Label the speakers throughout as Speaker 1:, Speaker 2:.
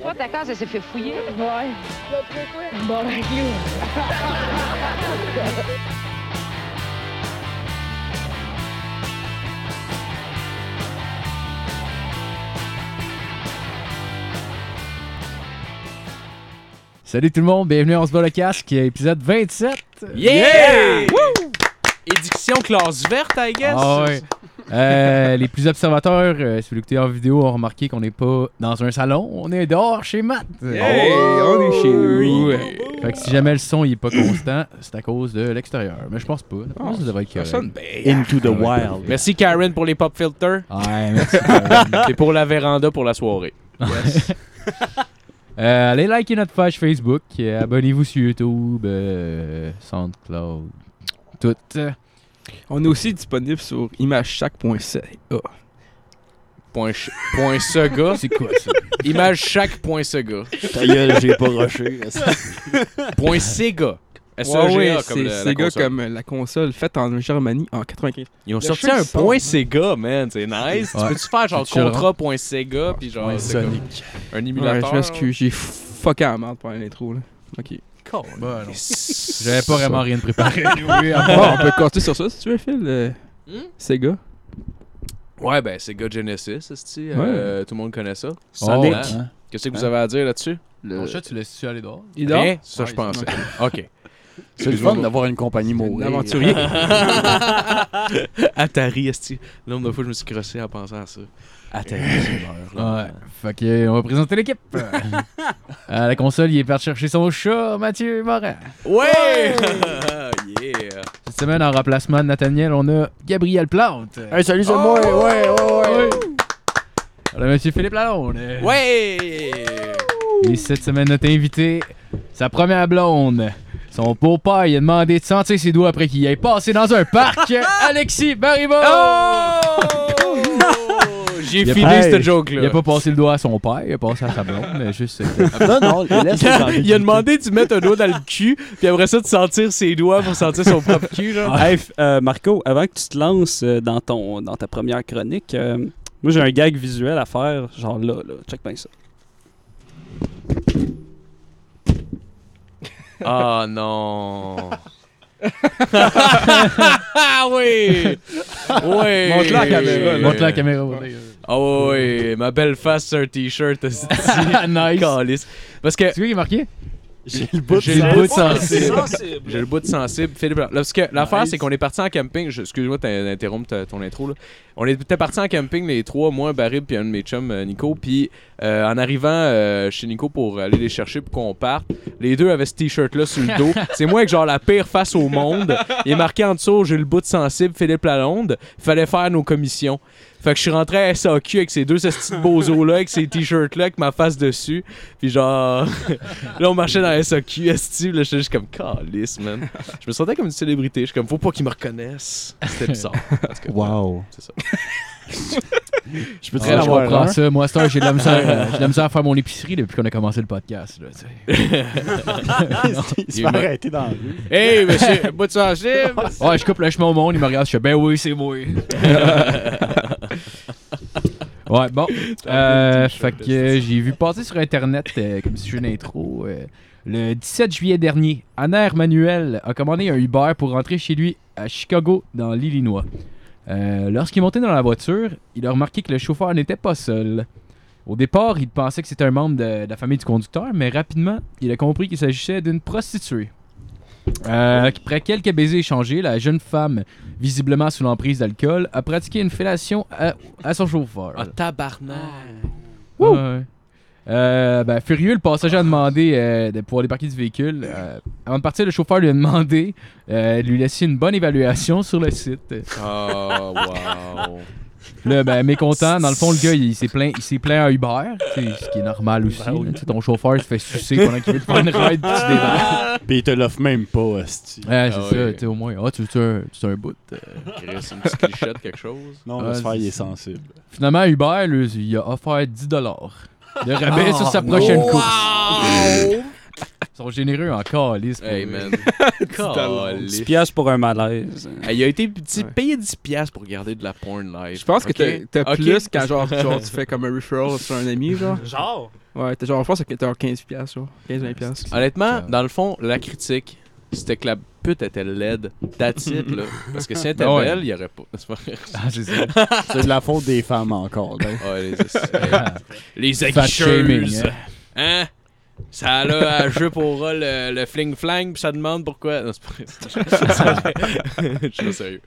Speaker 1: Toi, ta case, elle s'est fait fouiller.
Speaker 2: Ouais. Bon, ben, clou.
Speaker 3: Salut tout le monde, bienvenue on se bat le casque, épisode 27.
Speaker 4: Yeah! Édition classe verte, I guess.
Speaker 3: Ah ouais. Euh, les plus observateurs, euh, si vous l'écoutez en vidéo, ont remarqué qu'on n'est pas dans un salon, on est dehors chez Matt.
Speaker 4: Yeah! on est chez nous.
Speaker 3: Ouais. Fait que si jamais le son il est pas constant, c'est à cause de l'extérieur. Mais je pense pas. Je pense que ça devrait être
Speaker 4: Ça
Speaker 3: correct.
Speaker 4: sonne bien.
Speaker 5: Into the Wild.
Speaker 4: Merci Karen pour les pop filters
Speaker 3: Ouais, merci. Karen.
Speaker 4: et pour la véranda pour la soirée.
Speaker 3: Euh, allez liker notre page Facebook, euh, abonnez-vous sur YouTube, euh, SoundCloud, tout.
Speaker 6: On est aussi disponible sur imagechac.ca.
Speaker 4: Point, ch- point Sega.
Speaker 3: C'est quoi ça?
Speaker 4: Image chaque point Sega.
Speaker 5: Ta gueule, j'ai pas rushé.
Speaker 4: Point Sega. S-E-G-A
Speaker 6: Huawei,
Speaker 4: comme
Speaker 6: c'est
Speaker 4: le- la
Speaker 6: Sega
Speaker 4: console.
Speaker 6: comme la console faite en Germanie en 95.
Speaker 4: Ils ont
Speaker 6: Le
Speaker 4: sorti
Speaker 6: chien,
Speaker 4: un
Speaker 6: il sort,
Speaker 4: point
Speaker 6: hein.
Speaker 4: Sega, man. C'est nice.
Speaker 3: Ouais.
Speaker 4: Tu peux-tu faire genre
Speaker 3: Tu chilleras.
Speaker 4: contrat point Sega puis genre c'est comme un
Speaker 6: Ouais,
Speaker 4: émulateur?
Speaker 6: je m'excuse, j'ai fucké à la merde pendant l'intro. Là. Ok.
Speaker 3: Bon, non.
Speaker 4: m'excuse.
Speaker 3: J'avais pas vraiment rien de préparé. Oh, Oui, à
Speaker 6: Bon,
Speaker 3: part-
Speaker 6: on peut continuer sur ça si tu veux, Phil. euh,
Speaker 4: Hmm?
Speaker 6: Sega.
Speaker 4: Ouais, ben Sega Genesis, c'est tout le monde connaît ça.
Speaker 5: Oh,
Speaker 3: Sonic.
Speaker 4: hein? Qu'est-ce que vous avez à dire là-dessus?
Speaker 3: Mon chat, tu l'as su aller dehors?
Speaker 6: Il
Speaker 4: Rien? Eh, Ça,
Speaker 3: Ouais,
Speaker 4: je
Speaker 3: il
Speaker 4: pensais. OK.
Speaker 5: C'est le fun d'avoir une compagnie mourir.
Speaker 6: L'aventurier.
Speaker 4: Atari, esti. Nombre de fois, je me suis crossé en pensant à ça. Euh, Atari, c'est
Speaker 3: Ouais. Fait que, euh, on va présenter l'équipe. à la console, il est parti chercher son chat, Mathieu Morin.
Speaker 4: Ouais! yeah!
Speaker 3: Cette semaine, en remplacement de Nathaniel, on a Gabriel Plante.
Speaker 5: Hey, salut, c'est moi. Ouais, ouais, ouais.
Speaker 3: On a Monsieur Philippe Lalonde.
Speaker 4: Ouais!
Speaker 3: Et cette semaine, notre invité, sa première blonde. Son beau-père, il a demandé de sentir ses doigts après qu'il ait passé dans un parc. Alexis Barriba!
Speaker 4: Oh! J'ai
Speaker 3: Il a
Speaker 4: filé
Speaker 5: pas-
Speaker 4: ce
Speaker 3: Il
Speaker 4: joke-là.
Speaker 3: a pas passé le doigt à son père, il a passé à sa blonde, mais juste. euh,
Speaker 5: Non, non, laisse
Speaker 4: Il a, il a demandé de mettre un doigt dans le cul, puis après ça, de sentir ses doigts pour sentir son propre cul, genre.
Speaker 7: Hey, f- euh, Marco, avant que tu te lances euh, dans, ton, dans ta première chronique, euh, moi j'ai un gag visuel à faire, genre là, là. Check bien ça.
Speaker 4: Ah non! ah oui! Oui!
Speaker 6: Montre-le à la caméra, là.
Speaker 3: Montre la caméra. ouais.
Speaker 4: Ah oh, oui, ma belle face sur un t-shirt. esti.
Speaker 3: nice.
Speaker 4: Calisse. Parce que
Speaker 3: C'est quoi qui est marqué?
Speaker 5: J'ai le bout
Speaker 4: j'ai le bout de sensible. J'ai
Speaker 7: sensible.
Speaker 4: le bout de sensible. Philippe, là, parce que l'affaire,
Speaker 7: Nice.
Speaker 4: c'est qu'on est parti en camping. Je- Excuse-moi de t'interrompre ta- ton intro. Là. On était parti en camping, les trois, moi, Barib, puis un de mes chums, euh, Nico. Puis euh, en arrivant euh, chez Nico pour aller les chercher pour qu'on parte, les deux avaient ce t-shirt-là sur le dos. c'est moi avec genre la pire face au monde. Il est marqué en dessous J'ai le bout de sensible, Philippe Lalonde. Fallait faire nos commissions. Fait que je suis rentré à SAQ avec ces deux petits bozos-là, avec ces t-shirts-là, avec ma face dessus. Puis genre, là, on marchait dans la SAQ, esti, là, j'étais juste comme, calice, man. Je me sentais comme une célébrité. Je suis comme, faut pas qu'ils me reconnaissent. C'était bizarre. Parce que,
Speaker 5: Wow.
Speaker 4: C'est ça.
Speaker 5: Je peux te
Speaker 3: Ah, je
Speaker 5: avoir
Speaker 3: comprends
Speaker 5: un?
Speaker 3: ça. Moi, c'est j'ai de la misère, euh, j'ai de la misère à faire mon épicerie depuis qu'on a commencé le podcast. là, tu sais.
Speaker 5: Il se fait arrêter dans la rue.
Speaker 4: Hey, monsieur, bout de sensible!
Speaker 3: Ouais, je coupe le chemin au monde, il me regarde, je fais ben oui, c'est moi. ouais, bon. Euh, fait que euh, j'ai vu passer sur Internet, euh, comme si je une intro, euh, le 17 juillet dernier, Anna Manuel a commandé un Uber pour rentrer chez lui à Chicago, dans l'Illinois. Euh, Lorsqu'il montait dans la voiture, il a remarqué que le chauffeur n'était pas seul. Au départ, il pensait que c'était un membre de, de la famille du conducteur, mais rapidement, il a compris qu'il s'agissait d'une prostituée. Euh, après quelques baisers échangés, la jeune femme, visiblement sous l'emprise d'alcool, a pratiqué une fellation à, à son chauffeur.
Speaker 4: Ah, tabarnak!
Speaker 3: Ouais, ouais. Euh, ben, furieux, le passager a demandé euh, de pouvoir débarquer du véhicule. Euh, avant de partir, le chauffeur lui a demandé euh, de lui laisser une bonne évaluation sur le site.
Speaker 4: Oh, wow!
Speaker 3: Là, ben, mécontent, dans le fond, le gars, il s'est plaint, il s'est plaint à Uber, tu sais, ce qui est
Speaker 4: Ben
Speaker 3: normal aussi. là. Tu sais, ton chauffeur se fait sucer pendant qu'il veut te faire une ride, puis tu débarques.
Speaker 5: Pis il te l'offre même pas, hostie.
Speaker 3: Ouais, c'est
Speaker 4: Ah
Speaker 3: ça,
Speaker 4: ouais.
Speaker 3: tu sais, au moins. Ah, tu veux-tu un, tu veux un bout?
Speaker 4: Chris, une petite clichette, quelque chose?
Speaker 5: Non,
Speaker 3: Ah,
Speaker 5: le sphère, il
Speaker 3: c'est-
Speaker 5: est sensible.
Speaker 3: Finalement, Uber, lui,
Speaker 4: Ah,
Speaker 3: il a offert 10$ de rabais sur sa prochaine course. Ils sont généreux en calice. pour
Speaker 4: Hey
Speaker 3: eux.
Speaker 4: man. Caliste.
Speaker 7: 10 piastres pour un malaise.
Speaker 4: Hey, il a été petit,
Speaker 6: Ouais.
Speaker 4: payé 10$ piastres pour garder de la porn live.
Speaker 6: Je pense que
Speaker 4: Ok?
Speaker 6: t'as- t'as
Speaker 4: Ok.
Speaker 6: plus quand genre, genre, tu fais comme un referral sur un ami, genre.
Speaker 7: Genre?
Speaker 6: Ouais, t'as genre, je pense que t'as genre 15$, piastres, genre. 15-20$. piastres.
Speaker 4: Honnêtement,
Speaker 3: Ça-
Speaker 4: dans le fond, la critique, c'était que la pute était laide. That's it, là. Parce que si elle était
Speaker 6: Ah
Speaker 3: Ouais.
Speaker 4: belle, il y aurait pas. C'est pas vrai.
Speaker 3: Ah, c'est ça.
Speaker 5: C'est de la faute des femmes encore. là.
Speaker 4: Ah, les, les
Speaker 3: Fat
Speaker 4: aguicheuses.
Speaker 3: shaming. hein.
Speaker 4: Hein? Ça a là à jeu pour rôle le, le fling-flang, puis ça demande pourquoi. Non, c'est pas vrai. C'est vrai. Je suis pas sérieux.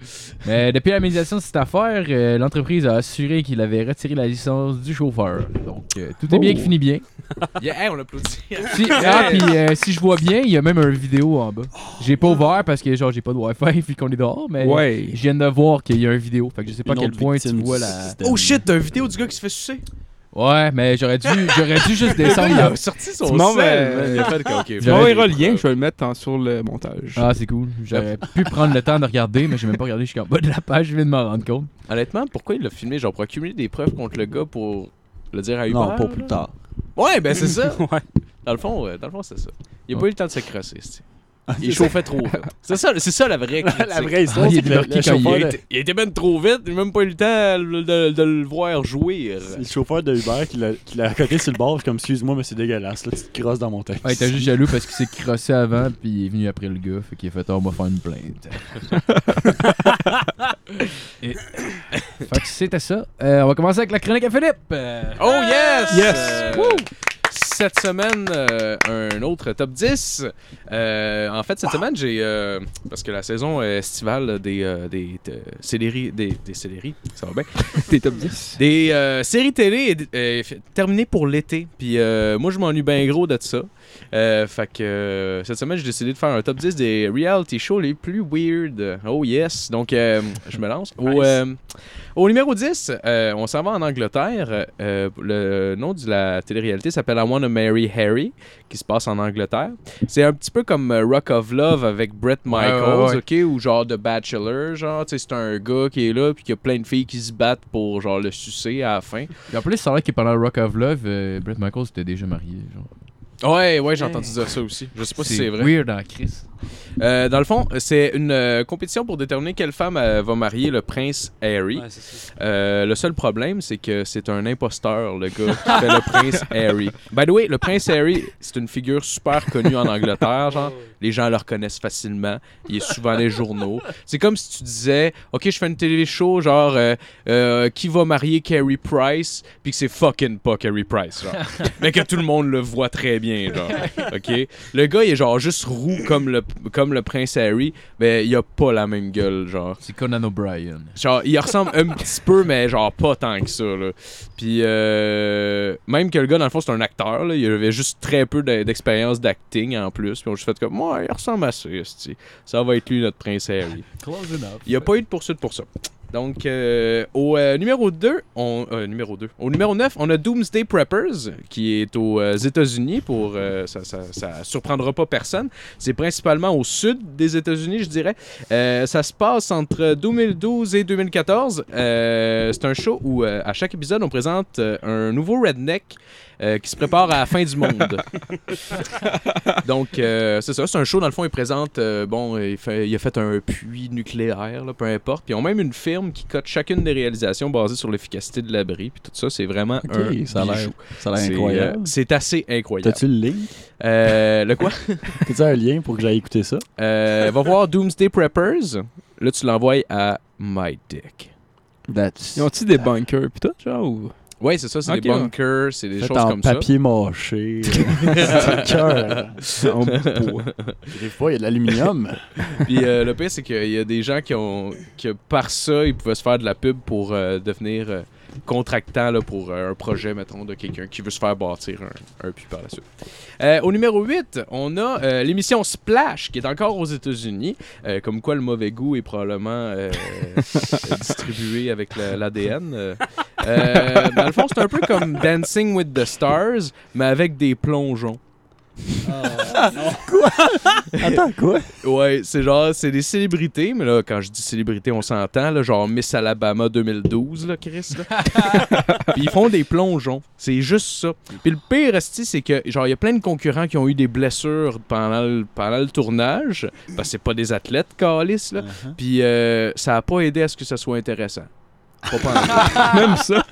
Speaker 3: Mais depuis la médiation de cette affaire, euh, l'entreprise a assuré qu'il avait retiré la licence du chauffeur. Donc, euh, tout
Speaker 4: Oh.
Speaker 3: est bien qui finit bien.
Speaker 4: Yeah, hey, on applaudit.
Speaker 3: Si, ah, puis euh, si je vois bien, il y a même une vidéo en bas. J'ai pas ouvert parce que genre j'ai pas de Wi-Fi vu qu'on est dehors, mais
Speaker 6: Ouais.
Speaker 3: je viens de voir qu'il y a une vidéo. Fait que je sais pas à
Speaker 5: Une
Speaker 3: quel
Speaker 5: autre
Speaker 3: point tu
Speaker 5: victime
Speaker 3: vois
Speaker 5: du
Speaker 3: la.
Speaker 5: système.
Speaker 4: t'as une vidéo du gars qui se fait sucer?
Speaker 3: Ouais, mais j'aurais dû, j'aurais dû juste descendre.
Speaker 4: il
Speaker 3: là.
Speaker 4: a sorti son
Speaker 6: Tu m'en
Speaker 4: sel,
Speaker 6: vas-
Speaker 4: man. Il a fait comme, ok.
Speaker 6: Tu m'enverras le lien, je vais le mettre en- sur le montage.
Speaker 3: Ah, c'est cool. J'aurais pu prendre le temps de regarder, mais j'ai même pas regardé jusqu'en bas de la page. Je viens de m'en rendre compte.
Speaker 4: Honnêtement, pourquoi il l'a filmé? Genre, pour accumuler des preuves contre le gars pour le dire à Uber?
Speaker 5: Non, pas plus
Speaker 4: là?
Speaker 5: tard.
Speaker 4: Ouais, ben c'est ça.
Speaker 7: Ouais.
Speaker 4: Dans le fond, euh, dans le fond, c'est ça. Il a pas
Speaker 3: Ouais.
Speaker 4: eu le temps de se crosser, c'est- Il chauffait trop vite. C'est ça, c'est ça la vraie critique.
Speaker 5: La vraie histoire,
Speaker 3: Ah, il est
Speaker 5: c'est que le,
Speaker 3: bloqué
Speaker 5: le
Speaker 3: quand il
Speaker 4: Il,
Speaker 5: chauffeur
Speaker 4: a
Speaker 5: de-
Speaker 4: été- il était même trop vite, il a même pas eu le temps de, de- de le voir jouir.
Speaker 5: c'est le chauffeur de Uber qui l'a- qui l'a accoté sur le bord, comme excuse-moi, mais c'est dégueulasse, là, tu te crosses dans mon taxi.
Speaker 3: Ouais, il était juste jaloux parce qu'il s'est crossé avant, puis il est venu après le gars. Fait qu'il a fait, oh, on va faire une plainte. Et... Fait que c'était ça. Euh, on va commencer avec la chronique à Philippe. Euh,
Speaker 4: Oh yes!
Speaker 6: Yes!
Speaker 4: Euh, cette semaine, euh, un autre top 10. Euh, en fait, cette semaine, j'ai. euh, parce que la saison estivale des. euh, des, euh, céleri- des, des céleri, ça va bien.
Speaker 6: T'es top 10.
Speaker 4: Des euh, séries télé euh, f- terminées pour l'été. Puis euh, moi, je m'ennuie bien gros de ça. Euh, fait que euh, cette semaine, j'ai décidé de faire un top 10 des reality shows les plus weird. Oh yes! Donc, euh, je me lance. Au,
Speaker 7: Nice.
Speaker 4: euh, au numéro 10, euh, on s'en va en Angleterre. Euh, le nom de la télé-réalité s'appelle I Wanna Marry Harry, qui se passe en Angleterre. C'est un petit peu comme euh, Rock of Love avec Brett Michaels,
Speaker 3: ouais, ouais.
Speaker 4: OK? Ou genre The Bachelor, genre, tu sais, c'est un gars qui est là, puis qu'il y a plein de filles qui se battent pour, genre, le sucer à la fin.
Speaker 3: et en plus, ça a l'air que pendant Rock of Love, euh, Brett Michaels était déjà marié. Genre.
Speaker 4: Ouais, ouais, j'ai entendu dire ça aussi. Je sais pas si c'est vrai.
Speaker 3: weird en Chris.
Speaker 4: Euh, dans le fond, c'est une euh, compétition pour déterminer quelle femme euh, va marier le prince Harry.
Speaker 7: Ouais, c'est ça.
Speaker 4: Euh, le seul problème, c'est que c'est un imposteur, le gars qui fait le prince Harry. By the way, le prince Harry, c'est une figure super connue en Angleterre. Genre, les gens le reconnaissent facilement. Il est souvent dans les journaux. C'est comme si tu disais, OK, je fais une télé-show, genre, euh, euh, qui va marier Carrie Price, puis que c'est fucking pas Carrie Price, genre. Mais que tout le monde le voit très bien, genre. OK? Le gars, il est genre juste roux comme le, comme le prince Harry, mais il a pas la même gueule, genre.
Speaker 3: C'est Conan O'Brien.
Speaker 4: Genre, il ressemble un petit peu, mais genre pas tant que ça. Là. Puis, euh, même que le gars, dans le fond, c'est un acteur. Là, il avait juste très peu de- d'expérience d'acting en plus. Puis, on a juste fait comme, ouais, il ressemble à ça. esti. Ça va être lui, notre prince Harry.
Speaker 3: Close enough.
Speaker 4: Il n'y a pas eu de poursuite pour ça. Donc, euh, au euh, numéro 2, on, euh, numéro 2, au numéro 9, on a Doomsday Preppers, qui est aux euh, États-Unis pour... euh, ça, ça, ça surprendra pas personne. C'est principalement au sud des États-Unis, je dirais. Euh, ça se passe entre 2012 et 2014. Euh, c'est un show où, euh, à chaque épisode, on présente euh, un nouveau redneck euh, qui se prépare à la fin du monde. Donc, euh, c'est ça. C'est un show, dans le fond, il présente. euh, bon, il, fait- il a fait un puits nucléaire, là, peu importe. Puis ils ont même une firme qui cote chacune des réalisations basées sur l'efficacité de l'abri. Puis tout ça, c'est vraiment
Speaker 5: Ok,
Speaker 4: un.
Speaker 5: ça a l'air-
Speaker 4: bijou.
Speaker 5: ça a l'air
Speaker 4: C'est, euh,
Speaker 5: incroyable.
Speaker 4: C'est assez incroyable.
Speaker 5: T'as-tu le lien?
Speaker 4: Euh, le quoi
Speaker 5: T'as-tu un lien pour que j'aille écouter ça?
Speaker 4: Euh, Va voir Doomsday Preppers. Là, tu l'envoies à My Dick.
Speaker 5: That's...
Speaker 6: Ils ont-tu des bunkers pis tout, genre ou...
Speaker 4: Ouais, c'est ça. C'est des
Speaker 6: Ok, ouais.
Speaker 4: bunkers, c'est des
Speaker 5: Fait
Speaker 4: choses
Speaker 5: en
Speaker 4: comme ça.
Speaker 5: papier mâché. c'est cœur. hein.
Speaker 6: en bois.
Speaker 5: Des fois, il y a de l'aluminium.
Speaker 4: Puis euh, le pire, c'est qu'il y a des gens qui ont. que par ça, ils pouvaient se faire de la pub pour euh, devenir euh, contractant là, pour euh, un projet, mettons, de quelqu'un qui veut se faire bâtir un, un puits par la suite. Euh, au numéro 8, on a euh, l'émission Splash, qui est encore aux États-Unis. Euh, comme quoi, le mauvais goût est probablement euh, distribué avec la- l'ADN. euh. Euh, dans le fond, c'est un peu comme Dancing with the Stars, mais avec des plongeons.
Speaker 5: Attends, quoi?
Speaker 4: Ouais, c'est genre, c'est des célébrités, mais là, quand je dis célébrités, on s'entend, là, genre Miss Alabama 2012, là, Chris, là. Puis ils font des plongeons. C'est juste ça. Puis le pire, esti, c'est que, genre, il y a plein de concurrents qui ont eu des blessures pendant le, pendant le tournage, parce que c'est pas des athlètes, Calis, là. Puis euh, ça a pas aidé à ce que ça soit intéressant. Pas pendant tout.
Speaker 6: Même ça.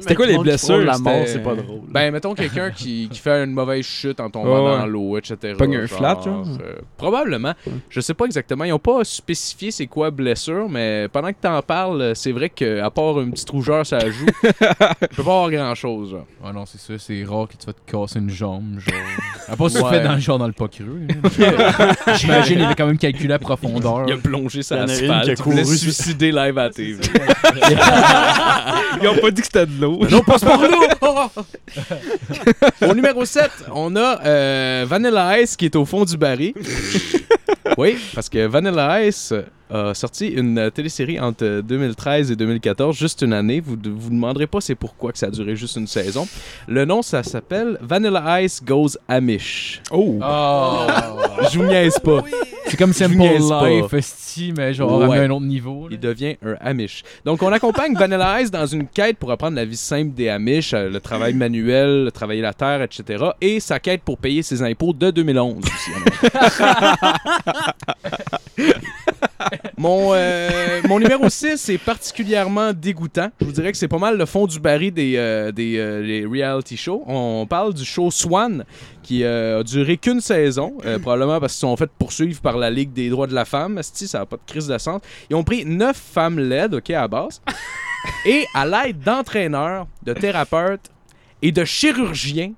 Speaker 6: C'était quoi les blessures?
Speaker 5: La mort,
Speaker 6: C'était-
Speaker 5: c'est pas drôle.
Speaker 4: ben, mettons quelqu'un qui, qui fait une mauvaise chute en tombant
Speaker 6: Ouais, ouais.
Speaker 4: dans l'eau, etc.
Speaker 6: Pogne un flat, genre?
Speaker 4: euh, probablement. Je sais pas exactement. Ils ont pas spécifié c'est quoi blessure, mais pendant que t'en parles, c'est vrai qu'à part une petite rougeur, ça joue. Je peux pas avoir grand-chose. genre.
Speaker 3: Ah non, c'est ça, c'est rare que tu vas te casser une jambe, genre. À part si tu
Speaker 4: Ouais.
Speaker 3: fais dans le genre dans le pas creux. là. J'imagine, il avait quand même calculé la profondeur.
Speaker 4: Il a plongé sur
Speaker 5: Il y en a une qui a
Speaker 4: l'asphalte. Il voulait
Speaker 5: couru.
Speaker 4: suicider live à la TV.
Speaker 6: Ils ont pas dit que c'était de l'eau.
Speaker 4: Non, passe par nous! au numéro 7, on a euh, Vanilla Ice qui est au fond du baril. oui, parce que Vanilla Ice a sorti une télésérie entre 2013 et 2014, juste une année. Vous ne vous demanderez pas c'est pourquoi que ça a duré juste une saison. Le nom, ça s'appelle Vanilla Ice Goes Amish.
Speaker 6: Oh!
Speaker 3: Oh.
Speaker 4: Je vous niaise pas.
Speaker 3: C'est comme Simple
Speaker 4: niaise pas.
Speaker 3: Life, esti, mais genre
Speaker 4: Ouais.
Speaker 3: à un autre niveau. là.
Speaker 4: Il devient un Amish. Donc, on accompagne Vanilla Ice dans une quête pour apprendre la vie simple des Amish, euh, le travail manuel, le travailler la terre, etc. Et sa quête pour payer ses impôts de 2011 aussi. mon, euh, mon numéro 6 est particulièrement dégoûtant. Je vous dirais que c'est pas mal le fond du baril des, euh, des euh, les reality shows. On parle du show Swan, qui euh, a duré qu'une saison, euh, probablement parce qu'ils se sont fait poursuivre par la Ligue des droits de la femme. Asti, ça n'a pas de crise de sens. Ils ont pris neuf femmes laides, OK, à la base, et à l'aide d'entraîneurs, de thérapeutes et de chirurgiens,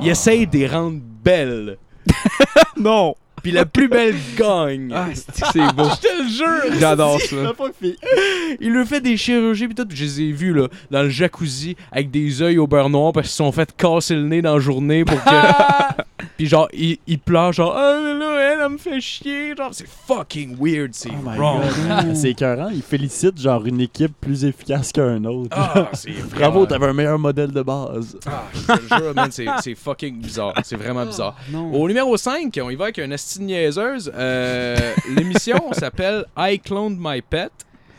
Speaker 4: ils essayent de les rendre belles.
Speaker 6: Non!
Speaker 4: Puis la plus belle gagne.
Speaker 6: Ah, c'est c'est beau.
Speaker 4: Je te le jure!
Speaker 6: J'adore ça.
Speaker 4: Il lui fait des chirurgies pis tout. pis Je les ai vus là, dans le jacuzzi avec des yeux au beurre noir parce qu'ils se sont fait casser le nez dans la journée pour que. puis genre, il, il pleure genre, ah là là, elle, elle me fait chier. Genre, c'est fucking weird, c'est
Speaker 5: Oh my
Speaker 4: wrong.
Speaker 5: god. C'est écœurant. Il félicite genre une équipe plus efficace qu'un autre.
Speaker 4: Ah, c'est vraiment-
Speaker 5: Bravo, t'avais un meilleur modèle de base.
Speaker 4: Ah, je te le jure, man, c'est c'est fucking bizarre. C'est
Speaker 5: Ah,
Speaker 4: vraiment bizarre. Au numéro 5, on y va avec une astine niaiseuse. Euh, L'émission s'appelle I Cloned My Pet.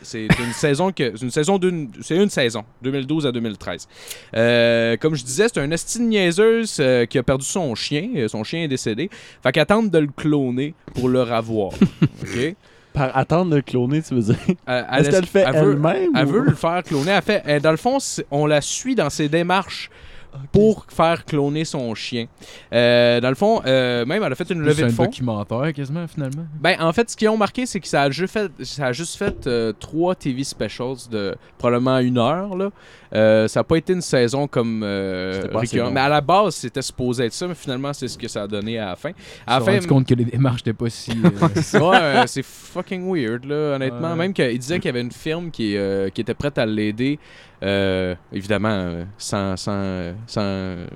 Speaker 4: C'est une saison que c'est une saison d'une c'est une saison 2012 à 2013. Euh, comme je disais, c'est un astine niaiseuse euh, qui a perdu son chien, Euh, son chien est décédé. Fait qu'elle tente de le cloner pour le ravoir. OK
Speaker 5: Par attendre de cloner, tu veux dire.
Speaker 4: Euh,
Speaker 5: Est-ce qu'elle le fait
Speaker 4: veut-
Speaker 5: elle-même?
Speaker 4: elle
Speaker 5: ou-
Speaker 4: veut le faire cloner. Elle fait, elle, dans le fond, c'est- on la suit dans ses démarches pour faire cloner son chien. Euh, dans le fond, euh, même, elle a fait une
Speaker 3: C'est
Speaker 4: levée
Speaker 3: un
Speaker 4: de fonds.
Speaker 3: documentaire quasiment finalement.
Speaker 4: Ben, en fait, ce qu'ils ont marqué, c'est que ça a juste fait, ça a juste fait euh, trois TV specials de probablement une heure. Là. Euh, ça n'a pas été une saison comme euh,
Speaker 5: C'était pas assez
Speaker 4: récurrent.
Speaker 5: long.
Speaker 4: Mais à la base, c'était supposé être ça, mais finalement, c'est ce que ça a donné à la fin.
Speaker 3: Je me
Speaker 4: À la
Speaker 3: suis rendu
Speaker 4: fin,
Speaker 3: compte que les démarches n'étaient pas si. euh,
Speaker 4: Ouais, euh, c'est fucking weird, là, honnêtement.
Speaker 3: Ouais.
Speaker 4: Même qu'il disait qu'il y avait une firme qui, euh, qui était prête à l'aider, euh, évidemment, euh, sans, sans, euh, sans euh,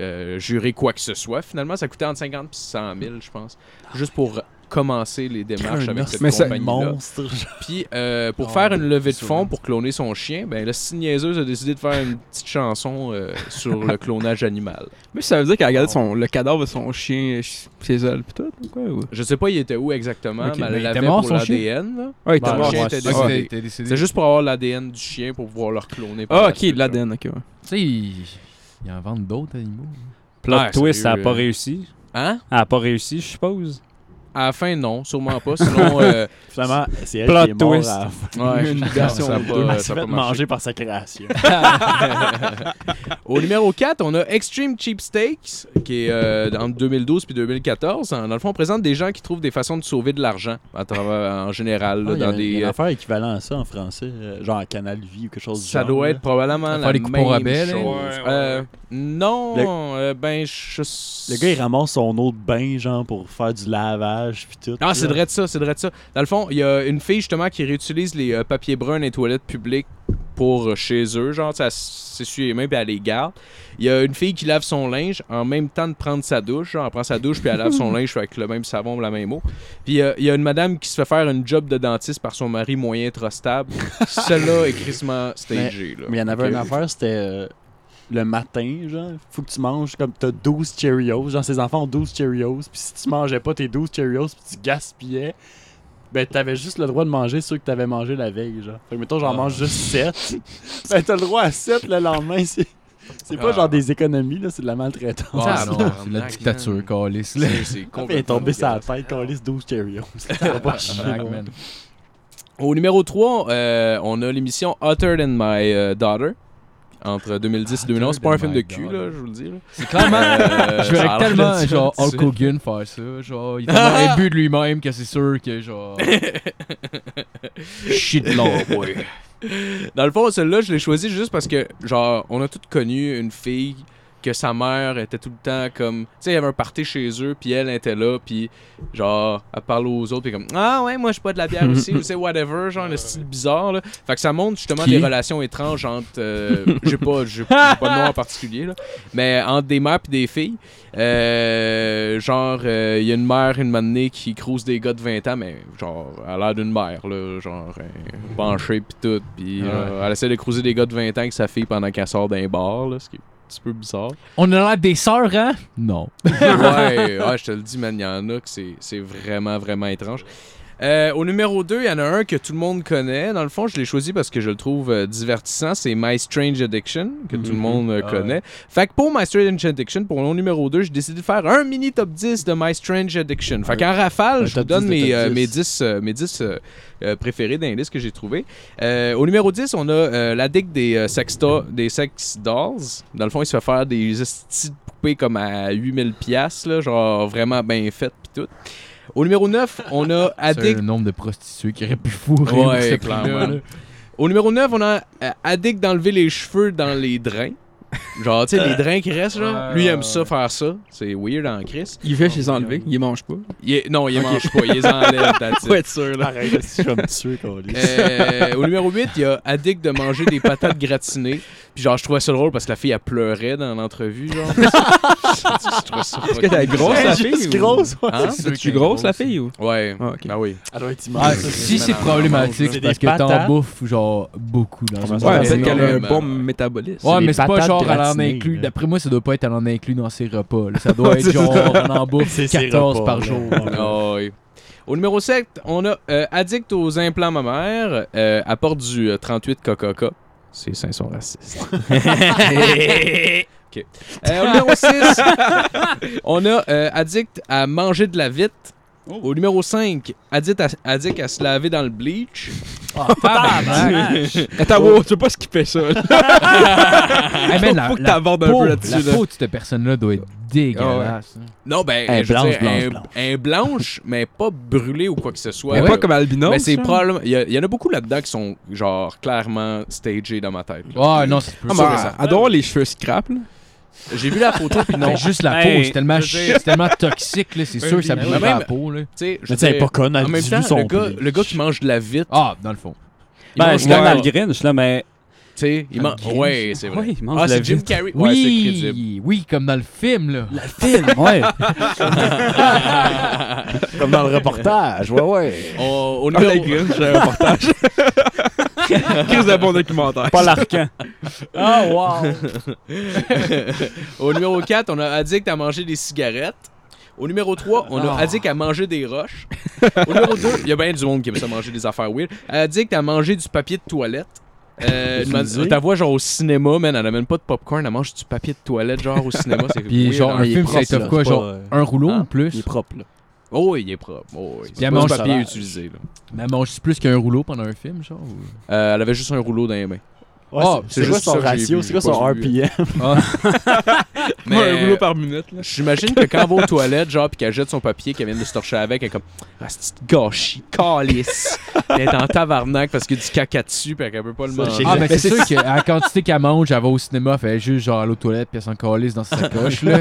Speaker 4: euh, jurer quoi que ce soit. Finalement, ça coûtait entre 50 et 100 000, je pense, juste pour commencer les démarches
Speaker 5: Un
Speaker 4: avec cette
Speaker 6: mais ça-
Speaker 4: compagnie-là.
Speaker 5: monstre.
Speaker 4: Puis, euh, pour
Speaker 3: Oh,
Speaker 4: faire une levée de
Speaker 3: c'est
Speaker 4: fonds
Speaker 3: vrai.
Speaker 4: pour cloner son chien, ben, la signeuse a décidé de faire une petite chanson euh, sur le clonage animal.
Speaker 6: Mais ça veut dire qu'elle a regardé son, le cadavre de son chien ch- chez elle, pis tout, ou quoi? ou-
Speaker 4: Je sais pas, il était où exactement,
Speaker 6: Ok,
Speaker 4: mais
Speaker 3: mais
Speaker 4: elle
Speaker 3: il
Speaker 4: l'avait
Speaker 3: était mort,
Speaker 4: pour
Speaker 3: son chien?
Speaker 4: l'ADN, là.
Speaker 6: Ah, il
Speaker 5: Bah,
Speaker 6: était mort.
Speaker 4: le Ben, chien
Speaker 6: Ouais,
Speaker 4: était
Speaker 6: c'est-
Speaker 4: décédé.
Speaker 6: ok.
Speaker 3: t'es décédé.
Speaker 4: C'est juste pour avoir l'ADN du chien pour pouvoir leur cloner. par
Speaker 6: Ah,
Speaker 4: la
Speaker 6: ok,
Speaker 4: suite,
Speaker 6: de
Speaker 4: là.
Speaker 6: l'ADN, ok, ouais.
Speaker 3: Tu sais, ils ils en vendent d'autres animaux.
Speaker 7: Plot
Speaker 4: Ouais,
Speaker 7: twist, ça
Speaker 4: sérieux,
Speaker 7: a pas
Speaker 4: euh.
Speaker 7: réussi.
Speaker 4: Hein?
Speaker 7: Elle a pas réussi, je suppose.
Speaker 4: À la fin, non, sûrement pas. Sinon, euh,
Speaker 5: Finalement, c'est elle
Speaker 7: Plot
Speaker 5: qui est morte.
Speaker 7: twist.
Speaker 5: à-
Speaker 4: ouais,
Speaker 6: Une
Speaker 4: je-
Speaker 6: version
Speaker 4: ça a
Speaker 6: deux.
Speaker 4: pas-
Speaker 5: Elle
Speaker 4: ça
Speaker 5: s'est
Speaker 4: a pas
Speaker 5: fait
Speaker 4: marché.
Speaker 5: manger par sa création.
Speaker 4: Au numéro 4, on a Extreme Cheap Steaks, qui est euh, entre 2012 puis 2014. Dans le fond, on présente des gens qui trouvent des façons de sauver de l'argent à travers- euh, en général. là,
Speaker 5: Ah, il y a
Speaker 4: dans
Speaker 5: un-
Speaker 4: des,
Speaker 5: il y a une
Speaker 4: euh,
Speaker 5: affaire équivalent à ça en français, euh, genre à Canal Vie ou quelque chose du
Speaker 4: ça
Speaker 5: genre,
Speaker 4: doit
Speaker 5: là.
Speaker 4: être probablement
Speaker 3: Faire
Speaker 4: la
Speaker 3: des
Speaker 4: même
Speaker 3: coupons rabais, là.
Speaker 4: chose.
Speaker 6: Ouais, ouais,
Speaker 4: Euh,
Speaker 6: ouais.
Speaker 4: non, euh, ben je...
Speaker 5: Le gars, il ramasse son autre bain, genre, pour faire du lavage, puis tout.
Speaker 4: Ah, c'est
Speaker 5: là.
Speaker 4: vrai de ça, c'est vrai de ça. Dans le fond, il y a une fille justement qui réutilise les euh, papiers bruns des toilettes publiques pour euh, chez eux. Genre, ça s- s'essuie les mains puis elle les garde. Il y a une fille qui lave son linge en même temps de prendre sa douche. Genre, elle prend sa douche puis elle lave son linge avec le même savon, la même eau. Puis euh, il y a une madame qui se fait faire une job de dentiste par son mari moyen trop stable. Celle-là est crissement stagée. là.
Speaker 5: Mais il y en avait
Speaker 4: Ok.
Speaker 5: une affaire, c'était. euh, le matin, genre, faut que tu manges comme t'as 12 Cheerios. Genre, ces enfants ont 12 Cheerios. Puis si tu mangeais pas tes 12 Cheerios, puis tu gaspillais, ben t'avais juste le droit de manger ceux que t'avais mangé la veille, genre. Fait que mettons, j'en
Speaker 4: Ah.
Speaker 5: mange juste 7. ben t'as le droit à 7 le lendemain. C'est c'est pas
Speaker 4: Ah.
Speaker 5: genre des économies, là, c'est de la maltraitance.
Speaker 4: Ah,
Speaker 3: Ah non,
Speaker 4: tabarnak,
Speaker 3: c'est la dictature,
Speaker 4: man.
Speaker 3: calice. là.
Speaker 4: hein. C'est- C'est
Speaker 5: Il est
Speaker 4: complètement
Speaker 5: tombé sur la
Speaker 4: dégueulasse.
Speaker 5: tête, qu'on lisse 12 Cheerios.
Speaker 3: Tabarnak, man.
Speaker 4: Au numéro 3, on a l'émission Hotter Than My euh, Daughter. Entre 2010 et 2011. C'est pas un
Speaker 3: Hotter
Speaker 4: film
Speaker 3: than
Speaker 4: de
Speaker 3: my
Speaker 4: cul,
Speaker 3: daughter.
Speaker 4: là, je vous le dis. là.
Speaker 3: C'est clairement.
Speaker 4: Euh,
Speaker 3: je verrais
Speaker 4: ça a l'air
Speaker 3: tellement
Speaker 4: de ça,
Speaker 3: genre
Speaker 4: tu sais.
Speaker 3: Hulk Hogan faire ça. Genre, il est tellement imbu de lui-même que c'est sûr que genre. Shit long, boy.
Speaker 4: Dans le fond, celui-là, je l'ai choisi juste parce que, genre, on a toutes connu une fille que sa mère était tout le temps comme. Tu sais, il y avait un party chez eux, puis elle était là, puis genre, elle parle aux autres, puis comme Ah ouais, moi je bois de la bière aussi, ou c'est whatever, genre, le style bizarre, là. Fait que ça montre justement
Speaker 3: Qui?
Speaker 4: des relations étranges entre. euh, j'ai pas, j'ai- j'ai pas de nom en particulier, là. Mais entre des mères et des filles. Euh, genre, euh, il y a une mère, une manée qui crouse des gars de 20 ans, mais genre, à l'air d'une mère, là, genre, euh, penchée pis tout. Pis
Speaker 3: Ouais.
Speaker 4: euh, elle essaie de cruiser des gars de 20 ans avec sa fille pendant qu'elle sort d'un bar, là, ce qui est un petit peu bizarre.
Speaker 3: On a l'air des sœurs, hein? Non.
Speaker 4: ouais, ouais, je te le dis, man, il y en a que c'est c'est vraiment, vraiment étrange. Euh, au numéro 2, il y en a un que tout le monde connaît. Dans le fond, je l'ai choisi parce que je le trouve euh, divertissant. C'est My Strange Addiction, que
Speaker 5: Mm-hmm.
Speaker 4: tout le monde euh,
Speaker 3: Ah
Speaker 4: connaît. Fait que pour My Strange Addiction, pour mon numéro 2, j'ai décidé de faire un mini top 10 de My Strange Addiction. Fait
Speaker 5: Un-
Speaker 4: qu'en rafale,
Speaker 5: un
Speaker 4: je vous
Speaker 5: top
Speaker 4: donne
Speaker 5: 10 de
Speaker 4: mes,
Speaker 5: top
Speaker 4: euh,
Speaker 5: 10.
Speaker 4: mes 10, euh, mes 10, euh, euh, préférés dans les listes que j'ai trouvées. Euh, au numéro 10, on a euh, l'addict des, euh, sex do- des sex dolls. Dans le fond, il se fait faire des esti de poupées comme à 8000 pièces genre vraiment bien faites pis tout. Au numéro 9, on a
Speaker 3: C'est
Speaker 4: addict
Speaker 3: le nombre de prostituées qui auraient pu fourrer.
Speaker 4: Ouais,
Speaker 3: ce
Speaker 4: clairement.
Speaker 3: prix-là, là.
Speaker 4: Au numéro 9, on a euh, addict d'enlever les cheveux dans les drains. Genre, tu sais, les drains qui restent, là.
Speaker 3: Ouais,
Speaker 4: Lui, il
Speaker 3: ouais,
Speaker 4: aime ça,
Speaker 3: ouais.
Speaker 4: faire ça. C'est weird en Chris.
Speaker 6: Il fait les enlever, il les mange pas.
Speaker 4: Il est- Non, il mange pas, il les enlève, that's it.
Speaker 6: Pour être sûr, là.
Speaker 5: Pareil, si je vais me tuer, qu'on lisse.
Speaker 4: Euh, au numéro 8, il y a addict de manger des patates gratinées. Puis genre, je trouvais ça drôle parce que la fille, elle pleurait dans l'entrevue, genre. je trouvais ça
Speaker 6: Est-ce que t'es
Speaker 4: fucking
Speaker 6: grosse,
Speaker 4: bizarre.
Speaker 6: la
Speaker 5: Juste
Speaker 6: fille? ou-
Speaker 5: grosse, ouais.
Speaker 4: Hein?
Speaker 3: Ceux qui
Speaker 6: Es-tu grosse, la
Speaker 3: aiment
Speaker 6: fille, ou?
Speaker 4: Ouais.
Speaker 6: Ah, ok.
Speaker 4: Ah oui.
Speaker 5: Elle doit être
Speaker 3: Ah,
Speaker 5: immense. ça,
Speaker 3: si
Speaker 4: c'est
Speaker 3: c'est
Speaker 4: vraiment
Speaker 3: problématique,
Speaker 5: drôle,
Speaker 3: c'est
Speaker 5: là.
Speaker 3: parce
Speaker 5: C'est des
Speaker 3: que t'en
Speaker 5: patates.
Speaker 3: bouffes genre beaucoup dans
Speaker 5: Ouais,
Speaker 3: ce
Speaker 6: Ouais,
Speaker 5: Ouais,
Speaker 6: peut-être
Speaker 5: c'est
Speaker 6: qu'elle a un
Speaker 4: normal.
Speaker 6: bon métabolisme.
Speaker 3: Ouais,
Speaker 5: des
Speaker 3: mais c'est pas
Speaker 5: patates
Speaker 3: genre à l'en
Speaker 5: gratinées,
Speaker 3: inclus.
Speaker 5: là.
Speaker 3: D'après moi, ça doit pas être à l'en inclus dans ses repas. là. Ça Eh, doit être
Speaker 5: C'est
Speaker 3: genre
Speaker 5: ça.
Speaker 3: on en bouffe
Speaker 5: C'est ses
Speaker 3: 14
Speaker 5: repas,
Speaker 3: par
Speaker 5: là.
Speaker 3: jour.
Speaker 4: Ah oui. Au numéro 7, on a euh, addict aux implants mammaires, euh, apporte du euh, 38 coca C'est 500 racistes. OK. Euh, au numéro 6, on a euh, addict à manger de la vitre. Au numéro 5, addict à, addict à se laver dans le bleach.
Speaker 6: Attends, wow, tu veux pas skipper ça, là.
Speaker 3: Hey, man, Eh, la-
Speaker 6: Faut que
Speaker 3: la
Speaker 6: t'abordes un
Speaker 3: peau-
Speaker 6: peu
Speaker 3: la
Speaker 6: là-dessus, là. Ah
Speaker 3: peau de cette personne-là doit être dégueulasse.
Speaker 4: Non, ben,
Speaker 5: Un
Speaker 4: je veux
Speaker 5: blanche,
Speaker 4: dire,
Speaker 5: blanche,
Speaker 4: un-
Speaker 5: blanche.
Speaker 4: un blanche, mais pas brûlé ou quoi que ce soit.
Speaker 6: Mais
Speaker 4: Euh,
Speaker 6: pas comme Albino.
Speaker 4: mais c'est
Speaker 6: ça.
Speaker 4: probablement. Il y, a- il y en a beaucoup là-dedans qui sont, genre, clairement stagés dans ma tête. là.
Speaker 3: Ouais, non, c'est plus
Speaker 6: Ah, mais elle- elle doit avoir les cheveux scrap, là.
Speaker 4: J'ai vu la photo, puis Ah, non.
Speaker 3: Non, juste la
Speaker 7: Ben,
Speaker 3: peau, c'est tellement,
Speaker 4: je veux dire-
Speaker 3: c'est tellement toxique, là, c'est sûr que ça
Speaker 4: mais
Speaker 3: brûle
Speaker 4: même-
Speaker 3: la peau. Là.
Speaker 4: Tu sais, je
Speaker 5: Mais tu sais, elle
Speaker 4: veux
Speaker 5: est
Speaker 4: dire,
Speaker 5: pas conne, elle
Speaker 4: En même
Speaker 5: dilue
Speaker 4: temps,
Speaker 5: son
Speaker 4: le gars,
Speaker 5: blé.
Speaker 4: le gars qui mange de la vitre,
Speaker 3: Ah, dans le fond.
Speaker 4: il
Speaker 7: Ben,
Speaker 4: mange
Speaker 7: je
Speaker 4: de la
Speaker 7: l'aime à le
Speaker 4: vitre,
Speaker 7: Grinch, là, mais.
Speaker 4: tu sais, il mange.
Speaker 7: Grinch.
Speaker 4: Ouais, c'est vrai.
Speaker 7: Ouais, il mange
Speaker 4: ah,
Speaker 7: de la
Speaker 4: c'est Jim
Speaker 7: vitre.
Speaker 4: Carrey. Ouais, c'est crédible.
Speaker 3: Oui, oui, comme dans le film, là.
Speaker 7: La film, ouais.
Speaker 5: Comme dans le reportage, ouais, ouais.
Speaker 4: Au- Oh, au
Speaker 6: Ah, la
Speaker 4: numéro...
Speaker 6: Grinch, j'ai un reportage. Chris de bon documentaire.
Speaker 7: Pas l'arcan.
Speaker 3: Ah, wow!
Speaker 4: au numéro 4, on a addict à manger des cigarettes. Au numéro 3, on a
Speaker 7: Ah.
Speaker 4: addict à manger des roches. au numéro 2, il y a bien du monde qui aime ça manger des affaires weird. Addict à manger du papier de toilette. Euh,
Speaker 5: Je
Speaker 4: ma-
Speaker 5: le dis.
Speaker 4: ta voix genre au cinéma, man, elle amène pas de popcorn, elle mange du papier de toilette genre au cinéma, c'est
Speaker 3: Puis
Speaker 4: weird,
Speaker 3: genre,
Speaker 4: hein.
Speaker 3: un film, ça étoffe quoi? Genre, un rouleau
Speaker 4: Hein?
Speaker 3: en
Speaker 5: Il est
Speaker 3: plus?
Speaker 5: propre, là.
Speaker 4: Oh, oui, il est propre. Oh, oui. C'est
Speaker 3: elle
Speaker 4: pas du
Speaker 3: mange
Speaker 4: papier
Speaker 5: sauvage.
Speaker 4: utilisé. là.
Speaker 3: Mais elle mange plus qu'un rouleau pendant un film, genre? ou-
Speaker 4: Euh, elle avait juste un rouleau dans les mains.
Speaker 5: Ouais,
Speaker 3: Ah,
Speaker 5: c'est-
Speaker 4: c'est
Speaker 5: c'est quoi
Speaker 4: juste ça
Speaker 5: son
Speaker 4: que j'ai vu,
Speaker 5: ratio? C'est quoi
Speaker 4: j'ai
Speaker 5: son
Speaker 4: pas vu.
Speaker 5: RPM?
Speaker 4: Mais
Speaker 6: Un rouleau par minute, là.
Speaker 4: J'imagine que quand elle va aux toilettes, genre, puis qu'elle jette son papier, qu'elle vient de se torcher avec, elle est comme Ah, c'est une gâchis, calice. elle est en tabarnak parce qu'il y a du caca dessus, puis qu'elle peut pas le
Speaker 5: Ça,
Speaker 4: manger.
Speaker 5: j'ai-
Speaker 3: Ah,
Speaker 5: Mais
Speaker 3: mais c'est sûr
Speaker 5: c'est-
Speaker 3: qu'à la quantité qu'elle mange, elle va au cinéma, elle fait juste genre aller aux toilettes puis elle s'en calisse dans sa sacoche, là.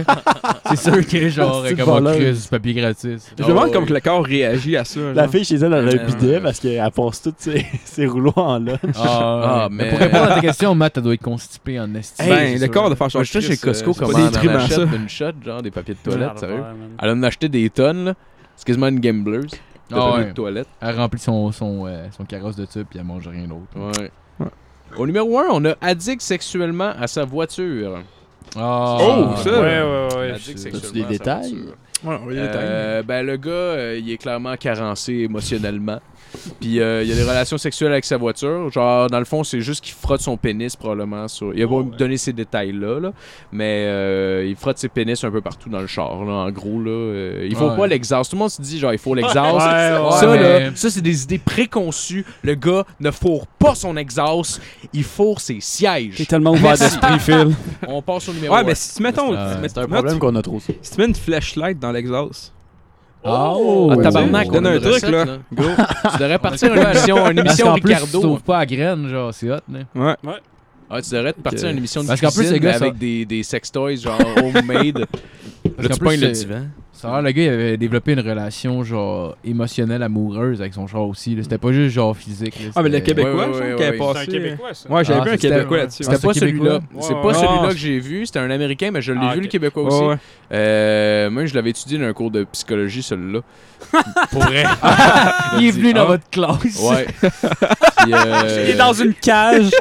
Speaker 3: C'est sûr que genre,
Speaker 5: C'est
Speaker 3: elle commence à
Speaker 5: voleuse.
Speaker 3: crise du papier gratis.
Speaker 6: Je
Speaker 4: Oh,
Speaker 6: me demande
Speaker 4: oui.
Speaker 6: comment que le corps réagit à ça.
Speaker 5: La
Speaker 6: genre.
Speaker 5: fille chez elle, elle a
Speaker 4: Euh,
Speaker 5: un bidet parce qu'elle passe tous ses, ses rouleaux en là.
Speaker 3: Ah,
Speaker 4: Ah,
Speaker 3: mais...
Speaker 4: mais-
Speaker 3: Pour répondre à ta question, Matt, elle doit être constipée en estime.
Speaker 6: Ben, le corps de faire
Speaker 4: Moi,
Speaker 6: son
Speaker 4: je sais chez Costco
Speaker 6: comme
Speaker 4: comment
Speaker 6: des
Speaker 4: on en
Speaker 6: triments, ça.
Speaker 4: achète une shot, genre des papiers de toilette, sérieux. Elle en a acheté des tonnes, là. C'est quasiment une gambleuse.
Speaker 3: Ah,
Speaker 4: De papier
Speaker 3: ouais.
Speaker 4: de toilette.
Speaker 3: Elle remplit son, son, euh, son carrosse de tube puis elle mange rien d'autre.
Speaker 4: Ouais. Au numéro 1, on a addict sexuellement à sa voiture.
Speaker 3: Ah.
Speaker 6: Oh, ça.
Speaker 1: Ouais, ouais, ouais.
Speaker 4: Addict
Speaker 1: je-
Speaker 4: sexuellement
Speaker 5: des
Speaker 4: à sa
Speaker 5: détails?
Speaker 4: voiture.
Speaker 6: Ouais, on va y aller, t'as-
Speaker 4: Euh, ben, le gars, euh, il est clairement carencé émotionnellement. Puis euh, il y a des relations sexuelles avec sa voiture. Genre, dans le fond, c'est juste qu'il frotte son pénis probablement sur. Il a pas
Speaker 6: Oh,
Speaker 4: donné ces détails-là, là, mais euh, il frotte ses pénis un peu partout dans le char. là, en gros, là, Euh, il faut
Speaker 3: Ouais.
Speaker 4: pas l'exhaust. Tout le monde se dit, genre, il faut l'exhaust.
Speaker 1: Ouais,
Speaker 4: ça,
Speaker 3: ouais,
Speaker 4: là,
Speaker 3: mais-
Speaker 4: ça, c'est des idées préconçues. Le gars ne fourre pas son exhaust, il fourre ses
Speaker 7: T'es
Speaker 4: sièges.
Speaker 7: tellement ouvert d'esprit, Phil.
Speaker 4: On passe au numéro
Speaker 6: Ouais,
Speaker 4: un.
Speaker 6: mais si tu mettons.
Speaker 3: Euh,
Speaker 6: si tu mets-
Speaker 5: C'est un
Speaker 6: non,
Speaker 5: problème
Speaker 6: tu-
Speaker 5: qu'on a trop
Speaker 6: Si tu mets une flashlight dans l'exhaust.
Speaker 3: Oh,
Speaker 4: Ah, tabarnak,
Speaker 6: Je
Speaker 4: donne
Speaker 6: donne
Speaker 4: un
Speaker 6: un truc, là.
Speaker 4: Go. tu devrais partir une émission, une
Speaker 3: Parce
Speaker 4: émission
Speaker 3: qu'en plus, tu te
Speaker 4: Ricardo.
Speaker 3: trouves pas à graines, genre, c'est hot, né?
Speaker 6: Ouais.
Speaker 4: Ah, tu devrais te partir une émission de
Speaker 3: Euh, Parce qu'en plus,
Speaker 4: cuisine,
Speaker 3: les gars,
Speaker 4: mais avec
Speaker 3: ça-
Speaker 4: des, des sextoys genre homemade.
Speaker 3: Parce qu'en
Speaker 4: Là,
Speaker 3: plus,
Speaker 4: tu pognes le
Speaker 3: c'est- Ah,
Speaker 4: divan.
Speaker 3: Ça a l'air, le gars, il avait développé une relation, genre, émotionnelle, amoureuse avec son char aussi. là. C'était pas juste, genre, physique. là,
Speaker 6: Ah, mais le
Speaker 3: c'était-
Speaker 6: Québécois,
Speaker 4: ouais,
Speaker 6: je
Speaker 4: ouais,
Speaker 6: trouve qu'il
Speaker 4: ouais,
Speaker 6: avait
Speaker 1: C'est
Speaker 6: passé.
Speaker 1: un Québécois, ça.
Speaker 6: Ouais, j'avais
Speaker 3: Ah,
Speaker 6: vu un
Speaker 3: c'était-
Speaker 6: Québécois là-dessus.
Speaker 4: C'était
Speaker 3: Ah, c'est
Speaker 4: pas celui-là.
Speaker 3: québécois?
Speaker 4: C'est
Speaker 6: Ouais,
Speaker 4: pas
Speaker 6: ouais.
Speaker 4: celui-là
Speaker 6: Ah,
Speaker 4: que j'ai vu. C'était un Américain, mais je l'ai
Speaker 1: Ah,
Speaker 4: vu,
Speaker 1: ok.
Speaker 4: le Québécois aussi.
Speaker 6: Ouais, ouais.
Speaker 4: Euh, moi, je l'avais étudié dans un cours de psychologie, celui-là. Pour vrai.
Speaker 3: Il est venu
Speaker 4: Ah.
Speaker 3: dans votre classe.
Speaker 4: Ouais. Puis, euh,
Speaker 7: Il est dans une cage.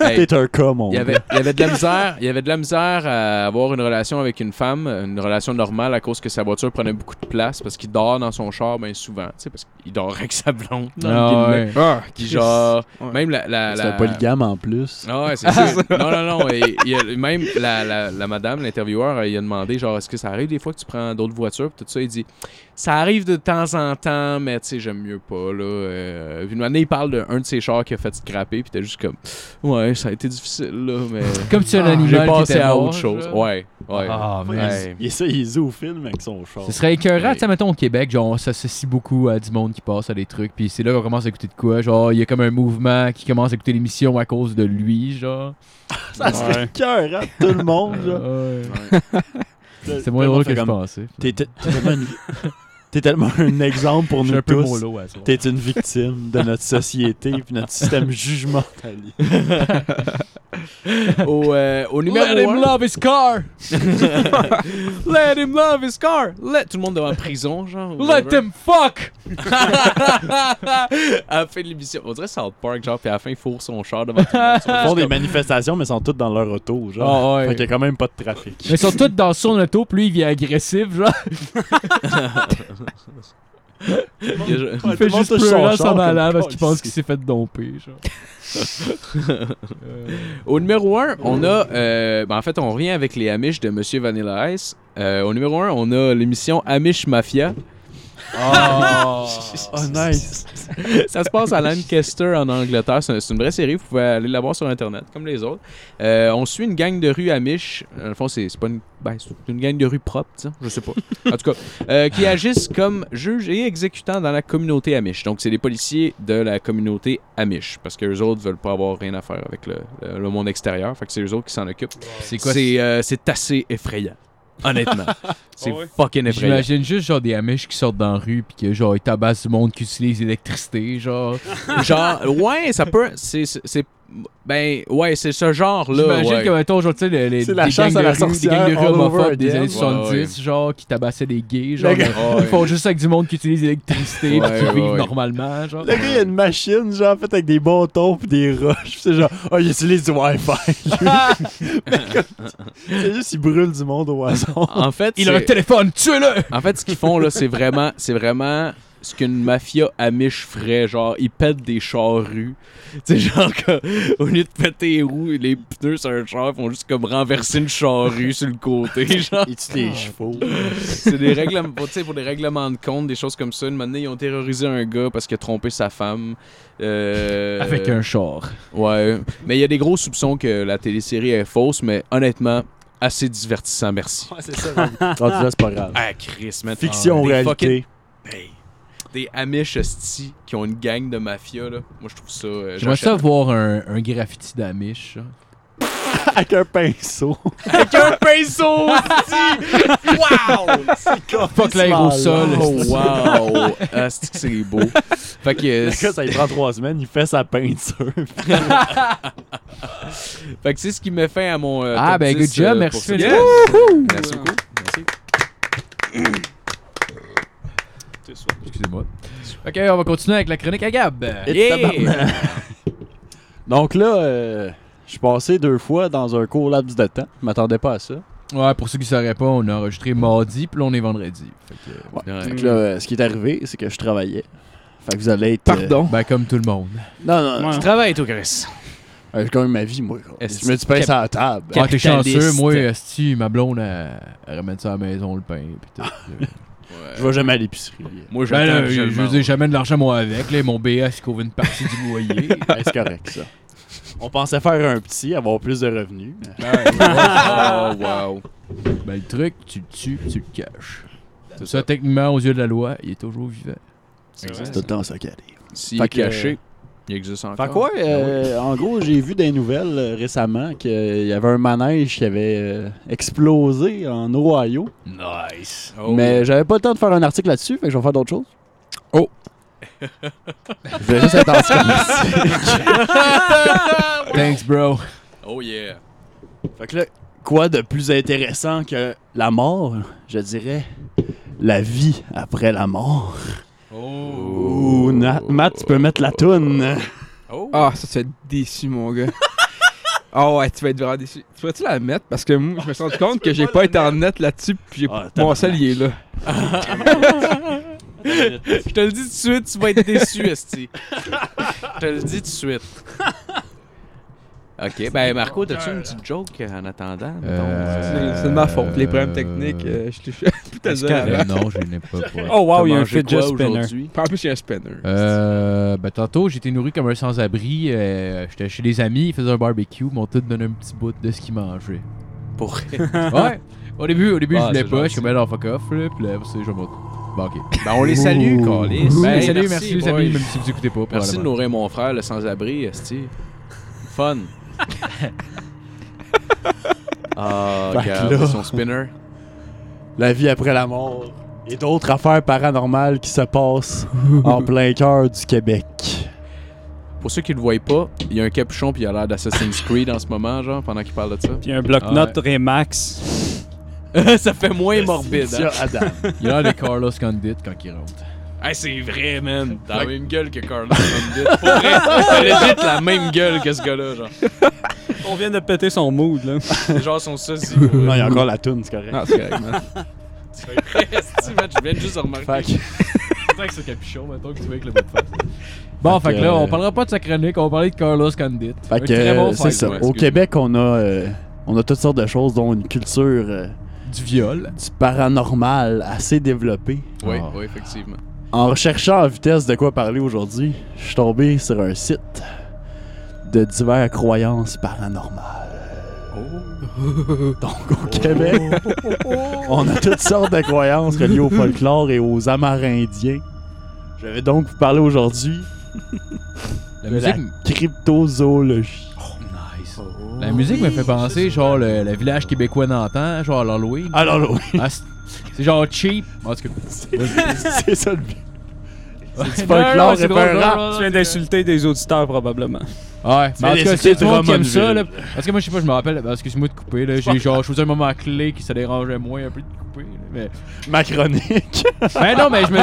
Speaker 4: hey,
Speaker 5: T'es un cas, mon
Speaker 4: Il y, avait, il y avait de la misère, il y avait de la misère à avoir une relation avec une femme, une relation normale à cause que sa voiture prenait beaucoup de place parce qu'il dort dans son char bien souvent, tu sais, parce qu'il dort avec sa blonde. dans le
Speaker 3: Ah,
Speaker 4: guillemet.
Speaker 3: ouais.
Speaker 6: Ah,
Speaker 4: Puis
Speaker 6: Christ.
Speaker 4: genre,
Speaker 6: Ouais.
Speaker 4: même la... la,
Speaker 5: C'est
Speaker 4: la-
Speaker 5: un polygame en plus.
Speaker 4: Ah ouais, c'est ça. Non, non, non. et- il y a- même la, la, la madame, l'intervieweur, euh, il a demandé genre, est-ce que ça arrive des fois que tu prends d'autres voitures? Puis tout ça, il dit, ça arrive de temps en temps, mais tu sais, j'aime mieux pas, là. Euh, puis une année, il parle d'un de ses chars qui a fait scraper, puis t'es juste comme, ouais, ça a été difficile, là, mais.
Speaker 3: Comme tu es un
Speaker 4: Ah,
Speaker 3: animal
Speaker 4: J'ai
Speaker 3: qui
Speaker 4: passé
Speaker 3: était
Speaker 4: à
Speaker 3: mort,
Speaker 4: autre chose.
Speaker 3: genre.
Speaker 4: Ouais, ouais.
Speaker 3: Ah, mais-
Speaker 4: Ouais.
Speaker 5: Il est ça, il est au film avec son char.
Speaker 3: Ce serait écœurant,
Speaker 4: Ouais.
Speaker 3: tu sais, mettons au Québec, genre on s'associe beaucoup à du monde qui passe à des trucs, puis c'est là qu'on commence à écouter de quoi, genre il y a comme un mouvement qui commence à écouter l'émission à cause de lui, genre.
Speaker 5: Ça serait cœur, hein, tout le monde, là.
Speaker 3: C'est moins drôle que je pensais.
Speaker 5: T'es t'es- t'es tellement, une- t'es tellement un exemple pour
Speaker 3: Je suis
Speaker 5: nous
Speaker 3: un peu
Speaker 5: tous.
Speaker 3: mollo à ça.
Speaker 5: T'es une victime de notre société et notre système jugemental.
Speaker 4: Au, euh, au numéro
Speaker 3: Let him
Speaker 4: un-
Speaker 3: love his car!
Speaker 4: Let him love his car! Let... Tout le monde devant la prison, genre. ou
Speaker 3: Let
Speaker 4: whatever.
Speaker 3: him fuck!
Speaker 4: à la fin de l'émission. On dirait South Park, genre, puis à la fin, il fourre son char devant tout le monde. Ils sont
Speaker 5: Ils font
Speaker 4: juste
Speaker 5: des manifestations, mais sont toutes dans leur auto, genre.
Speaker 3: Ah, ouais.
Speaker 5: Fait qu'il y a quand même pas de trafic.
Speaker 3: Mais ils sont tous dans son auto, puis lui il vient agressif, genre.
Speaker 4: comme- Il y a-
Speaker 3: Il fait juste pleurer en s'en allant parce qu'il pense qu'il s'est fait domper, Euh, genre.
Speaker 4: Au numéro 1, on a. euh, ben, en fait, on revient avec les Amish de Monsieur Vanilla Ice. Euh, au numéro 1, on a l'émission Amish Mafia.
Speaker 5: Oh, nice.
Speaker 4: Ça se passe à Lancaster, en Angleterre. C'est c'est une vraie série. Vous pouvez aller la voir sur Internet, comme les autres. Euh, on suit une gang de rue Amish. Dans le fond, c'est c'est pas une. ben, c'est une gang de rue propre, tu sais. Je sais pas. En tout cas, euh, qui agissent comme juges et exécutants dans la communauté Amish. Donc, c'est des policiers de la communauté Amish. Parce que les autres veulent pas avoir rien à faire avec le, le- le monde extérieur. Fait que c'est eux autres qui s'en occupent.
Speaker 3: C'est quoi
Speaker 4: C'est euh, c'est assez effrayant. Honnêtement. c'est
Speaker 1: Ah ouais?
Speaker 4: fucking effrayant.
Speaker 3: J'imagine juste genre des Amish qui sortent dans la rue puis que genre ils tabassent du monde qui utilise l'électricité, genre.
Speaker 4: Genre, ouais, ça peut. C'est. c'est- c'est- Ben, ouais, c'est ce genre-là.
Speaker 3: J'imagine
Speaker 4: ouais.
Speaker 3: que mettons genre tu sais les, les,
Speaker 5: C'est la
Speaker 3: des gangs
Speaker 5: chasse à
Speaker 3: de
Speaker 5: la
Speaker 3: rue, des gangs de
Speaker 5: sorcière
Speaker 3: rue
Speaker 5: all over
Speaker 3: homophobes des
Speaker 5: again.
Speaker 3: années
Speaker 5: Ouais,
Speaker 3: 70 genre qui tabassaient des gays, genre.
Speaker 5: Le gars-
Speaker 4: Ah ouais.
Speaker 3: Ils font juste avec du monde qui utilise l'électricité
Speaker 4: Ouais,
Speaker 3: puis qui
Speaker 4: ouais,
Speaker 3: vivent
Speaker 4: ouais.
Speaker 3: normalement, genre.
Speaker 5: Le gars, il y a une machine, genre, faite avec des bâtons pis des roches. pis c'est genre, oh, il utilise du Wi-Fi, lui. Mais comme- C'est juste, il brûle du monde au hasard.
Speaker 4: En fait,
Speaker 3: Il a un
Speaker 4: c'est-
Speaker 3: téléphone, tuez-le!
Speaker 5: Euh,
Speaker 4: en fait, ce qu'ils font là, c'est vraiment, c'est vraiment ce qu'une mafia amiche ferait. Genre, ils pètent des charrues. Tu sais, genre, que- au lieu de péter les roues, et les pneus sur un char, ils font juste comme renverser une charrue sur le côté. Genre,
Speaker 5: Il tue les chevaux.
Speaker 4: c'est des règlements, tu sais, pour des règlements de compte, des choses comme ça. Une manière, ils ont terrorisé un gars parce qu'il a trompé sa femme. Euh,
Speaker 3: Avec un char.
Speaker 4: Ouais, mais il y a des gros soupçons que la télésérie est fausse, mais honnêtement, assez divertissant, merci.
Speaker 5: Ouais, c'est ça. Ah, c'est pas grave.
Speaker 4: Ah, Chris, man.
Speaker 5: Fiction
Speaker 4: Ah,
Speaker 5: ou
Speaker 4: des
Speaker 5: réalité.
Speaker 4: fucking- hey, Des Amish hosties qui ont une gang de mafia, là. Moi, je trouve ça. euh,
Speaker 3: J'aimerais ça
Speaker 4: j'achète.
Speaker 3: voir un, un graffiti d'Amish. genre.
Speaker 5: Avec un pinceau.
Speaker 4: Avec un pinceau, hostie! Wow!
Speaker 3: Fuck l'aérosol.
Speaker 4: Oh, wow! Ah, c'est que c'est beau. Fait que, euh,
Speaker 5: Le gars, ça lui prend trois semaines, il fait sa peinture.
Speaker 4: fait que c'est ce qui met fin à mon. euh,
Speaker 3: Ah
Speaker 4: top
Speaker 3: ben
Speaker 4: 10,
Speaker 3: good
Speaker 4: euh,
Speaker 3: job,
Speaker 4: pour
Speaker 3: merci
Speaker 4: ce-
Speaker 3: Philippe.
Speaker 4: Yes. Merci beaucoup. Merci.
Speaker 1: C'est ça.
Speaker 3: Excusez-moi. Ok, on va continuer avec la chronique à Gab.
Speaker 4: Yeah!
Speaker 5: Donc là, euh, je suis passé deux fois dans un court laps de temps. Je m'attendais pas à ça.
Speaker 3: Ouais, pour ceux qui ne sauraient pas, on a enregistré mardi, puis là, on est vendredi. Fait que,
Speaker 5: Ouais.
Speaker 4: Ouais.
Speaker 5: Fait que là, euh, ce qui est arrivé, c'est que je travaillais. Fait que vous allez être. euh,
Speaker 6: Pardon.
Speaker 3: ben, comme tout le monde.
Speaker 5: Non, non, non.
Speaker 7: Ouais.
Speaker 5: c'est-
Speaker 4: Tu travailles, toi, Chris.
Speaker 5: euh, J'ai quand même ma vie, moi. gros.
Speaker 4: Est-ce
Speaker 5: Je me dis pain à la table.
Speaker 3: Ah, t'es
Speaker 4: Capitaliste.
Speaker 3: chanceux, moi, esti, ma blonde, elle, elle ramène ça à la maison, le pain, puis tout.
Speaker 5: Je vais jamais à l'épicerie. euh.
Speaker 4: Moi,
Speaker 3: ben là,
Speaker 4: j'attends,
Speaker 3: je
Speaker 4: je le
Speaker 3: veux
Speaker 4: mange.
Speaker 3: dire, j'amène de l'argent, moi, avec. Là, mon BS qui couvre une partie du loyer.
Speaker 5: Ben, c'est correct, ça. On pensait faire un petit, avoir plus de revenus. mais-
Speaker 4: Oh, wow.
Speaker 3: ben, le truc, tu le tues, tu le caches. Ça, techniquement, aux yeux de la loi, il est toujours vivant.
Speaker 1: C'est
Speaker 5: C'est
Speaker 1: vrai.
Speaker 5: tout le temps ça qui arrive.
Speaker 4: S'il
Speaker 5: Fait
Speaker 4: est
Speaker 5: que-
Speaker 4: caché, il existe encore. Ah
Speaker 5: Fait quoi, euh, en gros, j'ai vu des nouvelles euh, récemment qu'il y avait un manège qui avait euh, explosé en Ohio.
Speaker 3: Nice.
Speaker 4: Oh.
Speaker 5: Mais j'avais pas le temps de faire un article là-dessus, fait que je vais faire d'autres choses.
Speaker 6: Oh.
Speaker 5: je vais juste être en silence.
Speaker 3: Thanks, bro.
Speaker 4: Oh, yeah.
Speaker 5: Fait que là, quoi de plus intéressant que la mort, je dirais la vie après la mort.
Speaker 4: Oh.
Speaker 5: Ouh, Na- Matt, tu peux mettre la toune.
Speaker 4: Oh.
Speaker 6: Ah, ça, tu vas être déçu, mon gars. Ah ouais, tu vas être vraiment déçu. Tu pourrais-tu la mettre? Parce que moi, je me suis rendu compte que j'ai pas été en net là-dessus, puis j'ai-
Speaker 5: Ah,
Speaker 6: mon
Speaker 5: tabarnak.
Speaker 6: sel, il est là.
Speaker 4: Je te le dis tout de suite, tu vas être déçu, Esti. Je te le dis tout de suite. Ok, ben Marco, t'as-tu une petite joke en attendant? mettons?
Speaker 3: Euh,
Speaker 6: C'est c'est de ma faute. Les problèmes
Speaker 3: euh,
Speaker 6: techniques, euh, je t'ai Putain,
Speaker 4: Est-ce
Speaker 6: de
Speaker 4: que-
Speaker 6: avant.
Speaker 3: Euh, non, je n'ai pas. pas.
Speaker 7: Oh wow,
Speaker 4: T'as
Speaker 7: il y a un
Speaker 4: mangé
Speaker 7: fidget
Speaker 4: quoi
Speaker 7: spinner.
Speaker 4: aujourd'hui?
Speaker 6: En plus, il y a un spinner.
Speaker 3: Euh, ben tantôt, j'étais nourri comme un sans-abri. euh, J'étais chez des amis, ils faisaient un barbecue, ils m'ont tout donné un petit bout de ce qu'ils mangeaient.
Speaker 4: Pour
Speaker 3: Ouais. Au début, au début
Speaker 4: Ah,
Speaker 3: je voulais
Speaker 4: c'est
Speaker 3: pas, je
Speaker 4: gentil.
Speaker 3: suis comme, non, fuck off, là, puis là, c'est, je vais m'en- Bon, ok.
Speaker 4: Ben, on les salue, Carlis.
Speaker 3: Ben,
Speaker 4: Hey,
Speaker 3: salut, merci les
Speaker 4: boys.
Speaker 3: amis, même si vous écoutez pas,
Speaker 4: Merci de
Speaker 3: probablement.
Speaker 4: nourrir mon frère, le sans-abri, Esti. Fun. Ah,
Speaker 5: Fait que
Speaker 4: regarde,
Speaker 5: là-
Speaker 4: son spinner.
Speaker 5: La vie après la mort. Et d'autres affaires paranormales qui se passent en plein cœur du Québec.
Speaker 4: Pour ceux qui le voient pas, il y a un capuchon puis il a l'air d'Assassin's Creed en ce moment, genre, pendant qu'il parle de
Speaker 7: Puis un bloc-notes Remax.
Speaker 4: ça. ça fait moins morbide, hein?
Speaker 5: Ça, Adam.
Speaker 3: Il a l'air de Carlos Condit quand il rentre.
Speaker 4: Hey, c'est vrai, man. T'as la même gueule que Carlos Condit. Pour vrai, t'as legit la même gueule que ce gars-là, genre.
Speaker 7: On vient de péter son mood là.
Speaker 4: Les gens sont ça, c'est
Speaker 5: non, il y a encore la toune, c'est correct.
Speaker 3: Ah.
Speaker 6: Non, c'est correct, man.
Speaker 4: vrai. Esti, man, Je viens de juste remarquer.
Speaker 5: Fait que-
Speaker 1: ce capuchon, maintenant que tu vois avec le bout de face.
Speaker 3: Bon,
Speaker 5: Fait
Speaker 3: fait,
Speaker 5: que,
Speaker 3: que là,
Speaker 5: euh,
Speaker 3: on parlera pas de sa chronique, on va parler de Carlos Condit.
Speaker 5: Fait
Speaker 3: Un
Speaker 5: que,
Speaker 3: très bon
Speaker 5: euh,
Speaker 3: fight,
Speaker 5: c'est ça.
Speaker 4: ouais,
Speaker 5: Au
Speaker 4: excuse-moi.
Speaker 5: Québec, on a, euh, on a toutes sortes de choses, dont une culture euh,
Speaker 3: Du viol.
Speaker 5: du paranormal assez développée.
Speaker 4: Oui,
Speaker 3: Ah.
Speaker 4: oui, effectivement.
Speaker 5: En recherchant en vitesse de quoi parler aujourd'hui, je suis tombé sur un site de diverses croyances paranormales. Donc au Québec, on a toutes sortes de croyances reliées au folklore et aux Amérindiens. Je vais donc vous parler aujourd'hui
Speaker 3: La
Speaker 5: de la
Speaker 3: musique.
Speaker 5: cryptozoologie.
Speaker 3: Nice. La musique me fait penser, genre, le, le village québécois d'antan, genre à l'Halloween.
Speaker 5: Alors oui,
Speaker 3: Ah, c'est c'est genre cheap. En tout cas,
Speaker 5: c'est ça le but.
Speaker 3: c'est
Speaker 5: folklore et peur rap.
Speaker 7: Tu viens d'insulter des auditeurs probablement.
Speaker 3: Ouais, mais en tout cas,
Speaker 5: d'insulter
Speaker 3: c'est tout le monde qui aime ça. Là,
Speaker 5: Drummondville.
Speaker 3: parce que moi, je sais pas, je me rappelle, parce que c'est moi de couper. là, J'ai genre choisi un moment clé qui ça dérangeait moins un peu de couper. là, Mais...
Speaker 5: Ma chronique.
Speaker 3: Ben non, mais je me.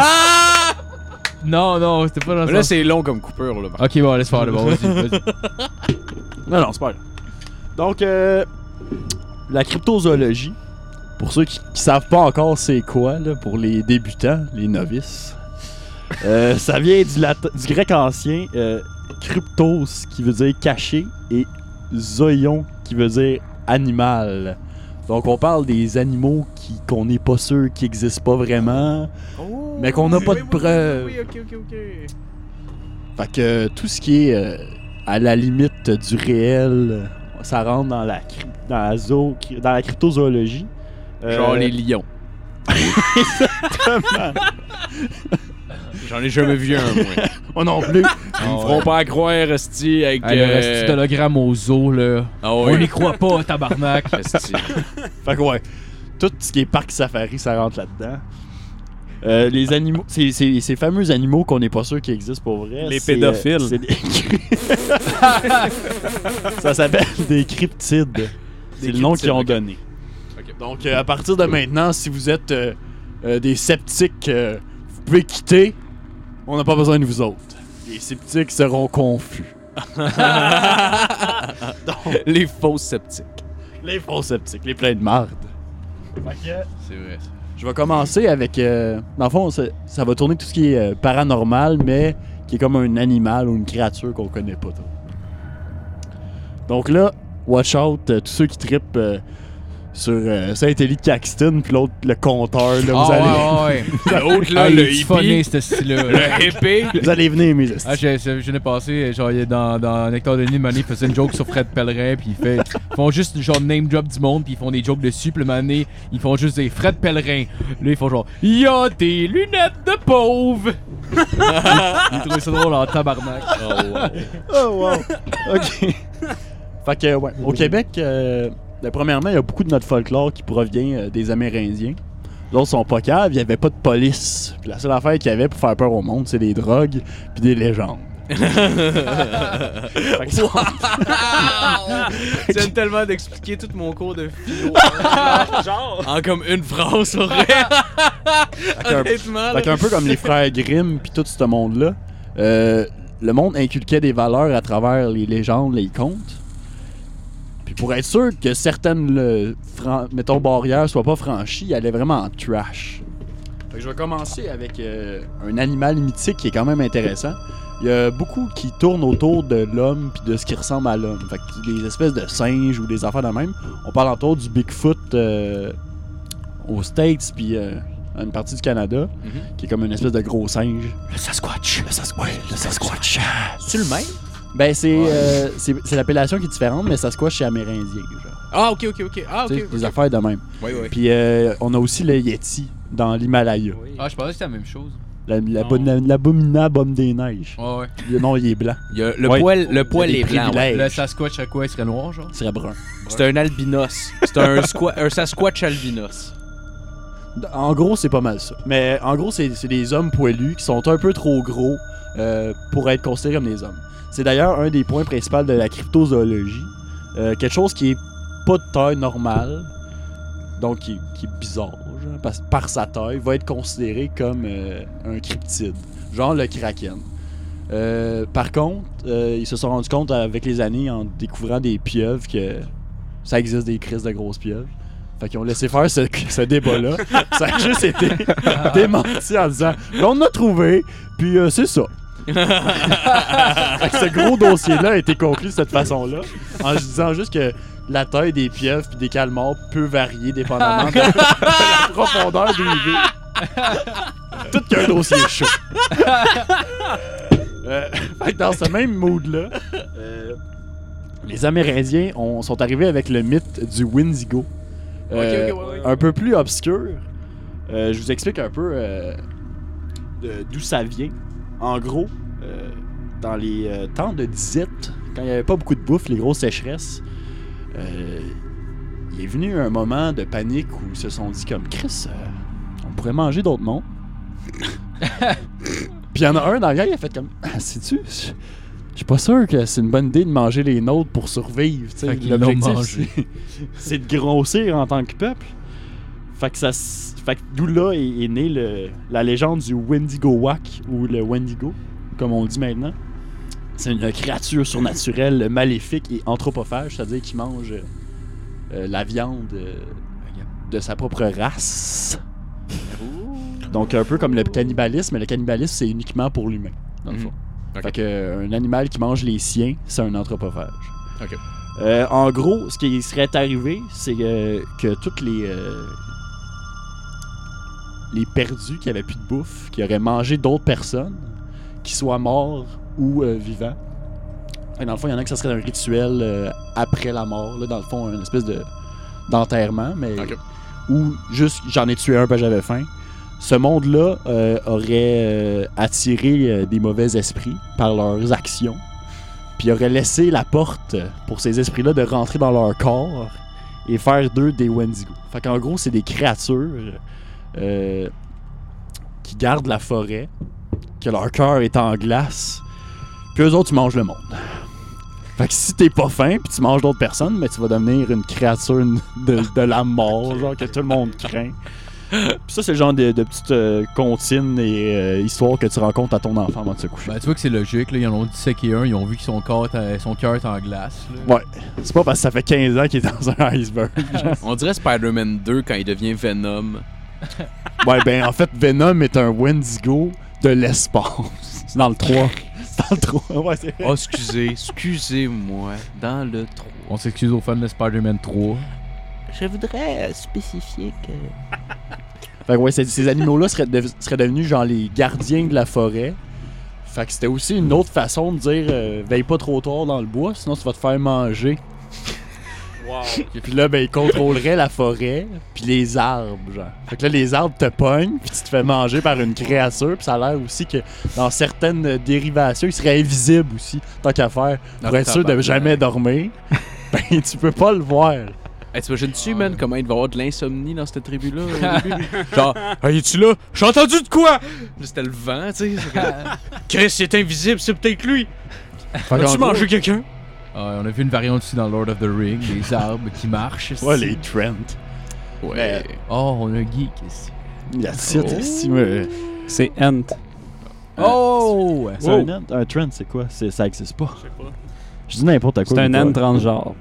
Speaker 3: Non, non, c'était pas dans
Speaker 4: Mais là,
Speaker 3: le sens.
Speaker 4: c'est long comme coupure, là. par
Speaker 3: Ok, bon, laisse faire le bon, vas-y, vas-y.
Speaker 5: Non, non, c'est pas grave. Donc, euh, la cryptozoologie, pour ceux qui, qui savent pas encore c'est quoi, là, pour les débutants, les novices, euh, ça vient du, latin- du grec ancien euh, cryptos, qui veut dire caché, et zoion, qui veut dire animal. Donc, on parle des animaux qui- qu'on n'est pas sûr qu'ils existent pas vraiment, mais qu'on n'a pas de preuves. Fait que euh, tout ce qui est euh, à la limite du réel, euh, ça rentre dans la, cryp- dans la, zo- dans la cryptozoologie.
Speaker 4: contre. Genre
Speaker 5: Euh,
Speaker 4: les lions. J'en ai jamais vu un, moi.
Speaker 5: Oh non plus.
Speaker 4: Ils me feront pas croire, Esti, avec.
Speaker 3: Ah, Hey, le reste
Speaker 4: euh,
Speaker 3: d'hologramme au zoo, là.
Speaker 4: Ah
Speaker 3: On n'y
Speaker 4: oui,
Speaker 3: croit pas, tabarnak.
Speaker 4: Esti.
Speaker 5: fait que ouais, tout ce qui est parc safari, ça rentre là-dedans. Euh, les animaux, ces- ces ces fameux animaux qu'on n'est pas sûr qu'ils existent pour vrai.
Speaker 7: Les
Speaker 5: c'est, euh,
Speaker 7: pédophiles.
Speaker 5: c'est des- ça s'appelle des cryptides. C'est le nom qu'ils ont
Speaker 4: cryptides,
Speaker 5: donné. Donc, euh, à partir de maintenant, si vous êtes euh, euh, des sceptiques, euh, vous pouvez quitter. On n'a pas besoin de vous autres. Les sceptiques seront confus.
Speaker 4: Les faux sceptiques.
Speaker 5: Les faux sceptiques, les pleins de marde.
Speaker 4: C'est vrai. ça.
Speaker 5: Je vais commencer avec. euh, dans le fond, ça, ça va tourner tout ce qui est euh, paranormal, mais qui est comme un animal ou une créature qu'on connaît pas. trop. Donc là, watch out, euh, tous ceux qui trippent euh, sur euh, Saint-Élie Caxton, puis l'autre, le compteur, là, vous, allez,
Speaker 3: Ah, ouais, ouais, ouais.
Speaker 4: L'autre, là,
Speaker 3: Ah, il
Speaker 4: le
Speaker 3: est
Speaker 4: hippie,
Speaker 3: funny, ce style-là.
Speaker 4: le hippie.
Speaker 5: vous allez venir, mes estis.
Speaker 3: Ah, je, je, je l'ai passé, genre, il est dans, dans Nectar de Nid, Mané, il faisait une joke sur Fred Pellerin, puis il fait, ils font juste genre name drop du monde, puis ils font des jokes dessus, puis le mané, ils font juste des Fred Pellerin. Là, ils font genre, y'a des lunettes de pauvre! J'ai trouvé ça drôle en tabarnak.
Speaker 5: Oh wow! OK. fait que, ouais. Au Québec, euh, ben, premièrement, il y a beaucoup de notre folklore qui provient euh, des Amérindiens. Les autres sont pas caves, il n'y avait pas de police. Puis la seule affaire qu'il y avait pour faire peur au monde, c'est des drogues puis des légendes. Fait que ça-
Speaker 4: Tu viens tellement d'expliquer tout mon cours de philo. Genre. En comme une phrase, en vrai.
Speaker 5: que un-
Speaker 4: Honnêtement.
Speaker 5: Fait
Speaker 4: là.
Speaker 5: qu'un peu comme les frères Grimm puis tout ce monde-là, euh, le monde inculquait des valeurs à travers les légendes, les contes. Puis pour être sûr que certaines, le, fran- mettons, barrières soient pas franchies, il allait vraiment en trash. Fait que je vais commencer avec euh, un animal mythique qui est quand même intéressant. Il y a beaucoup qui tournent autour de l'homme puis de ce qui ressemble à l'homme. Fait que des espèces de singes ou des affaires de même. On parle autour du Bigfoot euh, aux States puis euh, à une partie du Canada qui est comme une espèce de gros singe. Le Sasquatch. Le Sasquatch. Le Sasquatch.
Speaker 4: C'est le même?
Speaker 5: Ben, c'est euh, c'est- c'est l'appellation qui est différente, mais Sasquatch, c'est amérindien. Genre.
Speaker 4: Ah, ok, ok, ok. Ah, ok.
Speaker 5: Tu sais,
Speaker 4: ok.
Speaker 5: Des affaires de même.
Speaker 4: Ouais, ouais.
Speaker 5: Puis euh, on a aussi le Yeti dans l'Himalaya.
Speaker 3: Ah, je pensais que c'était la même chose.
Speaker 5: La- la bonne- la- L'abominable homme des neiges.
Speaker 3: Ouais, ouais.
Speaker 4: Oh.
Speaker 5: Le- Non, il est blanc.
Speaker 4: Il y a le
Speaker 5: Ouais.
Speaker 4: poil, le poil
Speaker 5: Il y a
Speaker 4: est
Speaker 5: des
Speaker 4: blanc. ouais.
Speaker 5: privilèges.
Speaker 3: Le Sasquatch à quoi il serait noir, genre?
Speaker 5: Il serait brun.
Speaker 4: C'est un albinos. C'est un, squa- un Sasquatch albinos.
Speaker 5: En gros, c'est pas mal ça. Mais en gros, c'est c'est des hommes poilus qui sont un peu trop gros euh, pour être considérés comme des hommes. C'est d'ailleurs un des points principaux de la cryptozoologie. Euh, quelque chose qui est pas de taille normale, donc qui, qui est bizarre, genre, parce, par sa taille, va être considéré comme euh, un cryptide, genre le kraken. Euh, par contre, euh, ils se sont rendus compte avec les années en découvrant des pieuvres que ça existe des crises de grosses pieuvres. Fait qu'ils ont laissé faire ce, ce débat-là. ça a juste été démenti en disant Là, on a trouvé, puis euh, c'est ça. Fait que ce gros dossier-là a été conclu de cette façon-là, en disant juste que la taille des pieuvres puis des calmars peut varier dépendamment de, de la profondeur des vies. Tout qu'un dossier chaud. Euh, fait que dans ce même mood-là, euh, les Amérindiens ont- sont arrivés avec le mythe du Windigo. Euh,
Speaker 4: ok, ouais, ouais.
Speaker 5: Un peu plus obscur. Euh, je vous explique un peu euh, de- d'où ça vient. En gros, euh, dans les euh, temps de disette, quand il n'y avait pas beaucoup de bouffe, les grosses sécheresses, euh, il est venu un moment de panique où ils se sont dit comme Chris, euh, on pourrait manger d'autres mondes. Puis il y en a un dans le gang, il a fait comme Ah, sais-tu, je je suis pas sûr que c'est une bonne idée de manger les nôtres pour survivre. tu sais.
Speaker 3: Fait qu'ils l'ont
Speaker 5: L'objectif,
Speaker 3: mangé.
Speaker 5: c'est- c'est de grossir en tant que peuple. Fait que ça, s- fait que d'où là est, est née le- la légende du Wendigo Wack ou le Wendigo, comme on le dit maintenant. C'est une créature surnaturelle, maléfique et anthropophage, c'est-à-dire qui mange euh, euh, la viande euh, de sa propre race. Donc un peu comme le cannibalisme, mais le cannibalisme c'est uniquement pour l'humain, dans le
Speaker 4: Mhm.
Speaker 5: fond.
Speaker 4: Ok.
Speaker 5: Fait que, euh, un animal qui mange les siens, c'est un anthropophage.
Speaker 4: Ok.
Speaker 5: Euh, en gros, ce qui serait arrivé, c'est euh, que toutes les euh, les perdus qui avaient plus de bouffe, qui auraient mangé d'autres personnes, qui soient morts ou euh, vivants. Et dans le fond, il y en a que ça serait un rituel euh, après la mort, là, dans le fond, une espèce de d'enterrement, mais
Speaker 4: Ok.
Speaker 5: ou juste j'en ai tué un parce que j'avais faim. Ce monde-là euh, aurait euh, attiré euh, des mauvais esprits par leurs actions, puis aurait laissé la porte pour ces esprits-là de rentrer dans leur corps et faire d'eux des Wendigo. Fait qu'en gros, c'est des créatures euh, qui gardent la forêt, que leur cœur est en glace, puis eux autres, tu manges le monde. Fait que si t'es pas faim puis tu manges d'autres personnes, mais tu vas devenir une créature de, de la mort, genre que tout le monde craint. Puis ça, c'est le genre de, de petites euh, comptines et euh, histoires que tu rencontres à ton enfant avant de se coucher.
Speaker 3: Ben, tu vois que c'est logique, là. Ils en ont disséqué un, ils ont vu que son corps, était- son cœur est en glace. là.
Speaker 5: Ouais. C'est pas parce que ça fait 15 ans qu'il est dans un iceberg.
Speaker 4: On dirait Spider-Man 2 quand il devient Venom.
Speaker 5: ouais, ben en fait, Venom est un Wendigo de l'espace.
Speaker 7: C'est dans le 3.
Speaker 5: C'est dans le trou. Ouais, c'est vrai.
Speaker 4: Oh, excusez, excusez-moi, dans le trou.
Speaker 3: On s'excuse aux fans de Spider-Man 3.
Speaker 8: Je voudrais euh, spécifier que
Speaker 5: Fait que ouais, ces, ces animaux-là seraient, dev- seraient devenus genre les gardiens de la forêt. Fait que c'était aussi une autre façon de dire euh, veille pas trop tard dans le bois, sinon tu vas te faire manger. Puis là, ben, ils contrôleraient la forêt, puis les arbres, genre. Fait que là, les arbres te pognent, puis tu te fais manger par une créature, puis ça a l'air aussi que dans certaines euh, dérivations, ils seraient invisibles aussi, tant qu'à faire. Pour
Speaker 4: Ah,
Speaker 5: être sûr de
Speaker 4: tabarnak.
Speaker 5: jamais dormir, ben, tu peux pas le voir.
Speaker 4: Hey, T'imagines-tu, man, comment il va avoir de l'insomnie dans cette tribu-là au début? Genre, hey, Ah, es-tu là? J'ai entendu de quoi? Là, C'était le vent, tu sais. c'est comme, Chris, c'est invisible, c'est peut-être lui.
Speaker 5: Fait qu'en
Speaker 4: As-tu
Speaker 5: gros,
Speaker 4: mangé quelqu'un?
Speaker 3: Ah, on a vu une variante aussi dans Lord of the Ring, des arbres qui marchent.
Speaker 5: Ouais,
Speaker 3: si.
Speaker 5: les Trent.
Speaker 4: Ouais.
Speaker 3: Oh, on a un geek ici.
Speaker 5: La
Speaker 4: Oh.
Speaker 5: cite, si, mais-
Speaker 7: C'est Ant.
Speaker 3: Oh!
Speaker 5: C'est
Speaker 7: Wow.
Speaker 5: un ant? Un trend, c'est quoi? C'est- Ça existe pas. Je sais pas. Je dis n'importe quoi.
Speaker 7: C'est un
Speaker 5: mais
Speaker 7: Ant
Speaker 5: toi.
Speaker 7: transgenre.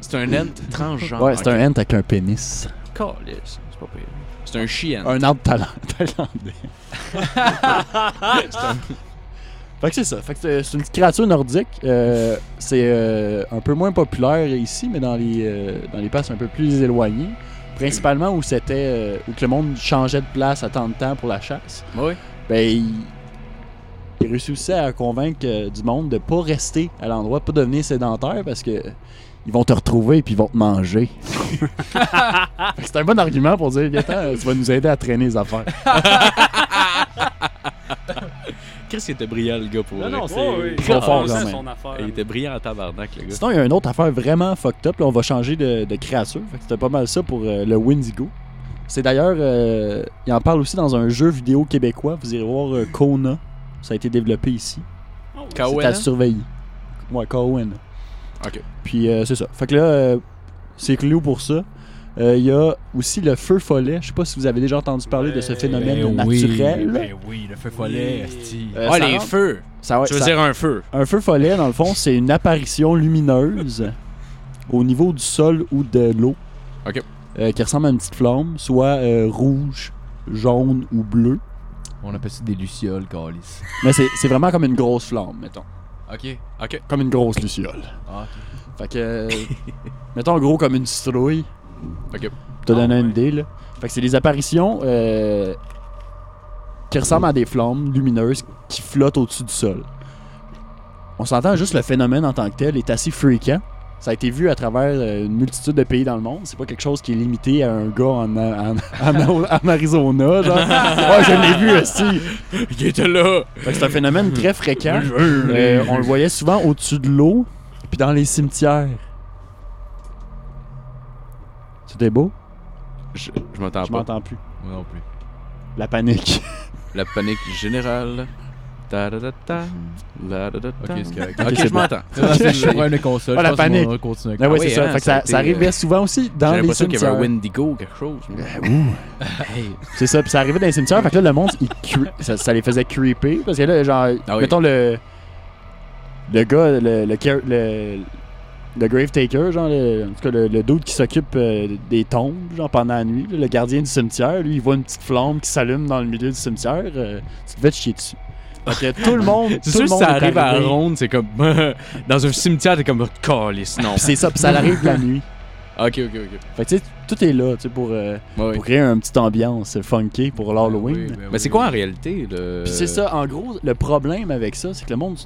Speaker 4: C'est un ant transgenre.
Speaker 5: Ouais, c'est un ant avec un pénis.
Speaker 4: calice. C'est pas pire. C'est un chien.
Speaker 5: Un arbre thaïla- thaïlandais. C'est un- Fait que c'est ça. Fait que c'est- c'est une petite créature nordique. Euh, c'est euh, un peu moins populaire ici, mais dans les, euh, dans les places un peu plus éloignées. Principalement où c'était euh, où que le monde changeait de place à tant de temps pour la chasse.
Speaker 4: Ouais.
Speaker 5: ben, il, il réussissait à convaincre euh, du monde de pas rester à l'endroit, de pas devenir sédentaire parce que ils vont te retrouver et puis ils vont te manger. Fait que C'est un bon argument pour dire viens tu vas nous aider à traîner les affaires.
Speaker 4: Chris, il était brillant, le gars, pour vrai.
Speaker 5: Trop fort, quand même.
Speaker 7: son affaire.
Speaker 4: Il était brillant en tabarnak, le gars.
Speaker 5: Sinon, il y a une autre affaire vraiment fucked up. Là, on va changer de, de créature. Fait que C'était pas mal ça pour euh, le Windigo. C'est d'ailleurs, euh, il en parle aussi dans un jeu vidéo québécois. Vous irez voir euh, Kona. Ça a été développé ici.
Speaker 7: Oh,
Speaker 5: C'est à
Speaker 4: Kawen.
Speaker 5: surveiller. Ouais, Cohen.
Speaker 4: hein? Ok.
Speaker 5: Puis euh, c'est ça. Fait que là, euh, c'est clou pour ça. Euh, Il y a aussi le feu follet. Je sais pas si vous avez déjà entendu parler de ce phénomène
Speaker 3: Ben oui,
Speaker 5: naturel.
Speaker 3: Ben oui, le feu follet, esti.
Speaker 5: Euh,
Speaker 4: Ah,
Speaker 5: ça
Speaker 4: les
Speaker 5: rentre-
Speaker 4: feux.
Speaker 5: ça, ouais,
Speaker 4: Tu veux
Speaker 5: ça-
Speaker 4: dire un feu?
Speaker 5: Un feu follet, dans le fond, c'est une apparition lumineuse au niveau du sol ou de l'eau.
Speaker 4: Ok.
Speaker 5: euh, qui ressemble à une petite flamme, soit euh, rouge, jaune ou bleu.
Speaker 3: On appelle ça des lucioles, calice.
Speaker 5: Mais c'est c'est vraiment comme une grosse flamme, mettons.
Speaker 3: Ok.
Speaker 5: Comme une grosse luciole.
Speaker 3: Ah,
Speaker 5: Fait que. euh, mettons gros comme une citrouille.
Speaker 4: Ok.
Speaker 5: Pour te donner une idée, là. Fait que c'est des apparitions euh, qui ressemblent à des flammes lumineuses qui flottent au-dessus du sol. On s'entend juste le phénomène en tant que tel est assez fréquent. Ça a été vu à travers euh, une multitude de pays dans le monde. C'est pas quelque chose qui est limité à un gars en, en- en- en Arizona. Genre. Ouais, je l'ai vu aussi.
Speaker 4: Il était là.
Speaker 5: Fait que c'est un phénomène très fréquent. Euh, on le voyait souvent au-dessus de l'eau, puis dans les cimetières. C'était beau?
Speaker 4: Je, je m'entends
Speaker 5: Je
Speaker 4: pas.
Speaker 5: m'entends plus.
Speaker 3: moi non plus.
Speaker 5: La panique.
Speaker 4: La panique générale. Ta da da ta. La da da ta.
Speaker 3: Ok, c'est correct.
Speaker 4: Ok,
Speaker 5: c'est
Speaker 4: je
Speaker 5: bon.
Speaker 4: m'entends.
Speaker 3: C'est le problème de console.
Speaker 5: Ah,
Speaker 3: je
Speaker 5: la
Speaker 3: pense qu'on
Speaker 5: panique.
Speaker 3: va continuer avec
Speaker 5: Ah ouais,
Speaker 4: oui,
Speaker 5: c'est ça.
Speaker 4: hein,
Speaker 5: Fait que
Speaker 4: ça a
Speaker 5: ça,
Speaker 4: été,
Speaker 5: ça arrivait souvent aussi dans
Speaker 4: J'ai
Speaker 5: les
Speaker 4: l'impression qu'il y avait
Speaker 5: cimetières.
Speaker 4: un Wendigo ou quelque chose.
Speaker 5: C'est ça, puis ça arrivait dans les cimetières. Fait que là, le monde, il cre- ça, ça les faisait creeper. Parce que là, genre,
Speaker 4: Ah oui.
Speaker 5: mettons le. Le gars, le. Le, care- le, le grave taker, genre, le- en tout cas, le, le dude qui s'occupe euh, des tombes, genre, pendant la nuit, là, le gardien du cimetière, lui, il voit une petite flamme qui s'allume dans le milieu du cimetière. euh, tu devais te chier dessus. Fait que tout le monde.
Speaker 4: C'est
Speaker 5: tout
Speaker 4: sûr
Speaker 5: le
Speaker 4: que
Speaker 5: monde
Speaker 4: ça
Speaker 5: est
Speaker 4: arrive à
Speaker 5: arrivé.
Speaker 4: ronde, c'est comme. Dans un cimetière, t'es comme. Calice, non.
Speaker 5: Puis c'est ça, puis ça arrive la nuit.
Speaker 4: Ok, ok, ok.
Speaker 5: Fait que, tu sais, tout est là, tu sais, pour, euh,
Speaker 4: Ouais, ouais.
Speaker 5: pour créer une petite ambiance funky pour
Speaker 4: Ah
Speaker 5: l'Halloween.
Speaker 4: Mais c'est quoi en réalité le.
Speaker 5: Puis c'est ça, en gros, le problème avec ça, c'est que le monde,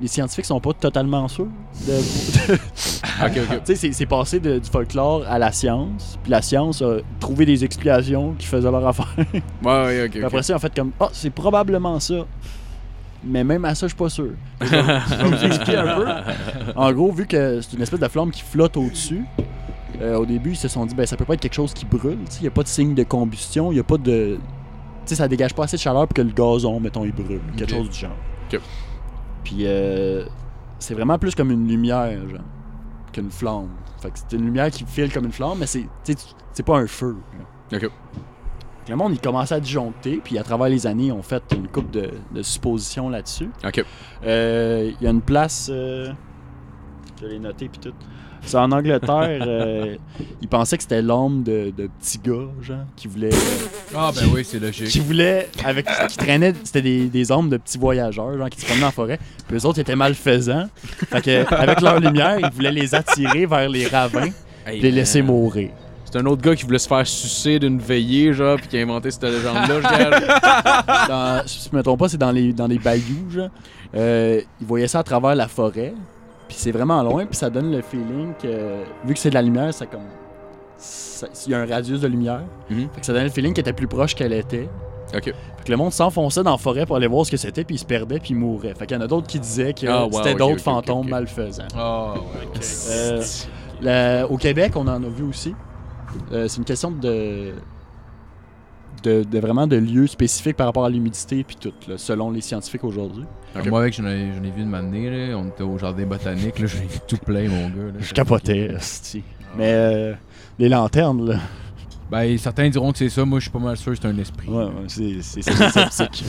Speaker 5: les scientifiques sont pas totalement sûrs. de-
Speaker 4: Ok, ok.
Speaker 5: tu sais, c'est- c'est passé de- du folklore à la science, puis la science a trouvé des explications qui faisaient leur affaire.
Speaker 4: Ouais, ouais, ok.
Speaker 5: Puis
Speaker 4: ok.
Speaker 5: après ça, en fait, comme, ah, c'est probablement ça. Mais même à ça, je suis pas sûr. Je vais vous- je vais vous expliquer un peu. En gros, vu que c'est une espèce de flamme qui flotte au-dessus, euh, au début, ils se sont dit, ben ça peut pas être quelque chose qui brûle. Il n'y a pas de signe de combustion, il n'y a pas de. Tu sais, ça dégage pas assez de chaleur pour que le gazon, mettons, il brûle. Quelque
Speaker 4: Ok.
Speaker 5: chose du genre.
Speaker 4: Ok.
Speaker 5: Puis, euh, c'est vraiment plus comme une lumière, genre, qu'une flamme. Fait que c'est une lumière qui file comme une flamme, mais c'est tu sais, tu- c'est pas un feu.
Speaker 4: Ok.
Speaker 5: genre. Fait que le monde, il commençait à disjoncter, puis à travers les années, on fait une coupe de, de suppositions là-dessus.
Speaker 4: Ok.
Speaker 5: Euh, Il y a une place. euh, je l'ai noté, puis tout. C'est en Angleterre. euh, ils pensaient que c'était l'homme de, de petits gars, genre, qui voulait.
Speaker 3: Ah, ben oui, c'est logique.
Speaker 5: qui voulait. Avec, qui traînait. C'était des, des hommes de petits voyageurs, genre, qui se promenaient en forêt. Puis eux autres, ils étaient malfaisants. Fait que, avec leur lumière, ils voulaient les attirer vers les ravins, puis les
Speaker 4: euh,
Speaker 5: laisser mourir.
Speaker 4: C'est un autre gars qui voulait se faire sucer d'une veillée, genre, puis qui a inventé cette légende-là, je dirais.
Speaker 5: dans, si je me trompe pas, c'est dans les, dans les bayous, genre. Euh, ils voyaient ça à travers la forêt, puis c'est vraiment loin, puis ça donne le feeling que, vu que c'est de la lumière, ça comme. ça- Il y a un radius de lumière.
Speaker 4: Mhm.
Speaker 5: Fait que ça donne le feeling qu'elle était plus proche qu'elle était.
Speaker 4: Ok.
Speaker 5: Fait que le monde s'enfonçait dans la forêt pour aller voir ce que c'était, puis il se perdait, puis il mourait. Fait qu'il y en a d'autres qui disaient que
Speaker 4: Ah, wow,
Speaker 5: c'était
Speaker 4: ok,
Speaker 5: d'autres
Speaker 4: ok, ok,
Speaker 5: fantômes
Speaker 4: ok.
Speaker 5: malfaisants.
Speaker 3: Ah,
Speaker 5: Euh, la- au Québec, on en a vu aussi. Euh, c'est une question de, de, de vraiment de lieu spécifique par rapport à l'humidité puis tout, là, selon les scientifiques aujourd'hui.
Speaker 4: Ok.
Speaker 3: Moi, avec, j'en ai, j'en ai vu une m'amener, là. On était au jardin botanique, là. J'ai tout plein, mon gars. Là.
Speaker 5: Je capotais, esti. mais euh, les lanternes, là,
Speaker 3: Ben, certains diront que c'est ça. Moi, je suis pas mal sûr que c'est un esprit.
Speaker 5: ouais, ouais, c'est c'est c'est- c'est sceptique.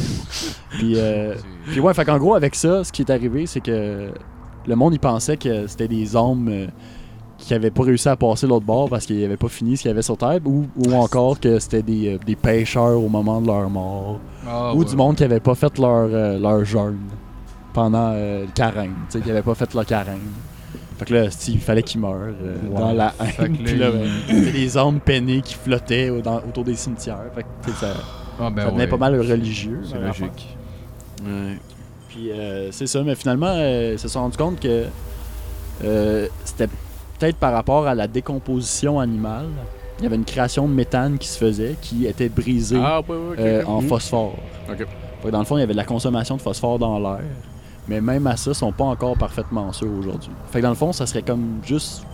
Speaker 5: puis, euh, puis ouais, fait qu'en gros avec ça, ce qui est arrivé, c'est que le monde il pensait que c'était des hommes euh, qui avaient pas réussi à passer l'autre bord parce qu'ils avaient pas fini ce qu'il y avait sur terre, ou, ou encore que c'était des, euh, des pêcheurs au moment de leur mort.
Speaker 3: Ah,
Speaker 5: ou
Speaker 3: ouais.
Speaker 5: du monde qui avait pas fait leur, euh, leur jeûne pendant euh, le carême, tu sais, qui avait pas fait leur carême. Fait que là, si, il fallait qu'ils meurent euh,
Speaker 3: Ouais.
Speaker 5: dans la
Speaker 3: Fait
Speaker 5: haine.
Speaker 3: que là,
Speaker 5: Puis là,
Speaker 3: il-
Speaker 5: ben, c'est des hommes peinés qui flottaient au- dans- autour des cimetières. Fait que tu sais, ça,
Speaker 3: Ah, ben
Speaker 5: ça devenait
Speaker 3: ouais.
Speaker 5: pas mal religieux.
Speaker 3: C'est
Speaker 5: leur affaire.
Speaker 3: logique.
Speaker 5: Puis euh, c'est ça, mais finalement, euh, ils se sont rendus compte que euh, c'était peut-être par rapport à la décomposition animale. Il y avait une création de méthane qui se faisait, qui était brisée
Speaker 4: Ah, ouais, ouais, ok,
Speaker 5: euh,
Speaker 4: ok.
Speaker 5: en phosphore.
Speaker 4: Ok.
Speaker 5: Fait que dans le fond, il y avait de la consommation de phosphore dans l'air. Mais même à ça, ils sont pas encore parfaitement sûrs aujourd'hui. Fait que dans le fond, ça serait comme juste.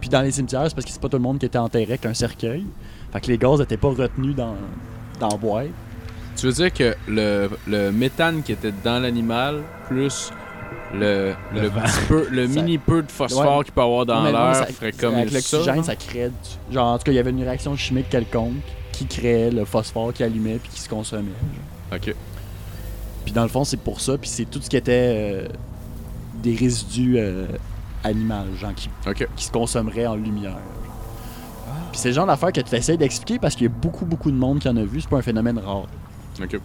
Speaker 5: Puis dans les cimetières, c'est parce que c'est pas tout le monde qui était enterré avec un cercueil. Fait que les gaz n'étaient pas retenus dans, dans la boîte.
Speaker 4: Tu veux dire que le, le méthane qui était dans l'animal, plus le, le,
Speaker 3: Le
Speaker 4: petit peu, le
Speaker 5: Ça-
Speaker 4: mini peu de phosphore
Speaker 5: Ouais.
Speaker 4: qu'il peut avoir dans
Speaker 5: Mais non,
Speaker 4: l'air,
Speaker 5: ça-
Speaker 4: ferait comme
Speaker 5: Avec
Speaker 4: ça.
Speaker 5: l'oxygène, ça crée. du- Genre, en tout cas, il y avait une réaction chimique quelconque qui créait le phosphore qui allumait puis qui se consommait.
Speaker 4: Ok.
Speaker 5: Puis dans le fond, c'est pour ça. Puis c'est tout ce qui était euh, des résidus euh, animaux, genre qui,
Speaker 4: Ok.
Speaker 5: qui se consommeraient en lumière. Puis c'est le genre d'affaire que tu essaies d'expliquer parce qu'il y a beaucoup, beaucoup de monde qui en a vu. C'est pas un phénomène rare.
Speaker 4: Ok.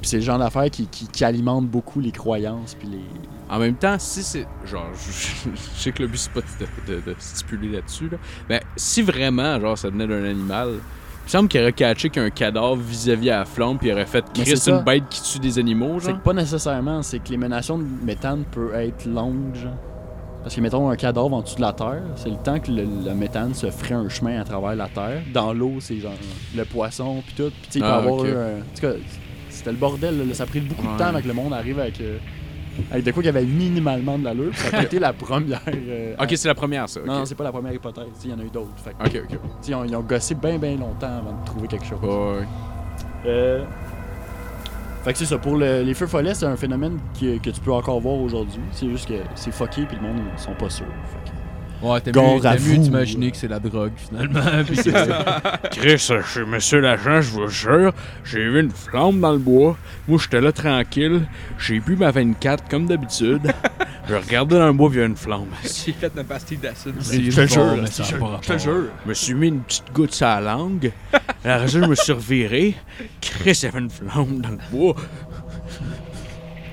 Speaker 5: Puis c'est le genre d'affaire qui, qui, qui alimente beaucoup les croyances. Puis les.
Speaker 4: En même temps, si c'est. Genre, je, je sais que le but c'est pas de, de- de stipuler là-dessus, là. Mais si vraiment, genre, ça venait d'un animal, il me semble qu'il aurait catché qu'un cadavre vis-à-vis à la flamme, puis il aurait fait
Speaker 5: Mais
Speaker 4: Chris
Speaker 5: c'est ça.
Speaker 4: une bête qui tue des animaux,
Speaker 5: C'est
Speaker 4: genre.
Speaker 5: que pas nécessairement. C'est que l'émanation de méthane peut être longue, genre. Parce que mettons un cadavre en dessous de la terre, c'est le temps que le, le méthane se ferait un chemin à travers la terre. Dans l'eau, c'est genre le poisson, puis tout. Puis tu sais, il peut
Speaker 4: Ah,
Speaker 5: avoir
Speaker 4: ok.
Speaker 5: eu un- En tout cas, c'était le bordel, là. Ça a pris beaucoup
Speaker 4: Ouais.
Speaker 5: de temps avant que le monde arrive avec. euh, avec de quoi qu'il y avait minimalement de l'allure, puis ça a été la première. euh,
Speaker 4: Ok, c'est la première, ça. ok.
Speaker 5: Non, non, c'est pas la première hypothèse. tu sais, Il y en a eu d'autres. Fait que,
Speaker 4: Ok, ok.
Speaker 5: tu sais, ils, ont, ils ont gossé bien, bien longtemps avant de trouver quelque chose.
Speaker 4: Ouais.
Speaker 5: Euh, Fait que c'est ça, pour le- les feux follets, c'est un phénomène que, que tu peux encore voir aujourd'hui. C'est juste que c'est fucké puis le monde ils sont pas sûrs. Fait que-
Speaker 3: Ouais, t'as
Speaker 5: Gare
Speaker 3: mieux, t'as
Speaker 5: à
Speaker 3: mieux
Speaker 5: vous.
Speaker 3: d'imaginer que c'est la drogue, finalement. puis que-
Speaker 4: Chris, euh, je- monsieur l'agent, je vous jure, j'ai vu une flamme dans le bois. Moi, j'étais là tranquille. J'ai bu ma 24 comme d'habitude. je regardais dans le bois, puis il y a une flamme.
Speaker 6: J'ai fait ma pastille d'acide.
Speaker 3: C'est
Speaker 5: te
Speaker 3: bon,
Speaker 5: jure,
Speaker 3: mais ça a pas
Speaker 6: Je te
Speaker 3: rapport.
Speaker 6: jure.
Speaker 4: Je me suis mis une petite goutte sur la langue. Après ça, je me suis reviré. Chris, il y avait une flamme dans le bois.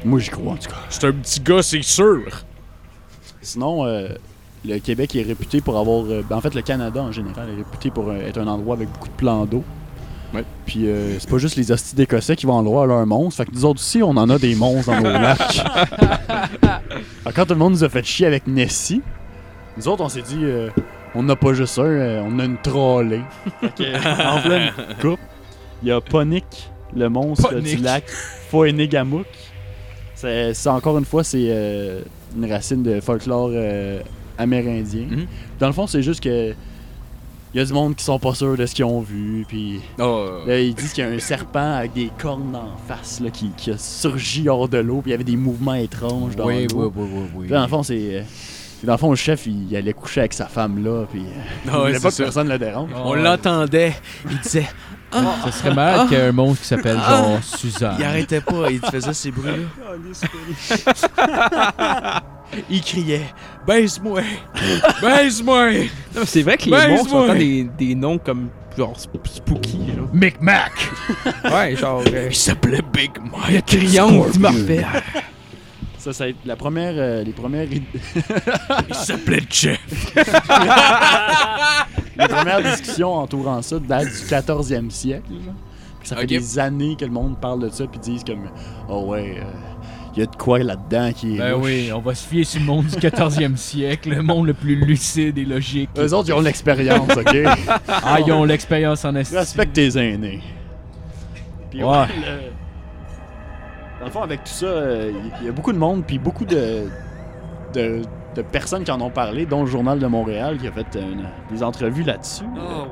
Speaker 5: Moi, j'y crois en tout cas.
Speaker 4: C'est un petit gars, c'est sûr.
Speaker 5: Sinon, euh, le Québec est réputé pour avoir. euh, ben, en fait, le Canada en général est réputé pour euh, être un endroit avec beaucoup de plans d'eau.
Speaker 4: Ouais.
Speaker 5: Puis euh, c'est pas juste les hosties d'Écossais qui vont en droit à leurs monstres. Fait que nous autres aussi, on en a des monstres dans nos lacs. Alors, quand tout le monde nous a fait chier avec Nessie, nous autres, on s'est dit, euh, on n'a pas juste un, euh, on a une trollée. Fait que, en pleine coupe, il y a Ponic, le monstre
Speaker 6: Ponic.
Speaker 5: du lac Foenégamouk. C'est, c'est encore une fois, c'est euh, une racine de folklore euh, amérindien.
Speaker 4: Mhm.
Speaker 5: Dans le fond, c'est juste que. Il y a du monde qui sont pas sûrs de ce qu'ils ont vu, puis
Speaker 4: Oh,
Speaker 5: Là, Euh, ils disent qu'il y a un serpent avec des cornes en face là, qui, qui a surgi hors de l'eau, puis il y avait des mouvements étranges dans
Speaker 3: Oui, oui,
Speaker 5: l'eau.
Speaker 3: oui, oui, oui.
Speaker 5: Puis là, dans le fond, c'est. euh, Puis dans le fond, le chef, il, il allait coucher avec sa femme là, puis
Speaker 3: Ah
Speaker 5: euh, il
Speaker 4: Non, ouais,
Speaker 5: voulait
Speaker 4: c'est
Speaker 5: pas que
Speaker 4: ça.
Speaker 5: personne le dérange.
Speaker 4: On l'entendait. Il disait,
Speaker 3: Ce serait malade qu'il y ait un monstre qui s'appelle genre Suzanne.
Speaker 4: il arrêtait pas, il faisait ces bruits-là. il criait, baise-moi, baise-moi.
Speaker 6: Non, mais c'est vrai que les
Speaker 4: Ben,
Speaker 6: monstres
Speaker 4: c'est
Speaker 6: ont
Speaker 4: vrai.
Speaker 6: des, des noms comme genre sp- spooky, genre.
Speaker 3: Micmac!
Speaker 6: Ouais, genre. euh,
Speaker 4: Il s'appelait Big Mike.
Speaker 6: Triangle du Morphée.
Speaker 5: Ça, ça a été la première, euh, les premières, id-
Speaker 4: Il s'appelait Jeff.
Speaker 5: les premières discussions entourant ça datent du 14e siècle. genre. Puis ça fait
Speaker 4: Ok.
Speaker 5: des années que le monde parle de ça, puis disent comme, oh ouais, euh, il y a de quoi là-dedans qui est.
Speaker 3: Ben
Speaker 5: louche.
Speaker 3: oui, on va se fier sur le monde du 14e siècle, le monde le plus lucide et logique.
Speaker 5: Eux autres, ils ont l'expérience, ok?
Speaker 3: Ah, ils ont l'expérience en esti.
Speaker 5: Respecte tes aînés. Puis
Speaker 3: Ouais.
Speaker 5: Dans le fond, avec tout ça, euh, il y a beaucoup de monde, puis beaucoup de, de, de personnes qui en ont parlé, dont le Journal de Montréal qui a fait euh, une- des entrevues là-dessus.
Speaker 3: Oh,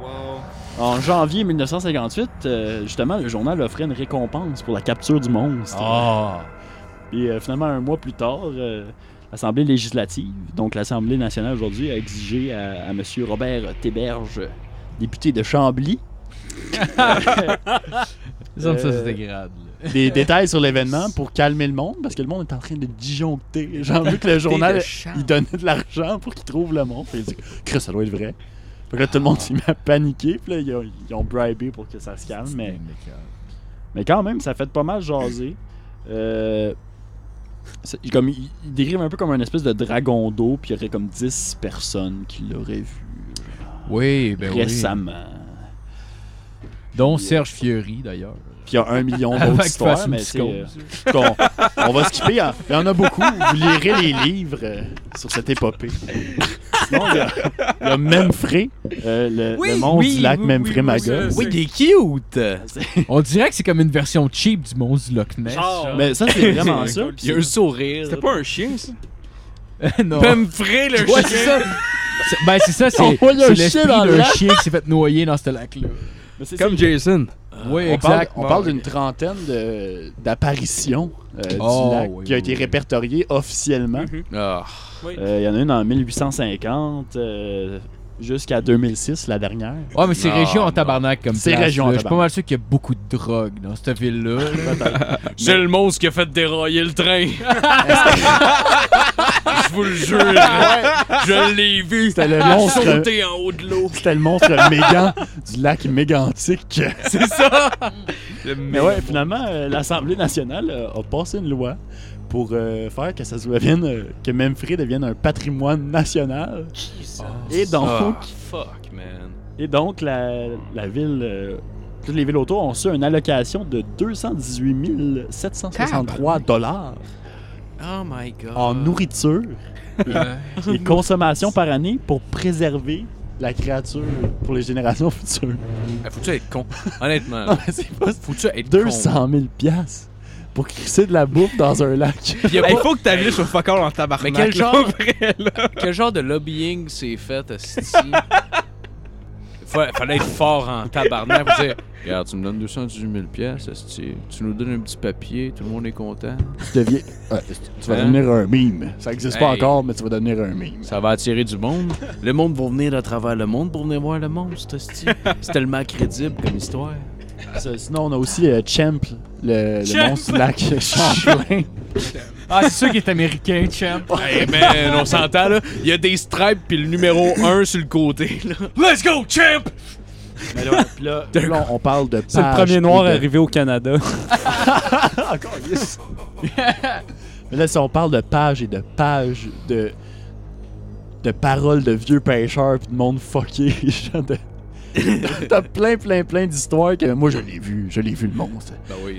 Speaker 5: En janvier 1958, euh, justement, le journal offrait une récompense pour la capture du monstre.
Speaker 3: Ah!
Speaker 5: Et euh, finalement, un mois plus tard, euh, l'Assemblée législative, donc l'Assemblée nationale aujourd'hui, a exigé à, à M. Robert Théberge, député de Chambly,
Speaker 3: Ils ont ça,
Speaker 5: Euh,
Speaker 3: c'était grave.
Speaker 5: des détails sur l'événement pour calmer le monde parce que le monde est en train de disjoncter. J'ai envie que le journal il donnait de l'argent pour qu'il trouve le monde. Puis il dit Chris, ça doit être vrai. Fait que là, tout le monde s'est mis à paniquer. Puis là, ils ont, ils ont bribé pour que ça se calme. Ah, Mais, mais quand même, ça fait pas mal jaser. Euh, c'est- comme, il, il décrivent un peu comme un espèce de dragon d'eau. Puis il y aurait comme 10 personnes qui l'auraient vu
Speaker 3: Oui, ben oui.
Speaker 5: récemment.
Speaker 3: Dont Serge Fiori, d'ailleurs.
Speaker 5: Puis il y a un million
Speaker 3: Avant
Speaker 5: d'autres
Speaker 3: qu'il fasse
Speaker 5: histoires.
Speaker 3: une
Speaker 5: Mais c'est, euh,
Speaker 3: psychose.
Speaker 5: qu'on- on va skipper. hein. Il y en a beaucoup. Vous lirez les livres euh, sur cette épopée. Sinon, il y a, il y a Memphray, euh, le,
Speaker 4: Oui,
Speaker 5: le monde
Speaker 4: oui,
Speaker 5: du lac
Speaker 4: oui,
Speaker 5: Memphray
Speaker 4: oui,
Speaker 5: Magog.
Speaker 4: Oui, il est cute.
Speaker 3: On dirait que c'est comme une version cheap du monstre du Loch Ness.
Speaker 7: Genre.
Speaker 5: Mais ça, c'est vraiment ça.
Speaker 4: Il a un sourire.
Speaker 6: C'était pas un chien, ça?
Speaker 3: non.
Speaker 4: Pemfrey, le
Speaker 3: Ouais, c'est ça.
Speaker 4: chien.
Speaker 3: C'est- Ben, c'est ça, c'est
Speaker 5: On voit
Speaker 3: c'est
Speaker 5: un chien
Speaker 3: l'esprit
Speaker 5: dans le
Speaker 3: d'un
Speaker 5: lac.
Speaker 3: chien qui s'est fait noyer dans ce lac-là.
Speaker 5: Mais c'est-
Speaker 6: Comme
Speaker 5: c'est-
Speaker 6: Jason.
Speaker 3: Oui,
Speaker 5: on parle,
Speaker 3: exact.
Speaker 5: on parle d'une trentaine de- d'apparitions euh,
Speaker 3: Oh,
Speaker 5: du lac
Speaker 3: oui,
Speaker 5: qui a
Speaker 3: oui,
Speaker 5: été
Speaker 3: oui.
Speaker 5: répertoriée officiellement.
Speaker 4: Ah.
Speaker 5: Euh, Il y en a une en 1850 euh, jusqu'à 2006, la dernière.
Speaker 3: Ouais, mais c'est
Speaker 4: Non,
Speaker 3: région en
Speaker 4: non.
Speaker 3: tabarnak comme
Speaker 5: C'est
Speaker 3: place,
Speaker 5: région
Speaker 3: là.
Speaker 5: en
Speaker 3: Je suis pas
Speaker 5: tabarnak.
Speaker 3: mal sûr qu'il y a beaucoup de drogue dans cette ville-là.
Speaker 4: C'est le monstre qui a fait dérailler le train. Je vous le jure. Je l'ai vu.
Speaker 5: C'était le monstre, euh,
Speaker 4: Sauter en haut de l'eau.
Speaker 5: c'était le monstre mégan du lac mégantique.
Speaker 4: C'est ça.
Speaker 5: Mais ouais, finalement, euh, l'Assemblée nationale euh, a passé une loi pour euh, faire que ça se devienne, euh, que Memphis devienne un patrimoine national. Et donc,
Speaker 4: Ah. fuck, man.
Speaker 5: et donc la, la ville, euh, toutes les villes autour ont reçu une allocation de 218 763 dollars
Speaker 4: Oh my god.
Speaker 5: en nourriture et consommation par année pour préserver la créature pour les générations futures.
Speaker 4: Ah, Faut-tu être con? Honnêtement.
Speaker 5: Non,
Speaker 4: là,
Speaker 5: mais c'est pas
Speaker 4: Faut-tu être con?
Speaker 5: 200 000 piastres pour crisser de la bouffe dans un lac.
Speaker 4: Puis y a
Speaker 6: Il
Speaker 4: pas-
Speaker 6: faut que t'ailles sur le fucker en
Speaker 4: Mais
Speaker 6: tabarnak.
Speaker 4: quel
Speaker 6: là,
Speaker 4: genre-
Speaker 6: pour vrai, là.
Speaker 4: Quel genre de lobbying s'est fait ici? Fallait être fort en tabarnak pour dire Regarde, tu me donnes 218 000 pièces, tu nous donnes un petit papier, tout le monde est content.
Speaker 5: tu deviens- Ouais, tu vas
Speaker 4: Hein?
Speaker 5: devenir un mime. Ça n'existe pas
Speaker 4: Hey.
Speaker 5: encore, mais tu vas devenir un mime.
Speaker 4: Ça va attirer du monde. Le monde va venir à travers le monde pour venir voir le monstre, esti. C'est tellement crédible comme histoire.
Speaker 5: Ça- Sinon, on a aussi euh, Champ, le, le monstre du lac Champlain.
Speaker 3: ah, c'est sûr qu'il est américain, champ.
Speaker 4: Hey man, Eh ben, on s'entend là. Il y a des stripes puis le numéro 1 sur le côté là. Let's go, champ!
Speaker 5: Mais là, puis là, puis là, on parle de
Speaker 7: C'est le
Speaker 5: pages
Speaker 7: premier noir
Speaker 5: et Ah, de-
Speaker 7: arrivé au Canada.
Speaker 5: Mais là, si on parle de pages et de pages de de paroles de vieux pêcheurs puis de monde fucké, genre de- T'as plein, plein, plein d'histoires que moi je l'ai vu, je l'ai vu le monstre.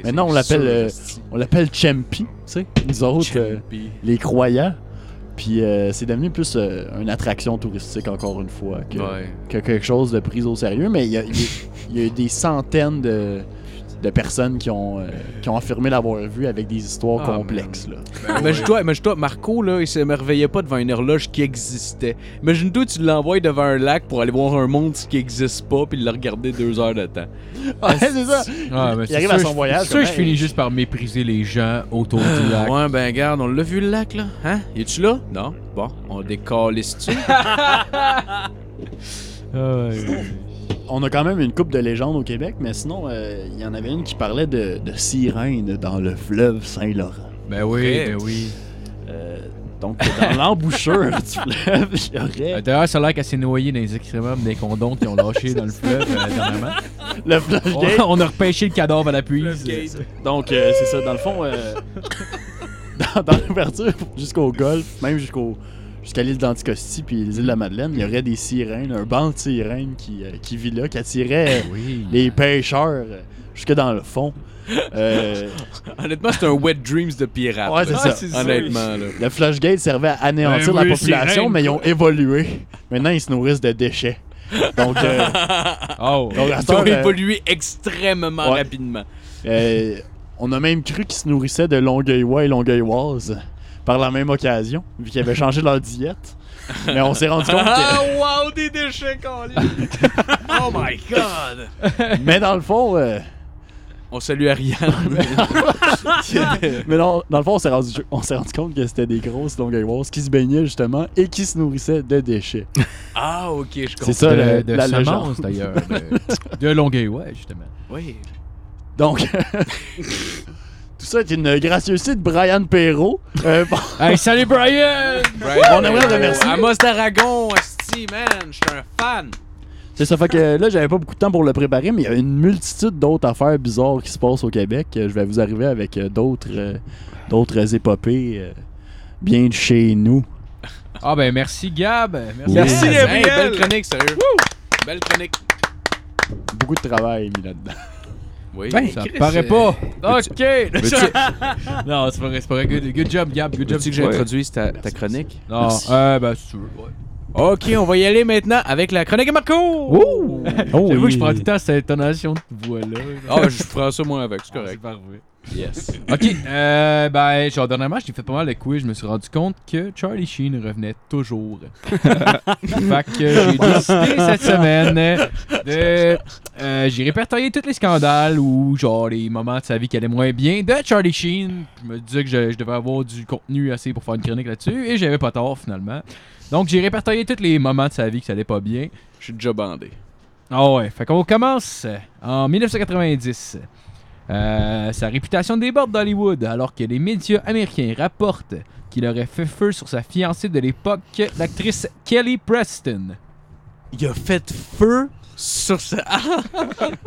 Speaker 5: Mais non, on l'appelle, euh, On l'appelle Champy, tu sais, nous autres, euh, les croyants. Puis euh, c'est devenu plus euh, une attraction touristique encore une fois que,
Speaker 4: Ouais.
Speaker 5: que quelque chose de pris au sérieux, mais il y a, il y a- il y a eu des centaines de, de personnes qui ont, euh, qui ont affirmé l'avoir vu avec des histoires
Speaker 4: Ah,
Speaker 5: complexes. Là.
Speaker 4: Imagine-toi, imagine-toi, Marco, là, il s'émerveillait pas devant une horloge qui existait. Imagine-toi, tu l'envoies devant un lac pour aller voir un monde qui existe pas, puis le regarder deux heures de temps. Ah,
Speaker 5: Ouais, c'est ça. Il arrive à son voyage.
Speaker 3: Ah, sûr,
Speaker 5: comme,
Speaker 3: je
Speaker 5: hey,
Speaker 3: finis juste par mépriser les gens autour du lac.
Speaker 4: Ouais, ben, garde, on l'a vu le lac, là. Hein? Y tu là? Non. Bon, on décalisse-tu?
Speaker 6: Ah
Speaker 5: On a quand même une coupe de légendes au Québec, mais sinon, euh, il y en avait une qui parlait de, de sirènes dans le fleuve Saint-Laurent.
Speaker 3: Ben oui, ben oui.
Speaker 5: Euh, donc, dans l'embouchure du fleuve, il y
Speaker 3: Euh,
Speaker 5: aurait
Speaker 3: D'ailleurs, ça a l'air qu'elle s'est noyée dans les excréments des condons qui ont lâché dans le fleuve euh, dernièrement.
Speaker 5: le fleuve
Speaker 3: On,
Speaker 5: gay.
Speaker 3: on a repêché le cadavre à la puise.
Speaker 5: Donc, euh, c'est ça, dans le fond, euh, dans, dans l'ouverture jusqu'au golfe, même jusqu'au jusqu'à l'île d'Anticosti puis les îles de la Madeleine, il y aurait des sirènes, un banc de sirènes qui, euh, qui vit là, qui attirait euh,
Speaker 3: Oui.
Speaker 5: les pêcheurs euh, jusque dans le fond. Euh,
Speaker 4: Honnêtement, c'est un wet dreams de pirate.
Speaker 5: ouais, c'est
Speaker 4: là.
Speaker 5: ça.
Speaker 4: Honnêtement, là.
Speaker 5: Le flashgate servait à anéantir
Speaker 1: Ben
Speaker 5: la
Speaker 1: oui,
Speaker 5: population,
Speaker 1: sirène,
Speaker 5: mais ils ont évolué. Maintenant, ils se nourrissent de déchets. Donc, euh,
Speaker 3: Oh.
Speaker 5: donc, à
Speaker 4: Ils ont
Speaker 5: cette heure, euh,
Speaker 4: évolué extrêmement
Speaker 5: Ouais.
Speaker 4: rapidement.
Speaker 5: Euh, on a même cru qu'ils se nourrissaient de Longueuilois et Longueuilloises par la même occasion, vu qu'ils avaient changé leur diète. Mais on s'est rendu compte que...
Speaker 4: Ah, wow, des déchets, Colin! oh my god!
Speaker 5: Mais dans le fond... euh,
Speaker 4: On salue Ariane.
Speaker 5: Mais non, dans le fond, on s'est rendu, on s'est rendu compte que c'était des grosses Longueuilloises qui se baignaient justement et qui se nourrissaient de déchets.
Speaker 4: ah, ok, je comprends.
Speaker 5: C'est ça,
Speaker 3: de,
Speaker 5: la,
Speaker 3: de
Speaker 5: la légende.
Speaker 3: semences, d'ailleurs. De, de Longueuil, ouais, justement.
Speaker 4: Oui.
Speaker 5: Donc... Tout ça est une gracieuseté de Brian Perrault. Euh, bon,
Speaker 3: Hey, salut Brian!
Speaker 4: Brian,
Speaker 5: On aimerait le remercier.
Speaker 4: Amos d'Aragon, esti, man, je suis un fan.
Speaker 5: C'est ça, fait que euh, là, j'avais pas beaucoup de temps pour le préparer, mais il y a une multitude d'autres affaires bizarres qui se passent au Québec. Euh, Je vais vous arriver avec euh, d'autres euh, d'autres épopées euh, bien de chez nous.
Speaker 3: Ah ben merci Gab! Merci,
Speaker 5: Merci,
Speaker 3: Yes.
Speaker 4: Hey,
Speaker 6: Gabriel.
Speaker 4: belle chronique, sérieux. Belle chronique.
Speaker 5: Beaucoup de travail mis là-dedans.
Speaker 4: Oui.
Speaker 6: Ben,
Speaker 3: Ça
Speaker 6: Chris,
Speaker 3: paraît
Speaker 6: euh,
Speaker 3: pas! Ok!
Speaker 4: Veux-tu
Speaker 3: non, c'est pas vrai, c'est pas vrai. Good, good job Gab, good job.
Speaker 4: veux-tu que
Speaker 6: Ouais.
Speaker 4: j'introduise ta, ta chronique?
Speaker 3: Non, euh, ben si tu veux. ouais.
Speaker 4: Ok, on va y aller maintenant avec la chronique à Marco.
Speaker 3: Oh!
Speaker 7: Oh,
Speaker 3: J'avoue que je
Speaker 7: oui.
Speaker 3: prends tout le temps cette intonation de voix-là.
Speaker 4: Ah, je prends ça moi
Speaker 3: Ah,
Speaker 4: avec, c'est correct. Yes.
Speaker 3: Ok, euh, ben, genre, dernièrement, j'ai fait pas mal de quiz. Je me suis rendu compte que Charlie Sheen revenait toujours. fait que j'ai décidé cette semaine de. euh, j'ai répertorié tous les scandales ou, genre, les moments de sa vie qui allaient moins bien de Charlie Sheen. Je me disais que je, je devais avoir du contenu assez pour faire une chronique là-dessus et j'avais pas tort finalement. Donc, j'ai répertorié tous les moments de sa vie qui ça allait pas bien.
Speaker 4: Je suis déjà bandé.
Speaker 3: Ah ouais, fait qu'on commence euh, en 1990. Euh, sa réputation déborde d'Hollywood alors que les médias américains rapportent qu'il aurait fait feu sur sa fiancée de l'époque, l'actrice Kelly Preston.
Speaker 4: Il a fait feu sur ça.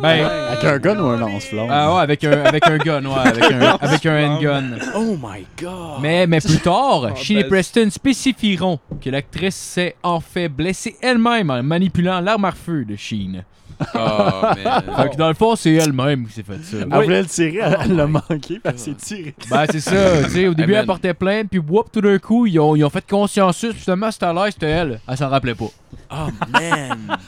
Speaker 3: Ben,
Speaker 5: Avec un gun ou un lance-flamme?
Speaker 3: ah ouais, avec un, avec un gun, ouais, avec un, avec un handgun.
Speaker 4: Oh my god.
Speaker 3: Mais, mais plus tard, Shirley
Speaker 6: ben-
Speaker 3: Preston spécifieront que l'actrice s'est en fait blessée elle-même en manipulant l'arme à feu de Sheen.
Speaker 4: Oh man.
Speaker 3: Fait que dans le fond, c'est elle-même qui s'est fait ça.
Speaker 5: Elle voulait le tirer, elle- elle l'a manqué, puis elle s'est tirée.
Speaker 3: Ben, c'est ça. tu sais, au début,
Speaker 4: Amen.
Speaker 3: elle portait plainte, puis whoop, tout d'un coup, ils ont, ils ont fait consciensus. Puis finalement, c'était à l'aise, c'était elle. Elle s'en rappelait pas.
Speaker 4: Oh man.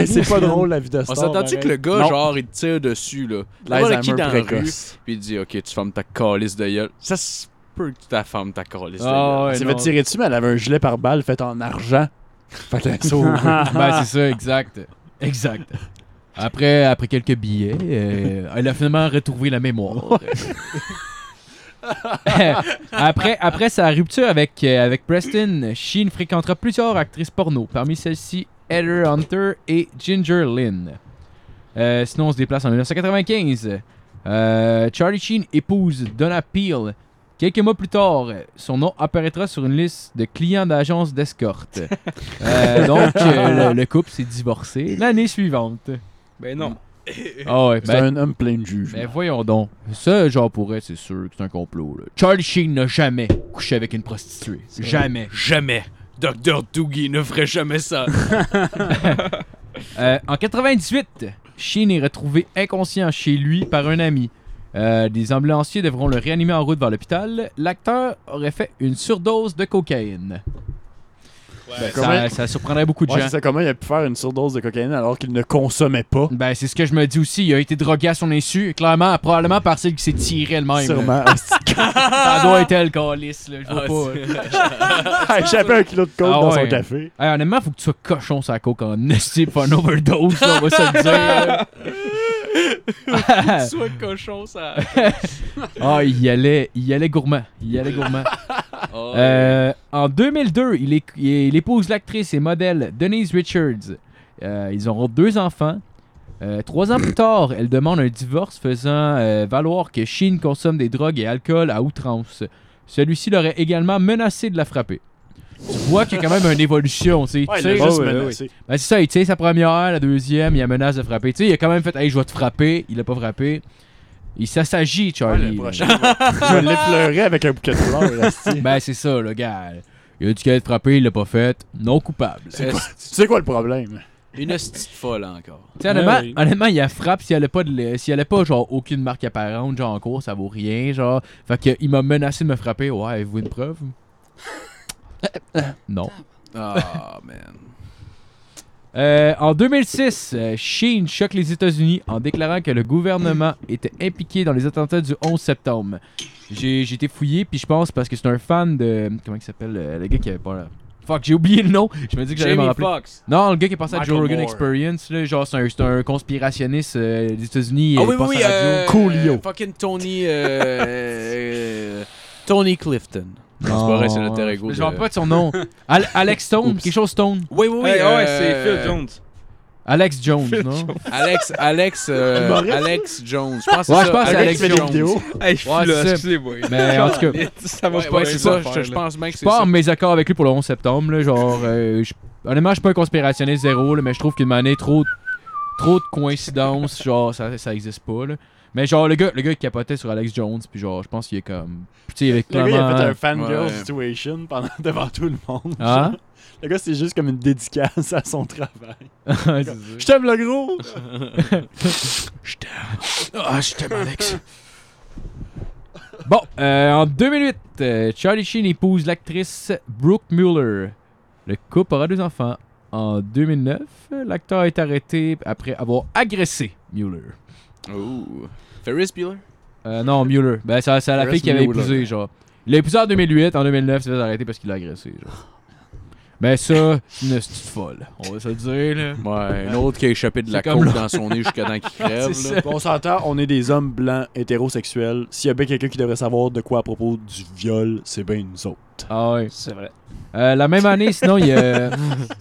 Speaker 5: Hey, c'est pas drôle la vie de
Speaker 4: On
Speaker 5: star,
Speaker 4: s'entend-tu que
Speaker 5: pareil?
Speaker 4: le gars,
Speaker 5: Non.
Speaker 4: genre, il te tire dessus, là? Là,
Speaker 5: L'Alzheimer
Speaker 4: qui dans la rue,
Speaker 5: précoce.
Speaker 4: puis il dit, OK, tu fermes ta calice de gueule. Ça se peut que ta femme ta calice de gueule.
Speaker 3: Ah, ouais,
Speaker 5: Elle s'est
Speaker 3: non.
Speaker 5: fait tirer dessus, mais elle avait un gilet par balle fait en argent. Fait qu'elle est sauvée.
Speaker 3: Ben, c'est ça, exact. Exact. Après, après quelques billets, euh, elle a finalement retrouvé la mémoire. après, après sa rupture avec, euh, avec Preston, Sheen fréquentera plusieurs actrices porno, parmi celles-ci Heather Hunter et Ginger Lynn. Euh, sinon, on se déplace en 1995. Euh, Charlie Sheen épouse Donna Peel. Quelques mois plus tard, son nom apparaîtra sur une liste de clients d'agences d'escorte. Euh, donc, euh, le, le couple s'est divorcé l'année suivante.
Speaker 6: Ben non.
Speaker 3: Ah ouais,
Speaker 5: C'est
Speaker 3: ben,
Speaker 5: un homme plein de juge.
Speaker 3: ben voyons donc. Ça, genre, pourrait, c'est sûr que c'est un complot. là. Charlie Sheen n'a jamais couché avec une prostituée. Jamais.
Speaker 4: Jamais. Docteur Doogie ne ferait jamais ça.
Speaker 3: Euh, en 98, Sheen est retrouvé inconscient chez lui par un ami. Euh, des ambulanciers devront le réanimer en route vers l'hôpital. L'acteur aurait fait une surdose de cocaïne. Ben,
Speaker 5: comment-
Speaker 3: ça, ça surprendrait beaucoup de
Speaker 5: Ouais,
Speaker 3: gens.
Speaker 5: c'est ça, comment il a pu faire une surdose de cocaïne alors qu'il ne consommait pas?
Speaker 3: Ben, c'est ce que je me dis aussi. Il a été drogué à son insu, clairement, probablement par celle qui s'est tirée elle-même.
Speaker 5: Sûrement.
Speaker 3: Ça doit être elle, calice, là. Je vois
Speaker 4: Ah,
Speaker 3: pas.
Speaker 4: c'est-
Speaker 5: Ah, J'avais un kilo de coke
Speaker 3: Ah
Speaker 5: dans
Speaker 3: ouais.
Speaker 5: son café.
Speaker 3: Hey, honnêtement, faut que tu sois cochon sur la coke en esti pour un overdose, là, on va se le dire. là.
Speaker 4: Sois cochon, ça.
Speaker 3: Ah, il y allait, il y allait gourmand. Il y allait gourmand.
Speaker 4: Oh.
Speaker 3: Euh, en 2002, il, éc- il épouse l'actrice et modèle Denise Richards. Euh, ils auront deux enfants. Euh, trois ans plus tard, elle demande un divorce faisant euh, valoir que Sheen consomme des drogues et alcool à outrance. Celui-ci l'aurait également menacé de la frapper. Tu vois qu'il y a quand même une évolution. tu sais.
Speaker 5: Ouais,
Speaker 3: Tu
Speaker 5: il
Speaker 3: sais,
Speaker 5: a juste
Speaker 3: ouais, ouais,
Speaker 5: menacé.
Speaker 3: ben, c'est ça, il tire sa première, la deuxième, il a menace de frapper. Tu sais, il a quand même fait, hey, je vais te frapper. Il a pas frappé. Il s'assagit,
Speaker 5: Ouais, le
Speaker 3: Charlie.
Speaker 5: prochain, je vais l'effleurer avec un bouquet de fleurs. esti.
Speaker 3: ben, c'est ça, le gars. Il a dit qu'il allait te frapper, il l'a pas fait. Non coupable. Tu
Speaker 5: C'est quoi- c'est quoi le problème?
Speaker 4: Euh, Une hostie de folle encore.
Speaker 3: sais, honnêtement,
Speaker 7: Ouais, ouais.
Speaker 3: honnêtement, il a frappe s'il allait pas, de la- s'il allait pas, genre, aucune marque apparente, genre, en cours, ça vaut rien, genre. Fait que, il m'a menacé de me frapper. Ouais, avez-vous une preuve? non.
Speaker 4: Ah, man.
Speaker 3: Euh, en 2006, euh, Sheen choque les États-Unis en déclarant que le gouvernement était impliqué dans les attentats du 11 septembre. J'ai j'ai été fouillé, puis je pense parce que c'est un fan de. Comment il s'appelle euh, Le gars qui avait pas. la- Fuck, j'ai oublié le nom. Je me dis que j'allais m'en
Speaker 4: Jamie
Speaker 3: rappeler.
Speaker 4: Foxx.
Speaker 3: Non, le gars qui est passé à
Speaker 5: Michael
Speaker 3: Joe Rogan
Speaker 5: Moore.
Speaker 3: Experience, là, genre c'est un, c'est un conspirationniste euh, des États-Unis.
Speaker 4: Ah
Speaker 3: il
Speaker 4: oui,
Speaker 3: passe
Speaker 4: oui,
Speaker 3: à la radio.
Speaker 4: euh,
Speaker 5: Coolio.
Speaker 4: Fucking Tony. euh, euh, Tony Clifton. C'est
Speaker 3: Non,
Speaker 4: pas vrai, c'est l'alter ego.
Speaker 3: Je me
Speaker 4: de-
Speaker 3: rappelle pas de son nom. Al- Alex Stone, quelque chose Stone.
Speaker 4: Oui, oui, oui.
Speaker 6: Hey, ah ouais,
Speaker 4: euh,
Speaker 6: c'est Phil Jones.
Speaker 3: Alex Jones, non
Speaker 4: Alex, Alex, euh,
Speaker 5: Humoriste.
Speaker 4: Alex Jones. Je pense que
Speaker 3: Ouais,
Speaker 4: c'est
Speaker 3: je
Speaker 4: ça,
Speaker 3: pense que c'est Alex
Speaker 5: Alex fait des
Speaker 3: Jones.
Speaker 5: vidéos.
Speaker 6: Hey, je suis
Speaker 3: Ouais,
Speaker 6: là,
Speaker 3: c'est ça.
Speaker 6: excusez, boy.
Speaker 3: Mais en tout cas.
Speaker 6: Ça va
Speaker 4: Ouais,
Speaker 6: pas
Speaker 4: ouais,
Speaker 6: bien,
Speaker 4: c'est
Speaker 6: cette
Speaker 4: ça. Je,
Speaker 6: affaire-là.
Speaker 4: je pense même que
Speaker 3: Je
Speaker 4: c'est
Speaker 3: pars
Speaker 4: ça.
Speaker 3: en désaccord avec lui pour le 11 septembre. Là, genre, euh, je- honnêtement, je suis pas un conspirationniste zéro, là, mais je trouve qu'il m'en est trop, trop de coïncidences. Genre, ça, ça existe pas. Là. Mais genre, le gars, le gars il capotait sur Alex Jones, puis genre, je pense qu'il est comme. Puis tu sais, avec
Speaker 5: Le gars, il a fait un fangirl
Speaker 4: Ouais.
Speaker 5: situation pendant, devant tout le monde.
Speaker 3: Ah?
Speaker 5: Le gars, c'est juste comme une dédicace à son travail.
Speaker 3: Ouais, c'est
Speaker 5: Je t'aime, le gros!
Speaker 3: Ah, je t'aime, Alex. Bon, euh, en 2008, euh, Charlie Sheen épouse l'actrice Brooke Mueller. Le couple aura deux enfants. En 2009, euh, l'acteur est arrêté après avoir agressé Mueller.
Speaker 4: Ouh. Ferris Bueller?
Speaker 3: Euh, non, Mueller. Ben, c'est c'est la
Speaker 5: Ferris
Speaker 3: fille qui avait
Speaker 5: Mueller.
Speaker 3: épousé, genre. Il l'a épousé en 2008, en 2009, il s'est fait arrêter parce qu'il l'a agressé, genre. Ben, ça, c'est une petite folle. On va se le dire, là.
Speaker 4: Ouais, un autre qui a échappé de la
Speaker 3: C'est comme
Speaker 4: coke dans son nez jusqu'à temps qu'il crève.
Speaker 3: C'est
Speaker 4: là.
Speaker 5: Bon, on s'entend, on est des hommes blancs hétérosexuels. S'il y a bien quelqu'un qui devrait savoir de quoi à propos du viol, c'est bien nous autres.
Speaker 3: Ah ouais.
Speaker 7: C'est vrai.
Speaker 3: Euh, la même année, sinon, il. euh,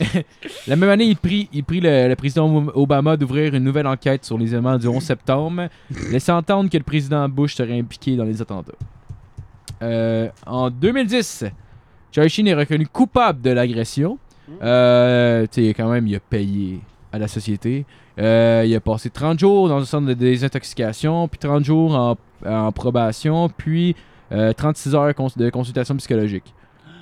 Speaker 3: la même année, il prie, il prie le, le président Ob- Obama d'ouvrir une nouvelle enquête sur les événements du 11 septembre, laissant entendre que le président Bush serait impliqué dans les attentats. Euh, en 2010, Charlie Sheen est reconnu coupable de l'agression. Euh, tu sais, quand même, il a payé à la société. Euh, il a passé 30 jours dans un centre de désintoxication, puis 30 jours en, en probation, puis euh, 36 heures cons- de consultation psychologique.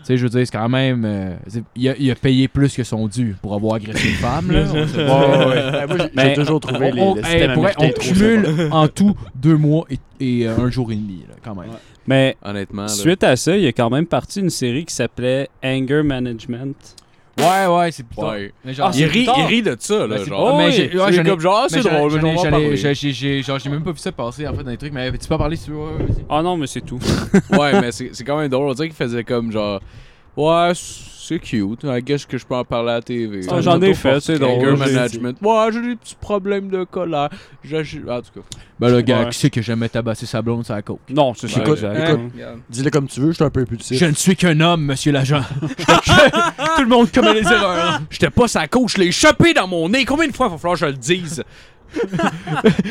Speaker 3: Tu sais, je veux dire, c'est quand même. euh, c'est- il, a, il a payé plus que son dû pour avoir agressé une femme. Là, on se le dit.
Speaker 5: Ben, moi, j'ai-
Speaker 3: Mais
Speaker 5: j'ai toujours trouvé les,
Speaker 3: On-
Speaker 5: le
Speaker 3: on-
Speaker 5: système
Speaker 3: hey, pour vrai,
Speaker 5: américain
Speaker 3: on
Speaker 5: trop
Speaker 3: cumule en tout deux mois et, et, euh, un jour et demi, là, quand même.
Speaker 7: Mais
Speaker 4: Honnêtement. Ah, là.
Speaker 7: suite à ça, il y a quand même parti une série qui s'appelait Anger Management.
Speaker 3: Ouais, ouais, Ah, c'est plutôt.
Speaker 4: Ouais.
Speaker 3: Mais genre,
Speaker 4: il, rit,
Speaker 7: tard.
Speaker 4: il rit de ça, là.
Speaker 3: Ben, c'est
Speaker 4: genre.
Speaker 3: pas- mais
Speaker 4: Ouais,
Speaker 3: j'ai- ouais,
Speaker 4: c'est
Speaker 3: j'en ai-
Speaker 4: comme genre, ah,
Speaker 3: Mais
Speaker 4: c'est
Speaker 3: j'en-
Speaker 4: drôle, mais
Speaker 3: j'en ai-
Speaker 4: j'en
Speaker 3: j'en ai-
Speaker 4: vais en parler.
Speaker 3: j'ai- j'ai- j'ai- genre, j'ai même pas vu ça passer en fait dans les trucs, mais tu pas parlé sur. ouais, ouais, vas-y.
Speaker 7: Ah non, mais c'est tout.
Speaker 4: Ouais, mais c'est c'est quand même drôle. On dirait qu'il faisait comme genre. Ouais, c'est cute. I guess que je peux en parler à la TV.
Speaker 7: Ah, J'en ai fait, c'est
Speaker 4: Anger
Speaker 7: drôle.
Speaker 4: management. Ouais, j'ai des petits problèmes de colère. J'agis- Ah, en tout cas.
Speaker 3: Ben le gars,
Speaker 7: Ouais.
Speaker 3: qui sait que jamais tabassé sa blonde sur la coke?
Speaker 7: Non, c'est ça.
Speaker 4: Écoute,
Speaker 7: exact.
Speaker 6: Hein?
Speaker 7: Hein?
Speaker 6: Regarde.
Speaker 5: Dis-le comme tu veux, je suis un peu impulsif.
Speaker 3: Je ne suis qu'un homme, monsieur l'agent. Tout le monde commet les erreurs.
Speaker 4: Ah. J'étais pas sa coach, je l'ai chopé dans mon nez. Combien de fois va falloir que je le dise?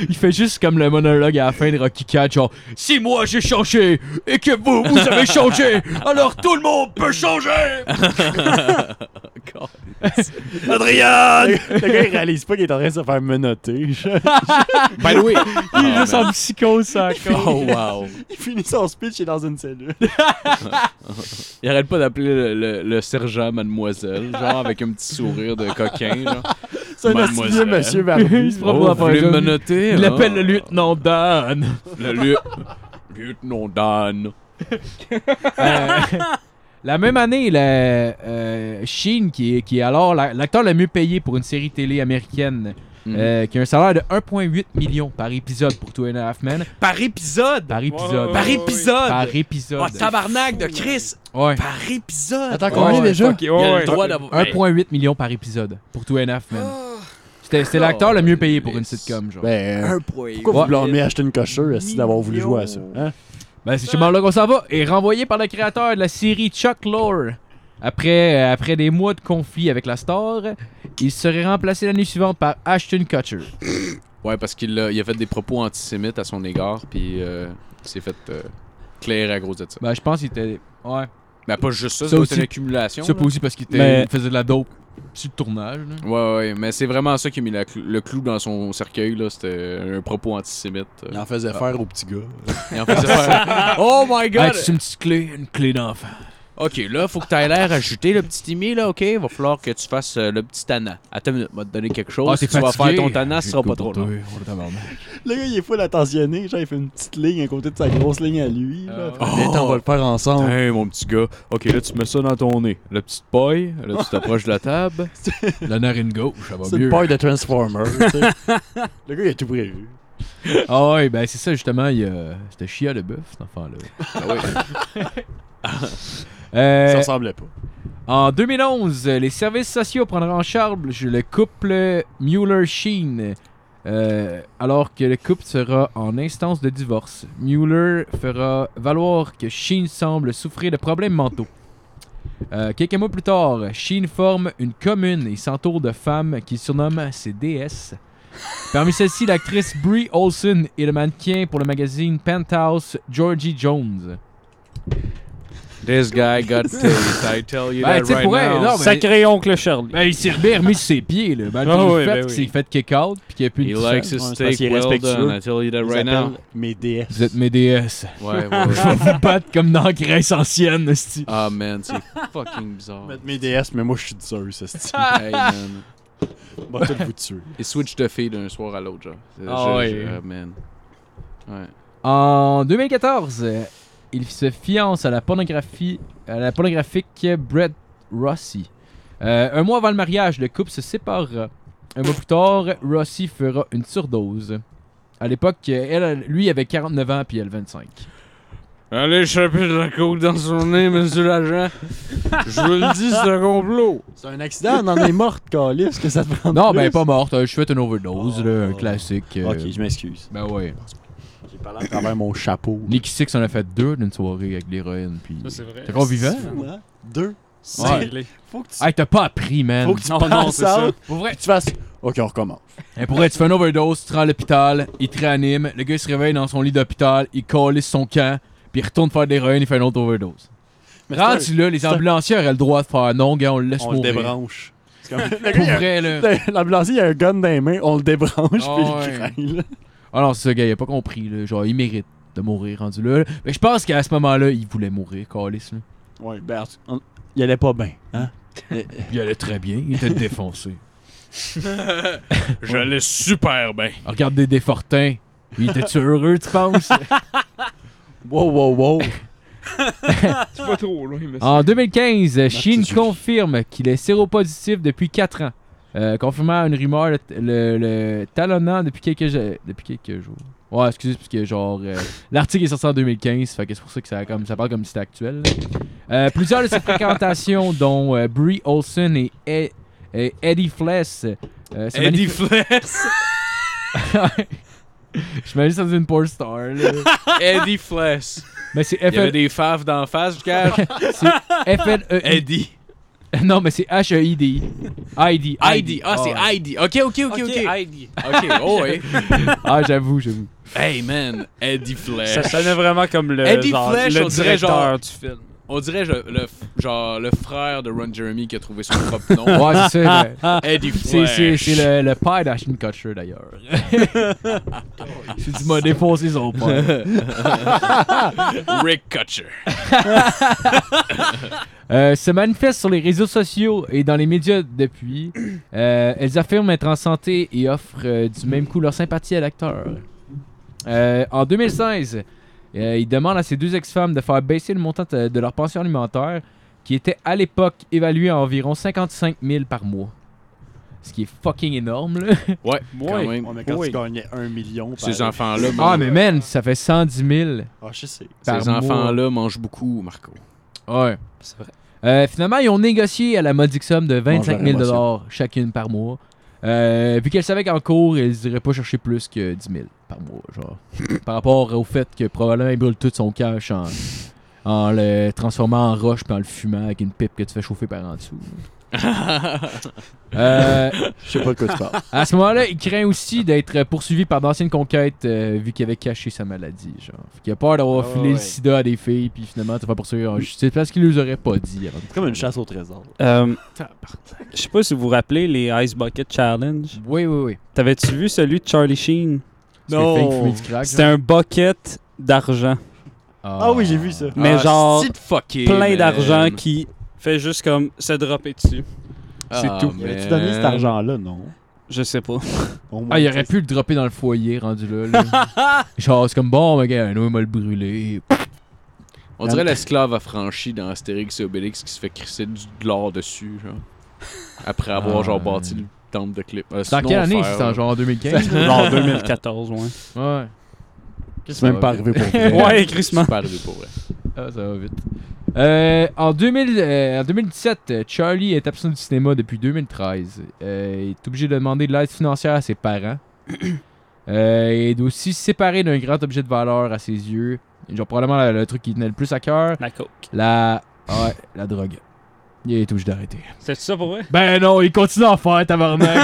Speaker 3: Il fait juste comme le monologue à la fin de Rocky 4, genre Si moi j'ai changé et que vous, vous avez changé, alors tout le monde peut changer!
Speaker 5: Adrien! Le gars, il réalise pas qu'il est en train de se faire menotter.
Speaker 4: By the way.
Speaker 3: Il est juste en psychose, ça,
Speaker 4: Oh, wow.
Speaker 5: Il finit son speech, il est dans une cellule.
Speaker 4: Il arrête pas d'appeler le, le- le sergent mademoiselle, genre avec un petit sourire de coquin. Genre.
Speaker 5: C'est un
Speaker 4: Mademoiselle.
Speaker 5: assidu, monsieur
Speaker 3: Il
Speaker 5: Barbu.
Speaker 3: se prend pour la
Speaker 4: vous voulez
Speaker 3: fin, je-
Speaker 4: me noter?
Speaker 3: Il
Speaker 4: hein?
Speaker 3: appelle le lieutenant Dan.
Speaker 4: Le lieu- lieutenant Dan.
Speaker 3: Euh, La même année, la, euh, Sheen, qui est, qui est alors la- l'acteur le mieux payé pour une série télé américaine,
Speaker 4: Mhm.
Speaker 3: euh, qui a un salaire de 1,8 million par épisode pour Two and a Half Men.
Speaker 4: Par épisode!
Speaker 3: Par épisode.
Speaker 4: Par épisode!
Speaker 3: Oh, Par
Speaker 4: Oh,
Speaker 3: épisode.
Speaker 4: tabarnak de Chris!
Speaker 3: Ouais.
Speaker 4: Par épisode!
Speaker 5: Attends, combien déjà?
Speaker 6: Ok, ouais,
Speaker 4: Il a
Speaker 6: Oh, ouais.
Speaker 4: le droit d'avoir...
Speaker 3: 1,8 million par épisode pour Two and a Half Men.
Speaker 4: Oh,
Speaker 3: C'était c'était l'acteur le mieux payé pour une sitcom, genre. Ben,
Speaker 5: Ben, euh,
Speaker 4: Un point.
Speaker 5: pourquoi vous
Speaker 3: Ouais.
Speaker 5: blâmez acheter une cocheuse si d'avoir voulu jouer à ça? Hein?
Speaker 3: Ben, c'est justement là qu'on s'en va. Et renvoyé par le créateur de la série Chuck Lorre. Après, euh, après des mois de conflit avec la star, il serait remplacé l'année suivante par Ashton Kutcher.
Speaker 4: Ouais, parce qu'il a, il a fait des propos antisémites à son égard, puis euh, il s'est fait euh, clair à cause de ça.
Speaker 3: Ben, je pense qu'il était. Ouais.
Speaker 4: Mais pas juste ça,
Speaker 3: Ça
Speaker 4: c'est
Speaker 3: aussi.
Speaker 4: une accumulation.
Speaker 3: Ça
Speaker 4: là.
Speaker 3: pas aussi parce qu'il était-
Speaker 7: Mais-
Speaker 3: il faisait de la dope sur le tournage. Là.
Speaker 4: Ouais, ouais, mais c'est vraiment ça qui a mis la clou- le clou dans son cercueil, là. C'était un propos antisémite.
Speaker 5: Il
Speaker 4: euh.
Speaker 5: en faisait faire au petit gars.
Speaker 4: Il en faisait faire. Oh my
Speaker 3: Hey,
Speaker 4: god!
Speaker 3: tu sais, une petite clé, une clé d'enfant.
Speaker 4: Ok, là, faut que t'ailles l'air ajouter le petit Timmy, là, ok? Va falloir que tu fasses euh, le petit Tana. Attends une minute, m'a te donner quelque chose.
Speaker 3: Ah, t'es
Speaker 4: tu vas
Speaker 3: fatigué?
Speaker 4: faire ton Tana, ce sera pas trop long.
Speaker 5: Le gars, il est full attentionné. Genre, il fait une petite ligne à côté de sa grosse ligne à lui. Là.
Speaker 4: Ah.
Speaker 5: Mais attends, on va le faire ensemble.
Speaker 4: Hey, mon petit gars. Ok, là, tu mets ça dans ton nez. Le petit paille, là, tu t'approches de la table.
Speaker 3: La narine gauche, ça va
Speaker 5: C'est
Speaker 3: mieux.
Speaker 5: une paille de Transformer. tu sais. le gars, il a tout prévu.
Speaker 3: Ah ouais, ben c'est ça justement, il y a... C'était Chia le bœuf, cet enfant-là.
Speaker 5: Ça
Speaker 3: Ah Euh,
Speaker 5: ressemblait pas.
Speaker 3: en 2011, les services sociaux prendront en charge le couple Mueller-Sheen, euh, alors que le couple sera en instance de divorce. Mueller fera valoir que Sheen semble souffrir de problèmes mentaux. Euh, quelques mois plus tard, Sheen forme une commune et s'entoure de femmes qu'il surnomme ses déesses. Parmi celles-ci, l'actrice Brie Olson et le mannequin pour le magazine Penthouse, Georgie Jones.
Speaker 4: This guy got taste, I tell you
Speaker 3: Ben,
Speaker 4: that
Speaker 3: tu sais,
Speaker 4: right
Speaker 3: pour elle,
Speaker 4: now.
Speaker 3: non, mais-
Speaker 7: Sacré oncle Charlie.
Speaker 3: Ben, il s'est bien remis sur ses pieds, là. Malgré
Speaker 7: Ah
Speaker 3: le
Speaker 7: ouais,
Speaker 3: fait
Speaker 7: ben
Speaker 3: qu'il
Speaker 7: oui.
Speaker 3: s'est fait kick-out puis qu'il n'y a plus
Speaker 4: He
Speaker 3: de
Speaker 4: likes
Speaker 3: sang.
Speaker 4: his
Speaker 5: Ouais, c'est parce
Speaker 4: steak
Speaker 5: qu'il est
Speaker 4: well
Speaker 5: respectueux.
Speaker 4: done, I tell you that
Speaker 5: Ils
Speaker 4: right now.
Speaker 5: appellent Mes DS.
Speaker 3: Vous êtes mes déesses.
Speaker 4: Ouais, ouais,
Speaker 3: Je vais
Speaker 4: ouais.
Speaker 3: vous battre comme dans Grèce ancienne, esti.
Speaker 4: Ah, man, c'est fucking bizarre.
Speaker 5: Mettre mes DS, mais moi, je suis sérieux, ça se tient.
Speaker 4: hey, man.
Speaker 5: Bon, tout vous tuer.
Speaker 4: Il switch de fille d'un soir à l'autre, genre.
Speaker 3: Ah,
Speaker 4: Je- je-
Speaker 3: ouais.
Speaker 4: ah, man. Ouais.
Speaker 3: En 2014, euh, il se fiance à la pornographie, à la pornographique Brett Rossi. Euh, un mois avant le mariage, le couple se séparera. Un mois plus tard, Rossi fera une surdose. À l'époque, euh, elle, lui avait 49 ans puis elle 25.
Speaker 4: Allez, chaper de la coke dans son nez, monsieur l'agent. Je vous le dis, c'est un complot.
Speaker 5: C'est un accident, on en est morte, Calis, que ça te prend.
Speaker 3: Non,
Speaker 5: plus?
Speaker 3: ben pas morte. euh, Je fais une overdose,
Speaker 5: Oh.
Speaker 3: là, un classique. euh,
Speaker 5: Ok, je m'excuse.
Speaker 3: Ben ouais.
Speaker 5: J'ai parlé à travers mon chapeau.
Speaker 3: Nicky Six en a fait deux d'une soirée avec l'héroïne. Puis...
Speaker 1: Ça, c'est vrai.
Speaker 3: T'es encore vivant?
Speaker 5: Fou, hein? Deux.
Speaker 7: C'est
Speaker 3: Ouais.
Speaker 7: réglé.
Speaker 5: Faut que tu,
Speaker 3: Hey, t'as pas appris, man.
Speaker 5: faut que tu
Speaker 7: Non, non,
Speaker 5: passes
Speaker 7: c'est ça.
Speaker 5: out,
Speaker 3: Pour
Speaker 5: puis
Speaker 3: vrai.
Speaker 5: tu fasses. Ok, on recommence.
Speaker 3: Hey, pour vrai, tu fais une overdose, tu te rends à l'hôpital, il te réanime, le gars il se réveille dans son lit d'hôpital, il colle son camp, puis il retourne faire de l'héroïne, il fait une autre overdose.
Speaker 5: Mais c'est
Speaker 3: Rendu là, les
Speaker 5: un-
Speaker 3: ambulanciers auraient le droit de faire non, gars, on le laisse
Speaker 5: on le
Speaker 3: mourir.
Speaker 5: débranche. C'est comme- Le
Speaker 3: Pour
Speaker 5: gars,
Speaker 3: vrai, là.
Speaker 5: il a- L'ambulancier, il a un gun dans les mains, on le débranche, puis
Speaker 3: Ah
Speaker 5: il
Speaker 3: ouais.
Speaker 5: craint, là.
Speaker 3: Ah non, c'est ça, gars, il a pas compris, là. Genre, il mérite de mourir rendu là. là. Mais je pense qu'à ce moment-là, il voulait mourir, Calis, là.
Speaker 5: Ouais, ben, on- il allait pas bien, hein?
Speaker 3: Il allait très bien, il était défoncé.
Speaker 4: J'allais super bien.
Speaker 3: Regarde des défortins. Il était-tu heureux, tu penses?
Speaker 5: Wow, wow, wow.
Speaker 6: C'est pas trop loin, mais
Speaker 3: En 2015, Sheen
Speaker 5: Dieu.
Speaker 3: confirme qu'il est séropositif depuis 4 ans. Euh, confirmant une rumeur le, le- le talonnant depuis quelques, je- depuis quelques jours. Ouais, excusez, parce que genre. euh, L'article est sorti en 2015, fait que c'est pour ça que ça, comme, ça parle comme si c'était actuel. là. Euh, plusieurs de ses fréquentations, dont euh, Brie Olson et, E- et Eddie Fless. euh, se
Speaker 4: Eddie
Speaker 3: manif-
Speaker 4: Fless.
Speaker 3: Je m'imagine ça c'est une porn star. là.
Speaker 4: Eddie Fless.
Speaker 3: Mais c'est
Speaker 4: Il y avait
Speaker 3: F-
Speaker 4: des faves d'en face, je cache.
Speaker 3: F-N-E-I.
Speaker 4: Eddie.
Speaker 3: E Non, mais c'est E H-E-I-D. ID.
Speaker 4: Heidi. Ah, c'est
Speaker 3: ouais.
Speaker 4: Heidi. Ok, ok, ok, ok. Heidi. Ok, oh, ouais.
Speaker 3: Ah, j'avoue, j'avoue.
Speaker 4: Hey, man. Eddie Fless.
Speaker 7: Ça sonnait vraiment comme le,
Speaker 4: Eddie
Speaker 7: genre,
Speaker 4: Flesh,
Speaker 7: le
Speaker 4: on dirait
Speaker 7: directeur
Speaker 4: genre-
Speaker 7: du film.
Speaker 4: On dirait je- le, f- genre le frère de Ron Jeremy qui a trouvé son propre nom.
Speaker 3: Ouais, c'est ça. le-
Speaker 4: Eddie
Speaker 3: C'est, c'est,
Speaker 4: Flash.
Speaker 3: c'est le, le père d'Ashton Kutcher d'ailleurs. C'est du m'a défoncé son père.
Speaker 4: Rick Kutcher.
Speaker 3: Euh, se manifeste sur les réseaux sociaux et dans les médias depuis. Euh, elles affirment être en santé et offrent euh, du même coup leur sympathie à l'acteur. Euh, en 2016, euh, il demande à ses deux ex-femmes de faire baisser le montant de, de leur pension alimentaire qui était à l'époque évalué à environ 55 000 par mois. Ce qui est fucking énorme, là.
Speaker 4: Ouais,
Speaker 5: Ouais,
Speaker 4: quand même.
Speaker 5: mais quand Ben,
Speaker 4: Oui.
Speaker 5: tu gagnais un million.
Speaker 4: Ces
Speaker 5: pareil.
Speaker 4: enfants-là,
Speaker 3: Ah,
Speaker 4: mangent-
Speaker 3: mais man, ça fait 110 000
Speaker 5: Ah, je sais.
Speaker 3: par
Speaker 4: ces
Speaker 3: mois.
Speaker 4: enfants-là mangent beaucoup, Marco.
Speaker 3: Ouais.
Speaker 6: C'est vrai.
Speaker 3: Euh, finalement, ils ont négocié à la modique somme de 25 000 dollars chacune par mois. Euh, puis qu'elles savaient qu'en cours, elles iraient pas chercher plus que 10 000 par mois, genre. par rapport au fait que probablement il brûle tout son cash en, en le transformant en roche puis en le fumant avec une pipe que tu fais chauffer par en dessous. Euh,
Speaker 5: Je sais pas de quoi tu parles.
Speaker 3: à ce moment-là, il craint aussi d'être poursuivi par d'anciennes conquêtes euh, vu qu'il avait caché sa maladie. Genre. Fait qu'il a peur d'avoir
Speaker 5: Ah
Speaker 3: filé le
Speaker 5: ouais.
Speaker 3: sida à des filles puis finalement tu vas poursuivre en justice parce qu'il les aurait pas dit avant.
Speaker 5: C'est comme une chasse au trésor.
Speaker 7: Euh, Je sais pas si vous vous rappelez les Ice Bucket Challenge.
Speaker 3: Oui, oui, oui.
Speaker 7: T'avais-tu vu celui de Charlie Sheen?
Speaker 3: Parce que le fake fumait du crack, hein.
Speaker 7: C'était
Speaker 3: genre.
Speaker 7: un bucket d'argent.
Speaker 5: Ah oui, j'ai vu ça.
Speaker 7: Mais genre,
Speaker 4: c'est fucké,
Speaker 7: plein
Speaker 4: man.
Speaker 7: d'argent qui fait juste comme se dropper dessus.
Speaker 4: Ah,
Speaker 7: c'est tout.
Speaker 5: Tu
Speaker 4: man.
Speaker 5: donné cet argent-là, non?
Speaker 7: Je sais pas.
Speaker 5: Au moins,
Speaker 3: Ah, il aurait
Speaker 5: tu
Speaker 3: pu le dropper dans le foyer rendu là. là. genre, c'est comme bon, mais gars, nous, il m'a le brûlé.
Speaker 4: On dirait l'esclave affranchi dans Astérix et Obélix qui se fait crisser du, de l'or dessus, genre. Après avoir,
Speaker 3: Ah,
Speaker 4: genre,
Speaker 3: man.
Speaker 4: bâti le temple de clip. Euh,
Speaker 3: Dans
Speaker 4: sinon,
Speaker 3: quelle année
Speaker 4: faire-
Speaker 3: C'est en genre en 2015
Speaker 7: Genre 2014, ouais.
Speaker 3: Ouais.
Speaker 5: sais, C'est même pas arrivé pour vrai.
Speaker 7: Ouais, crissement.
Speaker 4: C'est pas arrivé pour vrai.
Speaker 3: Ah, ça va vite. Euh, en, 2000, euh, en 2017, euh, Charlie est absent du cinéma depuis 2013. Euh, il est obligé de demander de l'aide financière à ses parents. Euh, il est aussi séparé d'un grand objet de valeur à ses yeux. Genre, probablement le, le truc qui tenait le plus à cœur,
Speaker 7: La coke.
Speaker 3: la. Ouais, la drogue. Il est obligé d'arrêter.
Speaker 7: C'est ça pour vrai?
Speaker 3: Ben non, il continue à en faire, tabarnak.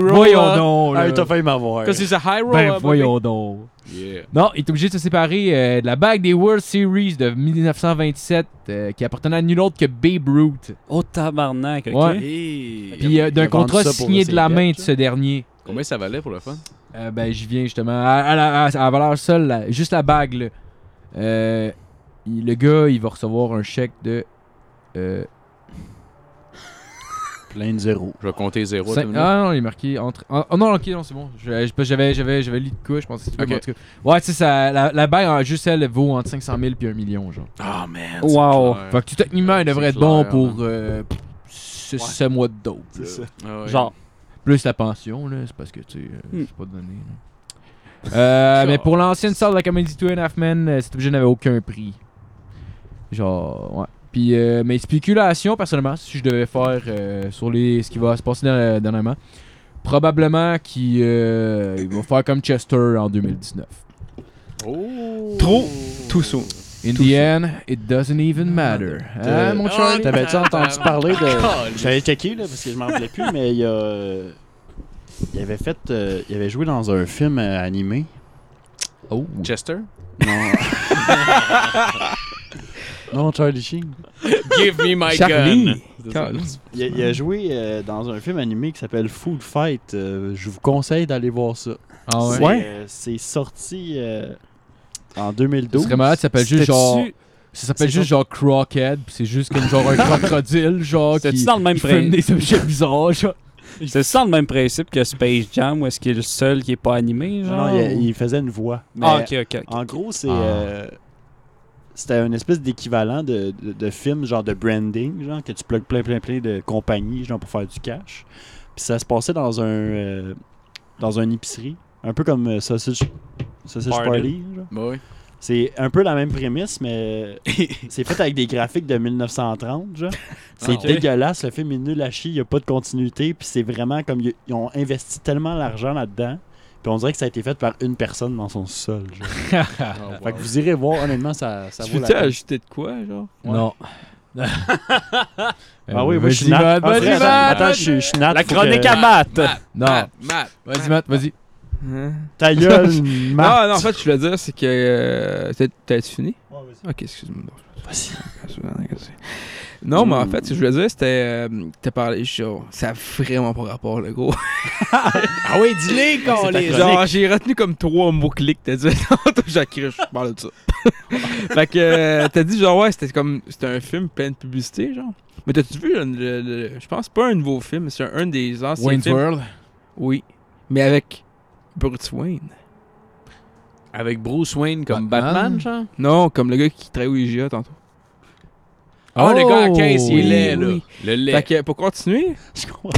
Speaker 3: voyons donc. là.
Speaker 5: Ah, t'as failli m'avoir.
Speaker 4: Cause he's a
Speaker 3: Ben
Speaker 4: high roller,
Speaker 3: voyons donc.
Speaker 4: baby. Yeah.
Speaker 3: Non, il est obligé de se séparer euh, de la bague des World Series de 1927 euh, qui appartenait à nul autre que Babe Ruth.
Speaker 7: Oh tabarnak, ok.
Speaker 3: Ouais. Puis euh, d'un
Speaker 5: il a vendu
Speaker 3: contrat
Speaker 5: ça pour
Speaker 3: signé
Speaker 5: ses
Speaker 3: de la
Speaker 5: dettes,
Speaker 3: main de
Speaker 5: là.
Speaker 3: ce dernier.
Speaker 4: Combien ça valait pour le fun?
Speaker 3: Euh, ben j'y viens justement. À, à la, à la valeur seule, la- juste la bague là. Euh, il- le gars, il va recevoir un chèque de. euh,
Speaker 5: Plein de zéro.
Speaker 4: Je vais compter zéro.
Speaker 3: Cin-
Speaker 4: t'as une minute?
Speaker 3: ah non, il est marqué entre. Ah oh, non, ok, non, c'est bon. Je- je- parce que J'avais, j'avais, j'avais lu de quoi, je pensais.
Speaker 4: Ok.
Speaker 3: en tout cas. Ouais, tu sais, ça- la, la bague, en- juste elle, vaut entre 500 000 puis 1 million, genre.
Speaker 4: Ah, man. c'est
Speaker 7: Wow.
Speaker 4: clair.
Speaker 3: Fait que tout techniquement,
Speaker 4: Ouais,
Speaker 3: il devrait être
Speaker 4: c'est
Speaker 3: bon
Speaker 4: clair, hein.
Speaker 3: pour euh, pff, ce, ce mois de dope. là.
Speaker 4: Ah ouais.
Speaker 7: Genre,
Speaker 3: Plus la pension, là, c'est parce que, tu sais, euh,
Speaker 7: Hmm.
Speaker 3: c'est pas donné. là. Euh, mais pour l'ancienne salle de la comédie Two and a Half Men, euh, cet objet n'avait aucun prix. Genre, ouais. Puis euh, mes spéculations, personnellement, si je devais faire euh, sur les, ce qui va se passer dans- euh, dernièrement, probablement qu'il euh, il va faire comme Chester en 2019.
Speaker 4: Oh.
Speaker 6: Trop, tout soon.
Speaker 3: In the end, it doesn't even matter. Hein, mon Charlie?
Speaker 4: Ah,
Speaker 5: T'avais-tu entendu parler de.
Speaker 4: Caliste.
Speaker 5: J'avais checké, là, parce que je m'en rappelais plus, mais il y a. euh, Il avait fait. euh, il avait joué dans un film euh, animé.
Speaker 3: Oh.
Speaker 4: Chester?
Speaker 5: Non. non, Charlie Sheen.
Speaker 4: Give me my gun.
Speaker 6: Charlie.
Speaker 4: euh, C'est ça.
Speaker 6: Caliste.
Speaker 5: Il, a- il a joué euh, dans un film animé qui s'appelle Food Fight. Euh, je vous conseille d'aller voir ça.
Speaker 3: Ah ouais.
Speaker 5: C'est,
Speaker 7: Ouais.
Speaker 5: euh, C'est sorti euh, en
Speaker 3: Ce
Speaker 5: 2012.
Speaker 3: serait malade, ça s'appelle juste
Speaker 7: c'était-tu-
Speaker 3: genre. Ça s'appelle
Speaker 5: C'est
Speaker 3: juste genre Crockhead, pis c'est juste comme genre un crocodile, genre
Speaker 7: C'était-tu
Speaker 3: qui,
Speaker 7: dans le même
Speaker 3: qui fume
Speaker 7: principe?
Speaker 3: des objets bizarres, genre.
Speaker 7: C'est ça le même principe que Space Jam où est-ce qu'il est le seul qui est pas animé, genre?
Speaker 5: Non, il, a- il faisait une voix. Mais
Speaker 7: Ah, ok, ok, ok.
Speaker 5: En gros, c'est.
Speaker 3: Ah.
Speaker 5: euh, c'était une espèce d'équivalent de, de, de film, genre de branding, genre que tu plugues plein, plein, plein de compagnies, genre pour faire du cash. Puis ça se passait dans un. euh, dans une épicerie. Un peu comme euh, Sausage, sausage
Speaker 7: Party.
Speaker 5: Party. genre.
Speaker 4: Bah ouais.
Speaker 5: C'est un peu la même prémisse, mais c'est fait avec des graphiques de 1930, genre. C'est
Speaker 4: Ah, ok.
Speaker 5: dégueulasse, le film est nul à chier, il n'y a pas de continuité, puis c'est vraiment comme y- ils ont investi tellement d'argent là-dedans, puis on dirait que ça a été fait par une personne dans son sol, genre.
Speaker 4: Ah,
Speaker 5: Fait
Speaker 4: wow.
Speaker 5: que vous irez voir, honnêtement, ça, ça
Speaker 6: Tu
Speaker 5: vaut la
Speaker 6: veux-tu
Speaker 5: peine.
Speaker 6: ajouter de quoi, genre?
Speaker 3: Non.
Speaker 5: Ah oui, moi, je suis
Speaker 3: Euh, Vas-y,
Speaker 5: nat.
Speaker 3: Matt,
Speaker 5: Ah,
Speaker 3: vas-y,
Speaker 5: attends,
Speaker 3: Matt!
Speaker 5: Attends, je suis- je suis nat.
Speaker 7: La
Speaker 5: faut que-
Speaker 7: chronique à maths!
Speaker 3: Non,
Speaker 4: Matt.
Speaker 3: Ah. vas-y, Matt, vas-y.
Speaker 6: Hein?
Speaker 5: Ta gueule, Matt.
Speaker 6: Non, non, en fait, je voulais dire, c'est que. euh, t'as- T'as-tu fini? Ok, excuse-moi. Non, mais en fait, ce que je voulais dire, c'était. euh, T'as parlé, genre, ça a vraiment pas rapport, le gros.
Speaker 4: Ah oui, dis-les,
Speaker 3: Oh,
Speaker 5: ta
Speaker 4: Caliste.
Speaker 5: chronique.
Speaker 6: Genre, j'ai retenu comme trois mots clics, t'as dit. Non, toi, j'accroche, je parle de ça. fait que, euh, t'as dit, genre, ouais, c'était comme. C'était un film plein de publicité, genre. Mais t'as-tu vu, le- le- le- je pense pas un nouveau film, mais Ah, c'est un, un des anciens
Speaker 3: Wayne's
Speaker 6: films.
Speaker 3: World.
Speaker 6: Oui. Mais avec Bruce Wayne.
Speaker 4: Avec Bruce Wayne comme
Speaker 3: Batman.
Speaker 4: Batman, genre?
Speaker 6: Non, comme le gars qui travaille au IGA tantôt.
Speaker 4: Ah, le gars à
Speaker 3: Oh,
Speaker 4: 15, il est
Speaker 6: oui,
Speaker 4: laid, là.
Speaker 6: oui.
Speaker 4: Le lait.
Speaker 6: Fait que pour continuer, pour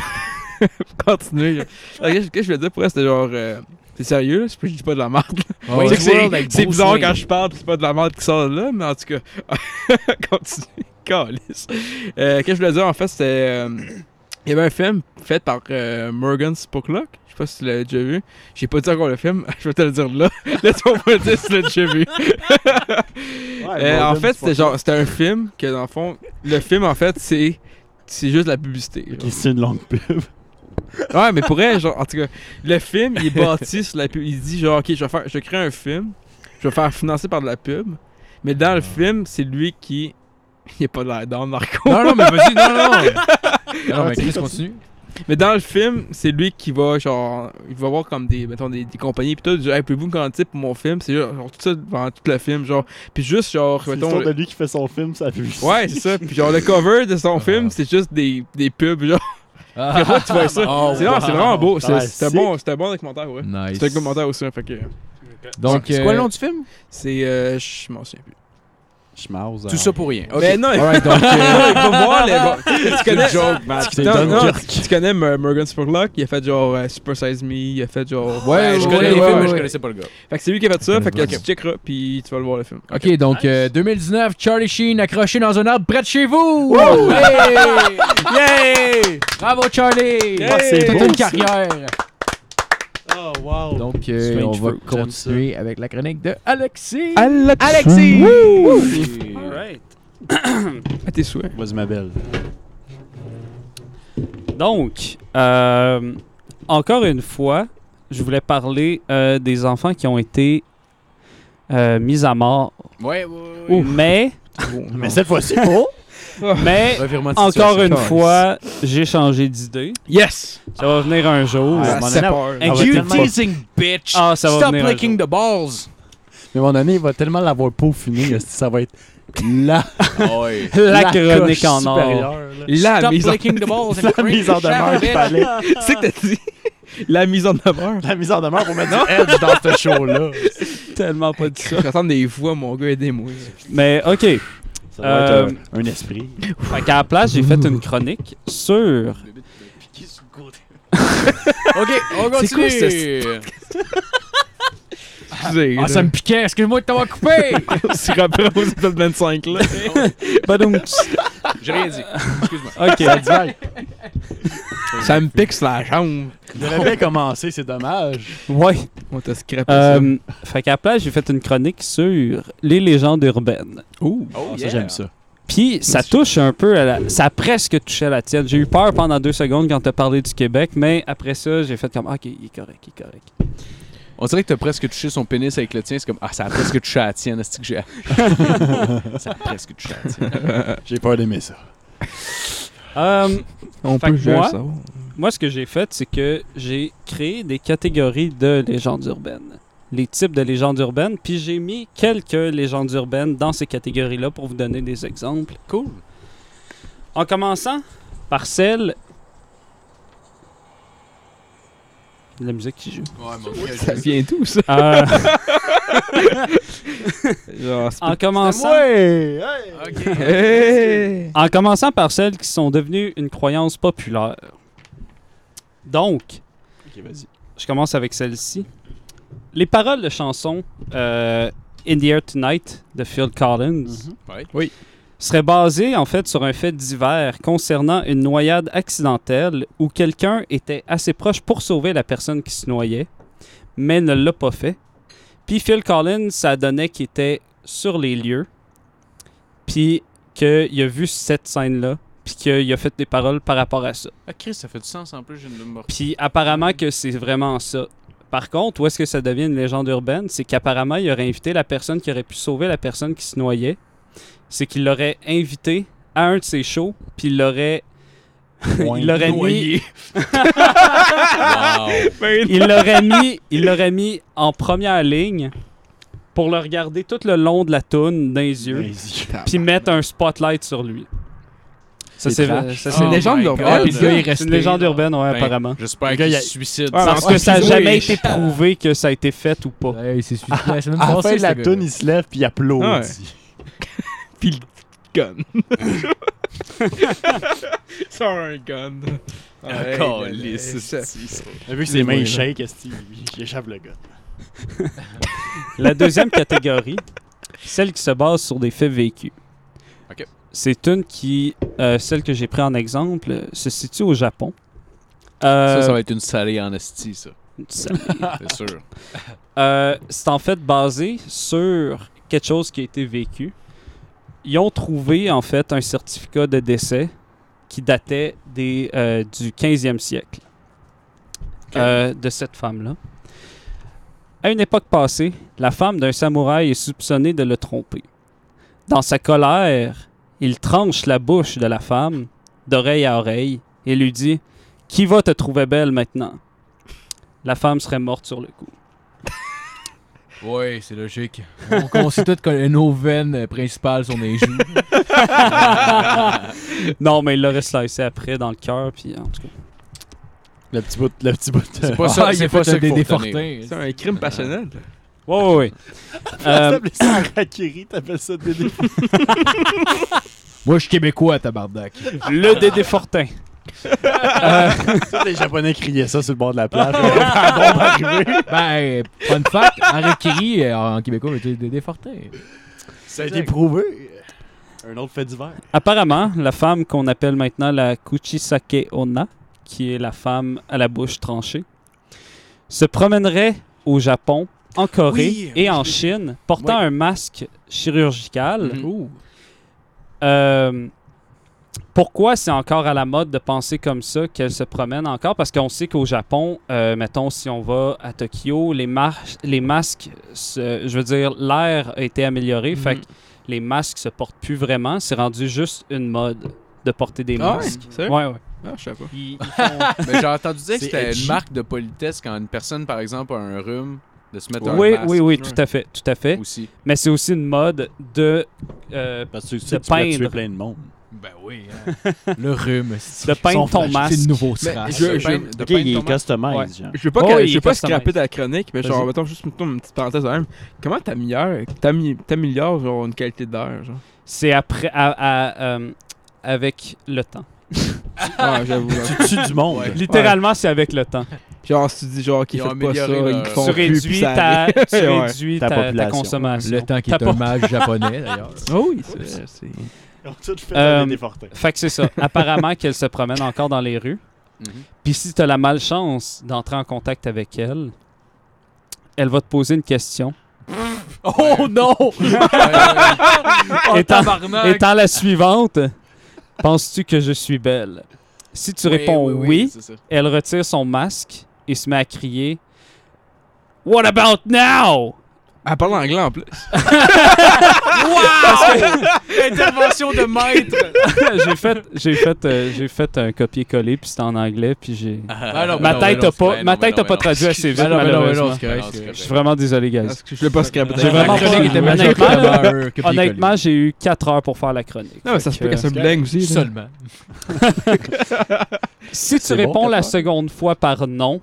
Speaker 6: continuer, là, qu'est-ce que je veux dire pour elle, c'était genre. euh, c'est sérieux, là, c'est pas- je dis pas de la merde.
Speaker 3: Ah
Speaker 4: ouais.
Speaker 3: ouais.
Speaker 6: Tu sais que
Speaker 4: World
Speaker 6: C'est
Speaker 4: avec
Speaker 6: c'est
Speaker 4: Bruce
Speaker 6: bizarre
Speaker 4: Wayne.
Speaker 6: quand je parle, pis c'est pas de la merde qui sort de là, mais en tout cas, continue, calice. Euh, Qu'est-ce que je voulais dire, en fait, c'était... euh, il y avait un film fait par euh, Morgan Spurlock, je sais pas si tu l'avais déjà vu. J'ai pas dit encore le film, je vais te le dire là. Laisse-moi pas le dire si tu l'as déjà vu.
Speaker 5: Ah,
Speaker 6: Euh, en fait, c'était genre, c'était un film que dans le fond, le film en fait, c'est c'est juste la publicité. genre.
Speaker 5: C'est une longue pub.
Speaker 6: Ouais, mais pour elle, genre, en tout cas, le film, il est bâti sur la pub. Il dit, genre, OK, je vais, faire, je vais créer un film, je vais faire financer par de la pub, mais dans le film, c'est lui qui. Il a pas de l'air d'homme, Marco.
Speaker 3: Non, non, mais vas-y, non, non. non, mais Chris, Ah, continue.
Speaker 6: Mais dans le film, c'est lui qui va, genre, il va voir comme des, mettons, des, des compagnies, pis tout, genre, hey, pouvez-vous me quantifier pour mon film? C'est genre, genre, tout ça pendant tout le film, genre. Pis juste, genre,
Speaker 5: C'est
Speaker 6: mettons.
Speaker 5: l'histoire de lui qui fait son film, ça pub.
Speaker 6: Ouais, c'est ça. Pis genre, le cover de son film, c'est juste des, des pubs, genre.
Speaker 3: Ah,
Speaker 6: Pis là, tu vois ça. c'est non, c'est vraiment beau. C'est-
Speaker 5: Ouais,
Speaker 6: C'est un
Speaker 5: sick.
Speaker 6: bon, c'est un bon documentaire, ouais.
Speaker 3: nice.
Speaker 6: C'est un commentaire aussi, hein, fait que.
Speaker 3: Donc,
Speaker 4: c'est quoi le nom du film
Speaker 6: C'est. Euh, je m'en souviens plus.
Speaker 5: Schmaus.
Speaker 4: Tout ça pour rien. Ok.
Speaker 6: Mais non,
Speaker 3: Alright, donc, euh,
Speaker 6: il va voir les. bon, tu
Speaker 4: C'est
Speaker 6: connais.
Speaker 4: une joke, man.
Speaker 5: C'est
Speaker 6: Non, non,
Speaker 5: Dunkirk.
Speaker 6: tu tu connais euh, Morgan Spurlock, il a fait genre euh, Super Size Me, il a fait genre.
Speaker 3: Ouais,
Speaker 4: je
Speaker 3: ouais,
Speaker 4: connais les
Speaker 3: ouais,
Speaker 4: films, mais
Speaker 3: ouais.
Speaker 4: je connaissais pas le gars.
Speaker 6: Fait que c'est lui qui a fait ça, fait que
Speaker 3: Ok.
Speaker 6: tu checkeras, puis tu vas le voir le film.
Speaker 3: ok, donc euh, 2019, Charlie Sheen accroché dans un arbre près de chez vous. Hey! Bravo Charlie.
Speaker 6: Yeah,
Speaker 5: Ah, c'est
Speaker 3: Toute
Speaker 5: beau,
Speaker 3: une
Speaker 5: ça.
Speaker 3: carrière.
Speaker 5: Oh, wow.
Speaker 3: Donc, euh,
Speaker 5: Strange
Speaker 3: on va
Speaker 5: fruit, j'aime ça.
Speaker 3: continuer avec la chronique de Alexis.
Speaker 6: Alexis!
Speaker 7: Alright.
Speaker 6: À Ah, tes hein. souhaits.
Speaker 5: Vas-y, ma belle.
Speaker 7: Donc, euh, encore une fois, je voulais parler euh, des enfants qui ont été euh, mis à mort.
Speaker 4: Ouais, ouais.
Speaker 7: Mais,
Speaker 5: Mais cette fois-ci, oh!
Speaker 7: mais
Speaker 4: Revirement de
Speaker 7: encore
Speaker 4: situation.
Speaker 7: une fois, j'ai changé d'idée.
Speaker 6: Yes!
Speaker 7: Ça va venir un jour.
Speaker 5: Ah, mon
Speaker 4: ça
Speaker 5: ami-
Speaker 4: part.
Speaker 5: Ah,
Speaker 7: And
Speaker 5: ouais,
Speaker 7: you
Speaker 4: You
Speaker 5: tellement-
Speaker 4: teasing bitch!
Speaker 7: Ah, ça va
Speaker 4: Stop
Speaker 7: venir un
Speaker 4: licking the balls!
Speaker 5: Mais mon ami, il va tellement l'avoir peaufiné, esti, ça va être la,
Speaker 4: Ah Ouais.
Speaker 7: La chronique
Speaker 5: coche
Speaker 7: en or.
Speaker 5: euh, supérieure, là.
Speaker 6: La
Speaker 4: Stop
Speaker 6: mise en...
Speaker 4: licking the balls! and
Speaker 5: La
Speaker 4: drink
Speaker 5: mise en
Speaker 4: your
Speaker 5: demeure
Speaker 4: shower,
Speaker 5: qu'il
Speaker 4: bitch.
Speaker 5: fallait.
Speaker 6: C'est que t'as dit? La mise en demeure.
Speaker 5: La mise en demeure pour mettre du edge dans ce show-là.
Speaker 7: tellement pas dit ça.
Speaker 6: J'entends des voix, mon gars, aidez-moi.
Speaker 7: Mais, OK.
Speaker 5: Ça va être
Speaker 7: Euh,
Speaker 5: un, un esprit.
Speaker 7: Fait qu'à la place, j'ai fait une chronique sur...
Speaker 4: Ok, on
Speaker 7: C'est quoi,
Speaker 4: continue!
Speaker 6: Excusez.
Speaker 3: Ah,
Speaker 6: là.
Speaker 3: ça me piquait, excuse-moi de t'avoir coupé.
Speaker 6: se rappelle aux épisodes 25, là.
Speaker 7: Badumts.
Speaker 4: J'ai rien dit. Excuse-moi.
Speaker 7: OK.
Speaker 6: Ça me pique sur la jambe.
Speaker 5: Il avait bien commencé, c'est dommage.
Speaker 7: Ouais.
Speaker 6: On t'a scrappé ça.
Speaker 7: Euh, fait qu'à la place, j'ai fait une chronique sur les légendes urbaines.
Speaker 6: Ouh.
Speaker 4: Oh,
Speaker 5: Ça, j'aime ça.
Speaker 7: Puis ça touche un peu à la... Ça a presque touché à la tienne. J'ai eu peur pendant deux secondes quand t'as parlé du Québec, mais après ça, j'ai fait comme... Ah, OK, il est correct, il est correct.
Speaker 4: On dirait que t'as presque touché son pénis avec le tien. C'est comme, ah, ça a presque touché à la tienne. Est-ce que j'ai. ça a presque touché à la tienne.
Speaker 5: J'ai peur d'aimer ça.
Speaker 7: Euh,
Speaker 6: On
Speaker 7: Fait que
Speaker 6: jouer à
Speaker 7: moi-
Speaker 6: ça.
Speaker 7: moi, ce que j'ai fait, c'est que j'ai créé des catégories de légendes urbaines. Les types de légendes urbaines. Puis j'ai mis quelques légendes urbaines dans ces catégories-là pour vous donner des exemples.
Speaker 4: Cool.
Speaker 7: En commençant par celle... La musique qui joue.
Speaker 4: Ouais, mon gars,
Speaker 6: Ça vient d'où, ça?
Speaker 7: Euh,
Speaker 6: Genre, c'est
Speaker 7: en, commençant,
Speaker 5: Ouais!
Speaker 6: Hey!
Speaker 7: en commençant par celles qui sont devenues une croyance populaire. Donc,
Speaker 5: Ok, vas-y.
Speaker 7: je commence avec celle-ci. Les paroles de chansons euh, In the Air Tonight de Phil Collins
Speaker 5: Mm-hmm.
Speaker 4: Ouais.
Speaker 6: Oui.
Speaker 7: seraient basées en fait sur un fait divers concernant une noyade accidentelle où quelqu'un était assez proche pour sauver la personne qui se noyait, mais ne l'a pas fait. Puis Phil Collins, ça donnait qu'il était sur les lieux, puis qu'il a vu cette scène-là, puis qu'il a fait des paroles par rapport à ça.
Speaker 4: Ah, Chris, ça fait du sens en plus. J'ai une mort.
Speaker 7: Puis apparemment que c'est vraiment ça. Par contre, où est-ce que ça devient une légende urbaine, c'est qu'apparemment, il aurait invité la personne qui aurait pu sauver la personne qui se noyait. C'est qu'il l'aurait invité à un de ses shows, puis il l'aurait... il l'aurait mis...
Speaker 4: Wow.
Speaker 7: Il l'aurait mis... Il l'aurait mis en première ligne pour le regarder tout le long de la toune dans les yeux, puis mettre un spotlight sur lui. Ça, c'est vrai. Ça, c'est
Speaker 6: une
Speaker 4: Oh
Speaker 6: légende
Speaker 4: my
Speaker 6: urbaine.
Speaker 7: Ah,
Speaker 4: God. Puis le gars, il est
Speaker 7: C'est une légende urbaine, ouais,
Speaker 4: Ben, ah,
Speaker 7: apparemment.
Speaker 4: J'espère
Speaker 5: Le gars,
Speaker 4: qu'il
Speaker 5: il a-
Speaker 4: se suicide.
Speaker 6: Ouais,
Speaker 7: Parce
Speaker 6: parce
Speaker 7: que ça n'a
Speaker 6: qu'il-
Speaker 7: jamais
Speaker 6: oui.
Speaker 7: été prouvé que ça a été fait ou pas.
Speaker 3: Ouais, il s'est suicidé la semaine
Speaker 5: À la
Speaker 3: passée,
Speaker 5: fin de la
Speaker 3: ce
Speaker 5: toune,
Speaker 3: gars-là.
Speaker 5: il se lève puis il applaudit.
Speaker 6: Ah ouais. Puis, gun. Sors un gun.
Speaker 4: Encore
Speaker 6: Hey,
Speaker 4: lisse,
Speaker 6: hey, Ah, ça-
Speaker 5: T'as vu que ses mains
Speaker 6: moi, là.
Speaker 5: ils shake, est-ce qu'il échappe le gars.
Speaker 7: La deuxième catégorie, celle qui se base sur des faits vécus.
Speaker 4: Ok.
Speaker 7: C'est une qui, euh, celle que j'ai prise en exemple, euh, se situe au Japon. Euh,
Speaker 4: Ça, ça va être une salée en esti, ça.
Speaker 7: ça-
Speaker 4: C'est sûr.
Speaker 7: Euh, c'est en fait basé sur quelque chose qui a été vécu. Ils ont trouvé en fait un certificat de décès qui datait des, euh, du 15e siècle euh, de cette femme-là. À une époque passée, la femme d'un samouraï est soupçonnée de le tromper. Dans sa colère, il tranche la bouche de la femme d'oreille à oreille et lui dit Qui va te trouver belle maintenant La femme serait morte sur le coup.
Speaker 3: Ouais, c'est logique. On, on sait tous que nos veines euh, principales sont les joues.
Speaker 7: non, mais il l'aurait slicé après dans le cœur, puis en tout cas.
Speaker 5: Le petit bout, le petit bout.
Speaker 4: C'est pas ça,
Speaker 3: Ah, il
Speaker 4: c'est
Speaker 3: a
Speaker 4: pas
Speaker 3: fait
Speaker 4: ça
Speaker 3: des
Speaker 4: qu'il faut retenir.
Speaker 3: défortins.
Speaker 6: C'est un crime passionnel.
Speaker 7: Ouais, ouais, ouais. Euh,
Speaker 5: Les harakiri, t'appelles ça des défauts.
Speaker 3: Moi, je suis québécois, tabarnak.
Speaker 7: le Dédé Fortin.
Speaker 5: Tous les Japonais criaient ça sur le bord de la plage. Ouais, bon, bon, arrivé.
Speaker 3: Ben, fun fact, Harakiri euh, en québécois veut dire des défortins.
Speaker 5: Ça a été prouvé. Un autre fait divers.
Speaker 7: Apparemment, la femme qu'on appelle maintenant la Kuchisake Onna, qui est la femme à la bouche tranchée, se promènerait au Japon, en Corée
Speaker 6: Oui,
Speaker 7: et en Chine, portant un masque chirurgical. Euh, pourquoi c'est encore à la mode de penser comme ça qu'elle se promène encore? Parce qu'on sait qu'au Japon, euh, mettons, si on va à Tokyo, les, marches- les masques, se- je veux dire, l'air a été amélioré. Fait que les masques se portent plus vraiment. C'est rendu juste une mode de porter des
Speaker 4: Ah ouais?
Speaker 7: masques.
Speaker 6: Sérieux?
Speaker 7: Ouais, ouais.
Speaker 6: Ah, je sais pas.
Speaker 7: Ils- ils font-
Speaker 4: Mais j'ai entendu dire que
Speaker 5: C'est
Speaker 4: c'était
Speaker 5: edgy.
Speaker 4: une marque de politesse quand une personne, par exemple, a un rhume, de se mettre
Speaker 7: oui,
Speaker 4: un masque
Speaker 7: oui, oui, tout à fait, tout à fait.
Speaker 4: aussi.
Speaker 7: Mais c'est aussi une mode de, euh,
Speaker 5: Parce que tu
Speaker 7: sais
Speaker 5: sais
Speaker 7: que tu pourrais
Speaker 5: que
Speaker 7: tuer
Speaker 5: tu
Speaker 7: peindre.
Speaker 5: plein de monde.
Speaker 3: Ben oui. hein. Le rhume, c'est
Speaker 7: de peindre
Speaker 5: sont
Speaker 7: ton
Speaker 5: fâchés,
Speaker 7: masque.
Speaker 3: Ah, c'est le nouveau
Speaker 4: Mais
Speaker 3: SRAS.
Speaker 4: je-
Speaker 6: De
Speaker 4: je-
Speaker 6: peindre-
Speaker 4: de
Speaker 5: Ok,
Speaker 4: peindre
Speaker 5: il
Speaker 4: ton
Speaker 5: est
Speaker 4: masque.
Speaker 5: customized,
Speaker 7: Ouais.
Speaker 5: genre.
Speaker 6: Je veux pas,
Speaker 7: Oh,
Speaker 6: que-
Speaker 7: il
Speaker 6: je veux
Speaker 7: est
Speaker 6: pas
Speaker 7: customisé.
Speaker 6: scraper ta chronique, mais genre,
Speaker 5: Vas-y.
Speaker 6: mettons juste mettons, une petite parenthèse quand même. Comment t'améliores, t'ami- t'améliores genre une qualité d'air, genre?
Speaker 7: C'est après, à- à, euh, avec le temps.
Speaker 6: Ah, j'avoue. ouais.
Speaker 5: Tu tues du monde.
Speaker 7: Littéralement, c'est avec le temps.
Speaker 6: Genre, si tu dis genre qu'ils
Speaker 4: Ils ont
Speaker 6: font pas ça,
Speaker 4: amélioré leur-
Speaker 6: ils font
Speaker 7: tu
Speaker 6: plus, puis
Speaker 7: réduis,
Speaker 6: ça
Speaker 7: ta,
Speaker 6: arrive.
Speaker 7: tu
Speaker 6: Ouais.
Speaker 7: réduis
Speaker 5: Ta
Speaker 7: ta, ta
Speaker 5: population.
Speaker 7: consommation.
Speaker 3: Le temps qui
Speaker 7: Ta
Speaker 3: est un mage japonais, d'ailleurs.
Speaker 6: Ah oui, c'est- c'est...
Speaker 5: Ils ont tous fait
Speaker 7: Euh,
Speaker 5: des défortés.
Speaker 7: Fait que c'est ça. Apparemment qu'elle se promène encore dans les rues.
Speaker 4: Mhm.
Speaker 7: Puis si tu as la malchance d'entrer en contact avec elle, elle va te poser une question.
Speaker 3: Oh non!
Speaker 7: étant, étant la suivante, penses-tu que je suis belle? Si tu réponds oui,
Speaker 4: c'est ça.
Speaker 7: elle retire son masque et se met à crier What about now?
Speaker 6: Elle parle anglais en plus.
Speaker 4: Intervention de maître!
Speaker 7: j'ai fait, j'ai fait, euh, j'ai fait un copier-coller puis c'était en anglais puis j'ai.
Speaker 4: Ah non, mais
Speaker 7: ma
Speaker 4: non, mais
Speaker 7: tête
Speaker 4: non,
Speaker 7: n'a
Speaker 4: c'est-
Speaker 7: pas,
Speaker 4: ben
Speaker 7: ma
Speaker 4: non,
Speaker 7: tête
Speaker 4: ben
Speaker 7: a
Speaker 4: non,
Speaker 7: pas
Speaker 4: ben
Speaker 7: traduit assez vite,
Speaker 3: Ben non, ben non, ben non,
Speaker 7: malheureusement.
Speaker 3: c'est correct.
Speaker 4: Non, c'est
Speaker 3: c'est correct.
Speaker 7: Je suis vraiment désolé, guys.
Speaker 6: Parce que Je l'ai pas scraper.
Speaker 7: J'ai vraiment
Speaker 3: La chronique était
Speaker 7: Honnêtement,
Speaker 3: magique comme un copier-coller.
Speaker 7: Honnêtement, j'ai eu 4 heures pour faire la chronique.
Speaker 6: Non, mais ça
Speaker 7: Fait
Speaker 6: se peut
Speaker 7: que,
Speaker 6: qu'elle se blague aussi. là.
Speaker 3: Seulement.
Speaker 7: Si tu
Speaker 6: bon,
Speaker 7: réponds
Speaker 6: quatre
Speaker 7: la
Speaker 6: heures.
Speaker 7: seconde fois par non,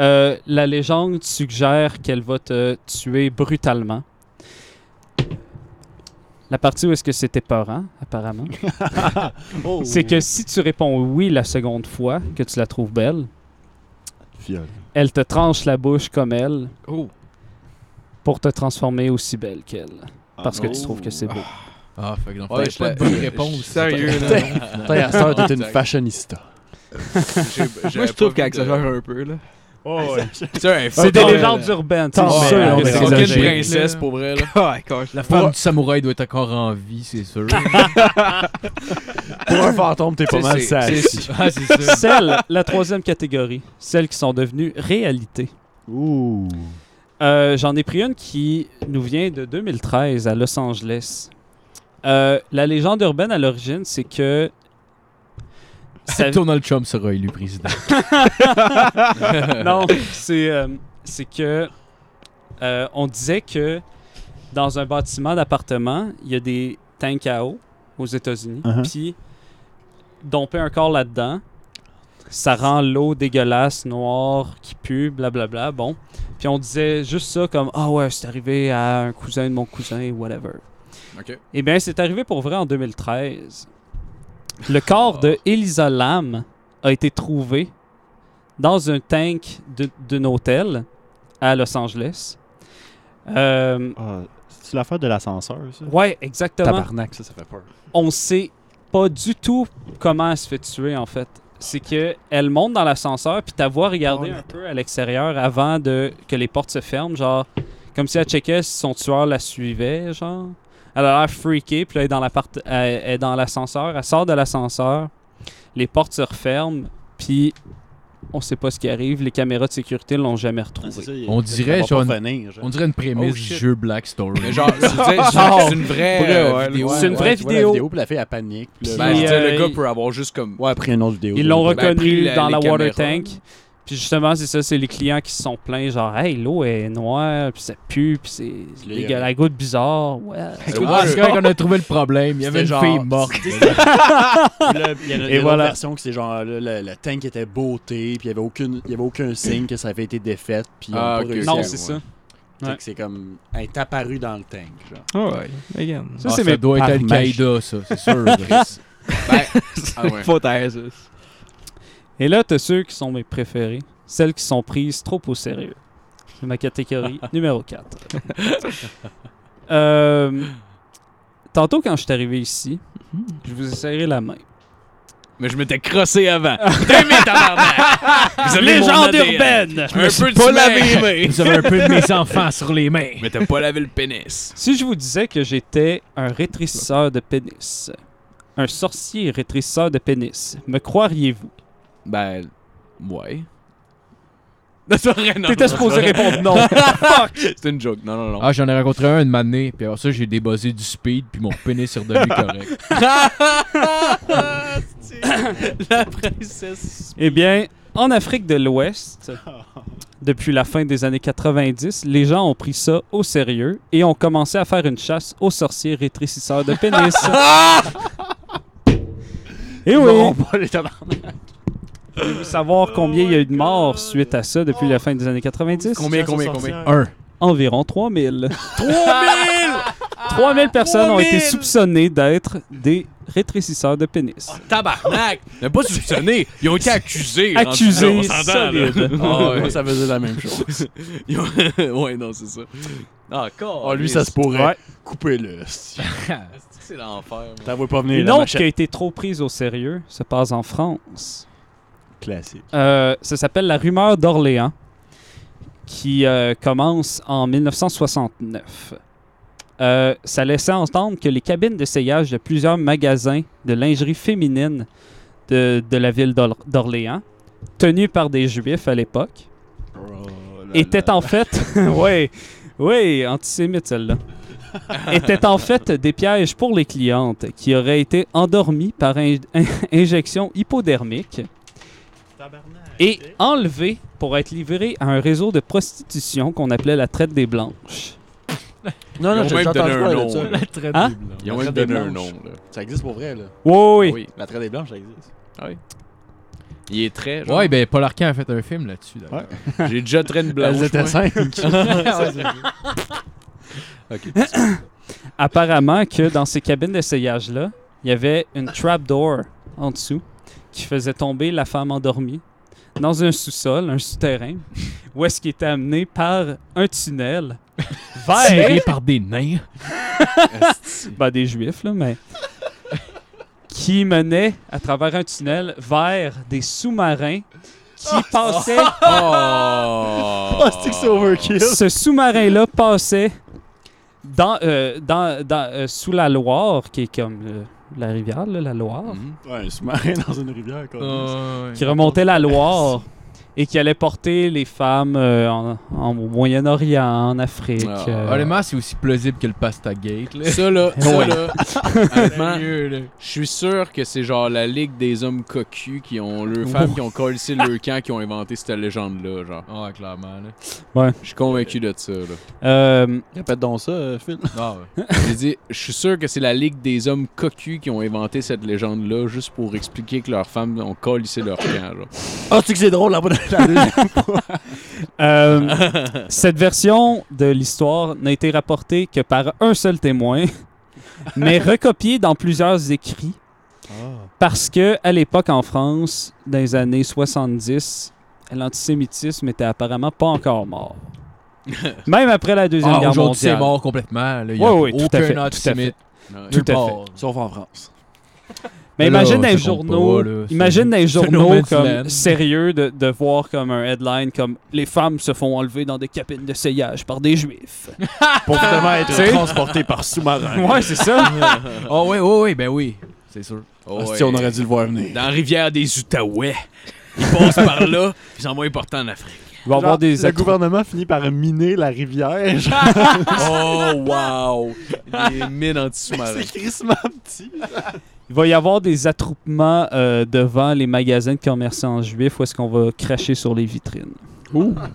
Speaker 7: euh, la légende suggère qu'elle va te tuer brutalement. La partie où est-ce que c'était peurant, apparemment,
Speaker 5: Oh.
Speaker 7: c'est que si tu réponds oui la seconde fois, que tu la trouves belle,
Speaker 5: Fiole.
Speaker 7: elle te tranche la bouche comme elle
Speaker 6: Oh.
Speaker 7: pour te transformer aussi belle qu'elle. Parce que tu trouves que c'est beau.
Speaker 3: Ah, fait que donc,
Speaker 4: Ouais,
Speaker 3: fallait
Speaker 4: je
Speaker 3: pas
Speaker 4: la-
Speaker 3: de bonne
Speaker 4: je suis
Speaker 3: réponse.
Speaker 6: Sérieux, là.
Speaker 5: Putain, la sœur, t'es une fashionista.
Speaker 6: Moi, je trouve qu'elle exagère un peu, là.
Speaker 5: Oh, ouais.
Speaker 7: C'est des
Speaker 5: Attends,
Speaker 7: légendes urbaines.
Speaker 5: Tant
Speaker 7: c'est
Speaker 5: mieux,
Speaker 7: sûr
Speaker 5: on
Speaker 7: que
Speaker 5: est
Speaker 7: c'est
Speaker 4: C'est aucune
Speaker 5: exagéré.
Speaker 7: exagéré.
Speaker 4: princesse, pour vrai, là.
Speaker 6: Ah, quand
Speaker 3: La femme du samouraï doit être encore en vie, c'est sûr.
Speaker 5: Pour un fantôme, t'es pas
Speaker 4: Tu sais,
Speaker 5: mal
Speaker 4: c'est-
Speaker 5: sale.
Speaker 4: c'est-
Speaker 3: ah, c'est sûr.
Speaker 7: Celle, la troisième catégorie, celles qui sont devenues réalité.
Speaker 5: Ouh.
Speaker 7: Euh, J'en ai pris une qui nous vient de 2013 à Los Angeles. Euh, la légende urbaine à l'origine, c'est que. ça-
Speaker 3: Donald Trump sera élu président.
Speaker 7: non, c'est euh, c'est que. euh, on disait que dans un bâtiment d'appartement, il y a des tanks à eau aux États-Unis.
Speaker 5: Uh-huh.
Speaker 7: Puis, domper un corps là-dedans, ça rend l'eau dégueulasse, noire, qui pue, blablabla. Bon. Puis on disait juste ça comme Ah ouais, c'est arrivé à un cousin de mon cousin, whatever.
Speaker 4: Ok.
Speaker 7: Eh bien, c'est arrivé pour vrai en 2013. Le corps de Elisa Lam a été trouvé dans un tank de- d'un hôtel à Los Angeles. Euh,
Speaker 5: Ah, C'est-tu l'affaire de l'ascenseur, ça?
Speaker 7: ouais, exactement.
Speaker 5: Tabarnak, ça, ça fait peur.
Speaker 7: On sait pas du tout comment elle se fait tuer, en fait. C'est que elle monte dans l'ascenseur, puis t'as voix regarder un peu à l'extérieur avant de que les portes se ferment, genre, comme si elle checkait si son tueur la suivait, genre. Elle a l'air freakée, puis là, elle est dans l'appart- elle elle est dans l'ascenseur, elle sort de l'ascenseur, les portes se referment, puis on sait pas ce qui arrive, les caméras de sécurité l'ont jamais
Speaker 5: Ah,
Speaker 7: retrouvée.
Speaker 3: On dirait, genre, On dirait une prémisse
Speaker 4: Oh,
Speaker 3: du
Speaker 4: shit.
Speaker 3: jeu Black Story.
Speaker 4: Mais genre, c'est- c'est genre, c'est une vraie euh, vidéo.
Speaker 7: C'est une vraie vidéo.
Speaker 5: puis la fille, elle panique. Puis là,
Speaker 4: Ben,
Speaker 7: Puis,
Speaker 4: je veux dire,
Speaker 7: euh,
Speaker 4: le gars
Speaker 7: il-
Speaker 4: peut avoir juste comme.
Speaker 5: ouais, après une autre vidéo.
Speaker 7: Ils l'ont
Speaker 4: Ben, après,
Speaker 7: reconnu
Speaker 4: la-
Speaker 7: dans
Speaker 4: les
Speaker 7: la water
Speaker 4: caméras.
Speaker 7: tank. Puis justement, c'est ça, c'est les clients qui se sont plaints, genre, hey, l'eau est noire, puis ça pue, puis c'est
Speaker 5: Là,
Speaker 7: les
Speaker 5: il
Speaker 4: hein.
Speaker 7: gars,
Speaker 5: y a-
Speaker 7: la goutte bizarre. Ouais.
Speaker 4: Le
Speaker 3: Ah,
Speaker 4: water-
Speaker 3: c'est quand on a trouvé le problème. Il y avait une
Speaker 5: C'était
Speaker 3: fille
Speaker 5: genre-
Speaker 3: morte.
Speaker 5: il y a,
Speaker 7: Et
Speaker 5: et
Speaker 7: voilà.
Speaker 5: voilà. version que c'est genre le, le- le tank était beauté, puis il n'y avait, aucune- il y avait aucun signe que ça avait été défaite, puis ils ont
Speaker 4: Ah,
Speaker 5: pas
Speaker 4: ok,
Speaker 5: réussi
Speaker 4: ok,
Speaker 5: à-
Speaker 7: Non, c'est ça.
Speaker 5: Fait
Speaker 7: Ouais.
Speaker 5: que C'est comme être apparu dans le tank. Genre.
Speaker 6: Ah ouais, regarde.
Speaker 3: Ça,
Speaker 5: Ah,
Speaker 3: c'est
Speaker 5: ça
Speaker 3: mes doit être
Speaker 5: par
Speaker 3: Al-Qaïda, ça, c'est sûr.
Speaker 4: Ah ouais.
Speaker 6: Faut taire ça.
Speaker 7: Et là, t'as ceux qui sont mes préférés, celles qui sont prises trop au sérieux. C'est ma catégorie numéro 4. Euh, tantôt, quand je suis arrivé ici,
Speaker 4: Mhm.
Speaker 7: je vous ai serré la main.
Speaker 4: Mais je m'étais crossé avant. T'as mis tabarnak! Vous avez mon
Speaker 7: Légende
Speaker 4: ADN.
Speaker 7: urbaine!
Speaker 4: Un peu de pas
Speaker 3: Vous avez un peu de mes enfants sur les mains.
Speaker 4: Mais t'as pas lavé le pénis.
Speaker 7: Si je vous disais que j'étais un rétrécisseur de pénis, un sorcier rétrécisseur de pénis, me croiriez-vous?
Speaker 4: Ben. Ouais.
Speaker 7: T'étais supposé répondre non. Fuck!
Speaker 4: C'est une joke. Non, non, non.
Speaker 3: Ah, j'en ai rencontré un une manée, puis alors ça, j'ai débossé du speed, puis mon pénis est redevenu correct.
Speaker 7: Eh bien, en Afrique de l'Ouest, depuis la fin des années 90, les gens ont pris ça au sérieux et ont commencé à faire une chasse aux sorciers rétrécisseurs de pénis. Et oui! Voulez-vous savoir combien il y a eu de morts suite à ça depuis la fin des années 90?
Speaker 4: Combien, combien, combien?
Speaker 3: Un.
Speaker 7: environ 3000. 3000 3000 personnes ont été soupçonnées d'être des rétrécisseurs de pénis.
Speaker 4: Tabarnak! Mais pas soupçonné. Ils ont été accusés. rendu là, on
Speaker 7: Accusés
Speaker 4: s'entend, là.
Speaker 7: solides.
Speaker 4: Ah,
Speaker 5: Moi,
Speaker 4: ouais.
Speaker 5: ça faisait la même chose.
Speaker 4: Ils ont- ouais, non, c'est ça. Ah, encore.
Speaker 5: Ah, lui, ça se pourrait. Coupez-le.
Speaker 4: C'est l'enfer. moi.
Speaker 5: T'en vois pas venir.
Speaker 7: Une
Speaker 5: la
Speaker 7: autre
Speaker 5: machette.
Speaker 7: qui a été trop prise au sérieux se passe en France.
Speaker 5: Classique.
Speaker 7: Euh, ça s'appelle La rumeur d'Orléans, qui euh, commence en 1969. Euh, ça laissait entendre que les cabines d'essayage de plusieurs magasins de lingerie féminine de, de la ville d'Or- d'Orléans, tenus par des juifs à l'époque, était en fait. ouais, ouais, antisémite celle-là. était en fait des pièges pour les clientes qui auraient été endormies par in- in- injection hypodermique et enlevées pour être livrées à un réseau de prostitution qu'on appelait la traite des blanches.
Speaker 5: Non,
Speaker 4: Ils ont même donné un nom. là.
Speaker 7: Hein?
Speaker 4: Ils ont
Speaker 5: La
Speaker 4: même
Speaker 5: traite
Speaker 4: donné un
Speaker 5: des
Speaker 4: nom.
Speaker 5: blanches.
Speaker 4: là.
Speaker 5: Ça existe pour vrai, là.
Speaker 7: Oui, oui.
Speaker 4: Oui.
Speaker 5: La traite des blanches, ça existe.
Speaker 4: Il est très. genre,
Speaker 3: Ouais, ben Paul Arcand a fait un film là-dessus, d'ailleurs.
Speaker 4: J'ai déjà traîné de blanche.
Speaker 5: ben, Elles étaient
Speaker 4: moi.
Speaker 5: cinq.
Speaker 7: Apparemment que dans ces cabines d'essayage-là, il y avait une trapdoor en dessous qui faisait tomber la femme endormie dans un sous-sol, un souterrain, où est-ce qu'il était amené par un tunnel vers
Speaker 3: Tiré par des nains.
Speaker 7: ben, des juifs, là, mais qui menait à travers un tunnel vers des sous-marins qui passaient.
Speaker 4: Oh!
Speaker 5: Oh, c'est que c'est overkill.
Speaker 7: Ce sous-marin-là passait dans, euh, dans, dans, euh, sous la Loire, qui est comme euh, la rivière, là, la Loire.
Speaker 4: Mhm.
Speaker 5: Ouais, un sous-marin dans une rivière, quoi.
Speaker 6: Ah.
Speaker 7: qui remontait la Loire et qui allait porter les femmes euh, en, en- au Moyen-Orient, en Afrique.
Speaker 4: Ah,
Speaker 7: euh.
Speaker 3: Honnêtement, c'est aussi plausible que le Pastagate, là.
Speaker 4: Ça là, ça
Speaker 7: Ouais.
Speaker 4: là, honnêtement,
Speaker 3: Mieux, là.
Speaker 4: je suis sûr que c'est genre la ligue des hommes cocus qui ont leurs femmes qui ont collé leur camp qui ont inventé cette légende là, genre.
Speaker 3: Ah, clairement, là.
Speaker 4: Je suis convaincu de ça là.
Speaker 7: Euh,
Speaker 5: Répète donc ça, euh, Phil.
Speaker 3: Ah, ouais.
Speaker 4: J'ai dit, je suis sûr que c'est la ligue des hommes cocus qui ont inventé cette légende là juste pour expliquer que leurs femmes ont collé leur camp genre.
Speaker 5: Ah, tu sais que c'est drôle là-bas dans la deuxième.
Speaker 7: euh, cette version de l'histoire n'a été rapportée que par un seul témoin mais recopié dans plusieurs écrits.
Speaker 3: Ah.
Speaker 7: Parce que à l'époque en France, dans les années 70, l'antisémitisme était apparemment pas encore mort. Même après la Deuxième
Speaker 3: Ah,
Speaker 7: Guerre
Speaker 3: Aujourd'hui, c'est
Speaker 7: mondiale.
Speaker 3: mort complètement. Là. Il y a
Speaker 7: Ouais, ouais, tout à
Speaker 3: aucun
Speaker 7: fait, tout à
Speaker 3: antisémite.
Speaker 7: Tout à
Speaker 3: nulle
Speaker 7: fait.
Speaker 3: part.
Speaker 5: Sauf en France.
Speaker 7: Mais
Speaker 3: Là,
Speaker 7: imagine dans les
Speaker 3: ça compte
Speaker 7: journaux,
Speaker 3: pas, là. C'est-
Speaker 7: imagine dans les
Speaker 3: c'est un
Speaker 7: journaux
Speaker 3: no man's
Speaker 7: comme
Speaker 3: land.
Speaker 7: sérieux de, de voir comme un headline comme les femmes se font enlever dans des cabines de seillage par des juifs.
Speaker 5: Pour finalement être
Speaker 7: T'sais?
Speaker 5: transporté par sous-marin.
Speaker 7: ouais, c'est ça.
Speaker 3: Ah oui, oui, oui, ben oui. C'est sûr.
Speaker 4: Oh,
Speaker 5: Si on
Speaker 4: ouais.
Speaker 5: aurait dû le voir venir.
Speaker 4: Dans la rivière des Outaouais. Ils passent par là, puis ils envoient important en Afrique.
Speaker 7: Il va y avoir des
Speaker 5: le
Speaker 7: atro-
Speaker 5: gouvernement finit par miner la rivière. genre,
Speaker 4: Oh, wow! Les mines anti-sous-marins.
Speaker 5: C'est crissement petit.
Speaker 7: Il va y avoir des attroupements euh, devant les magasins de commerçants juifs où est-ce qu'on va cracher sur les vitrines.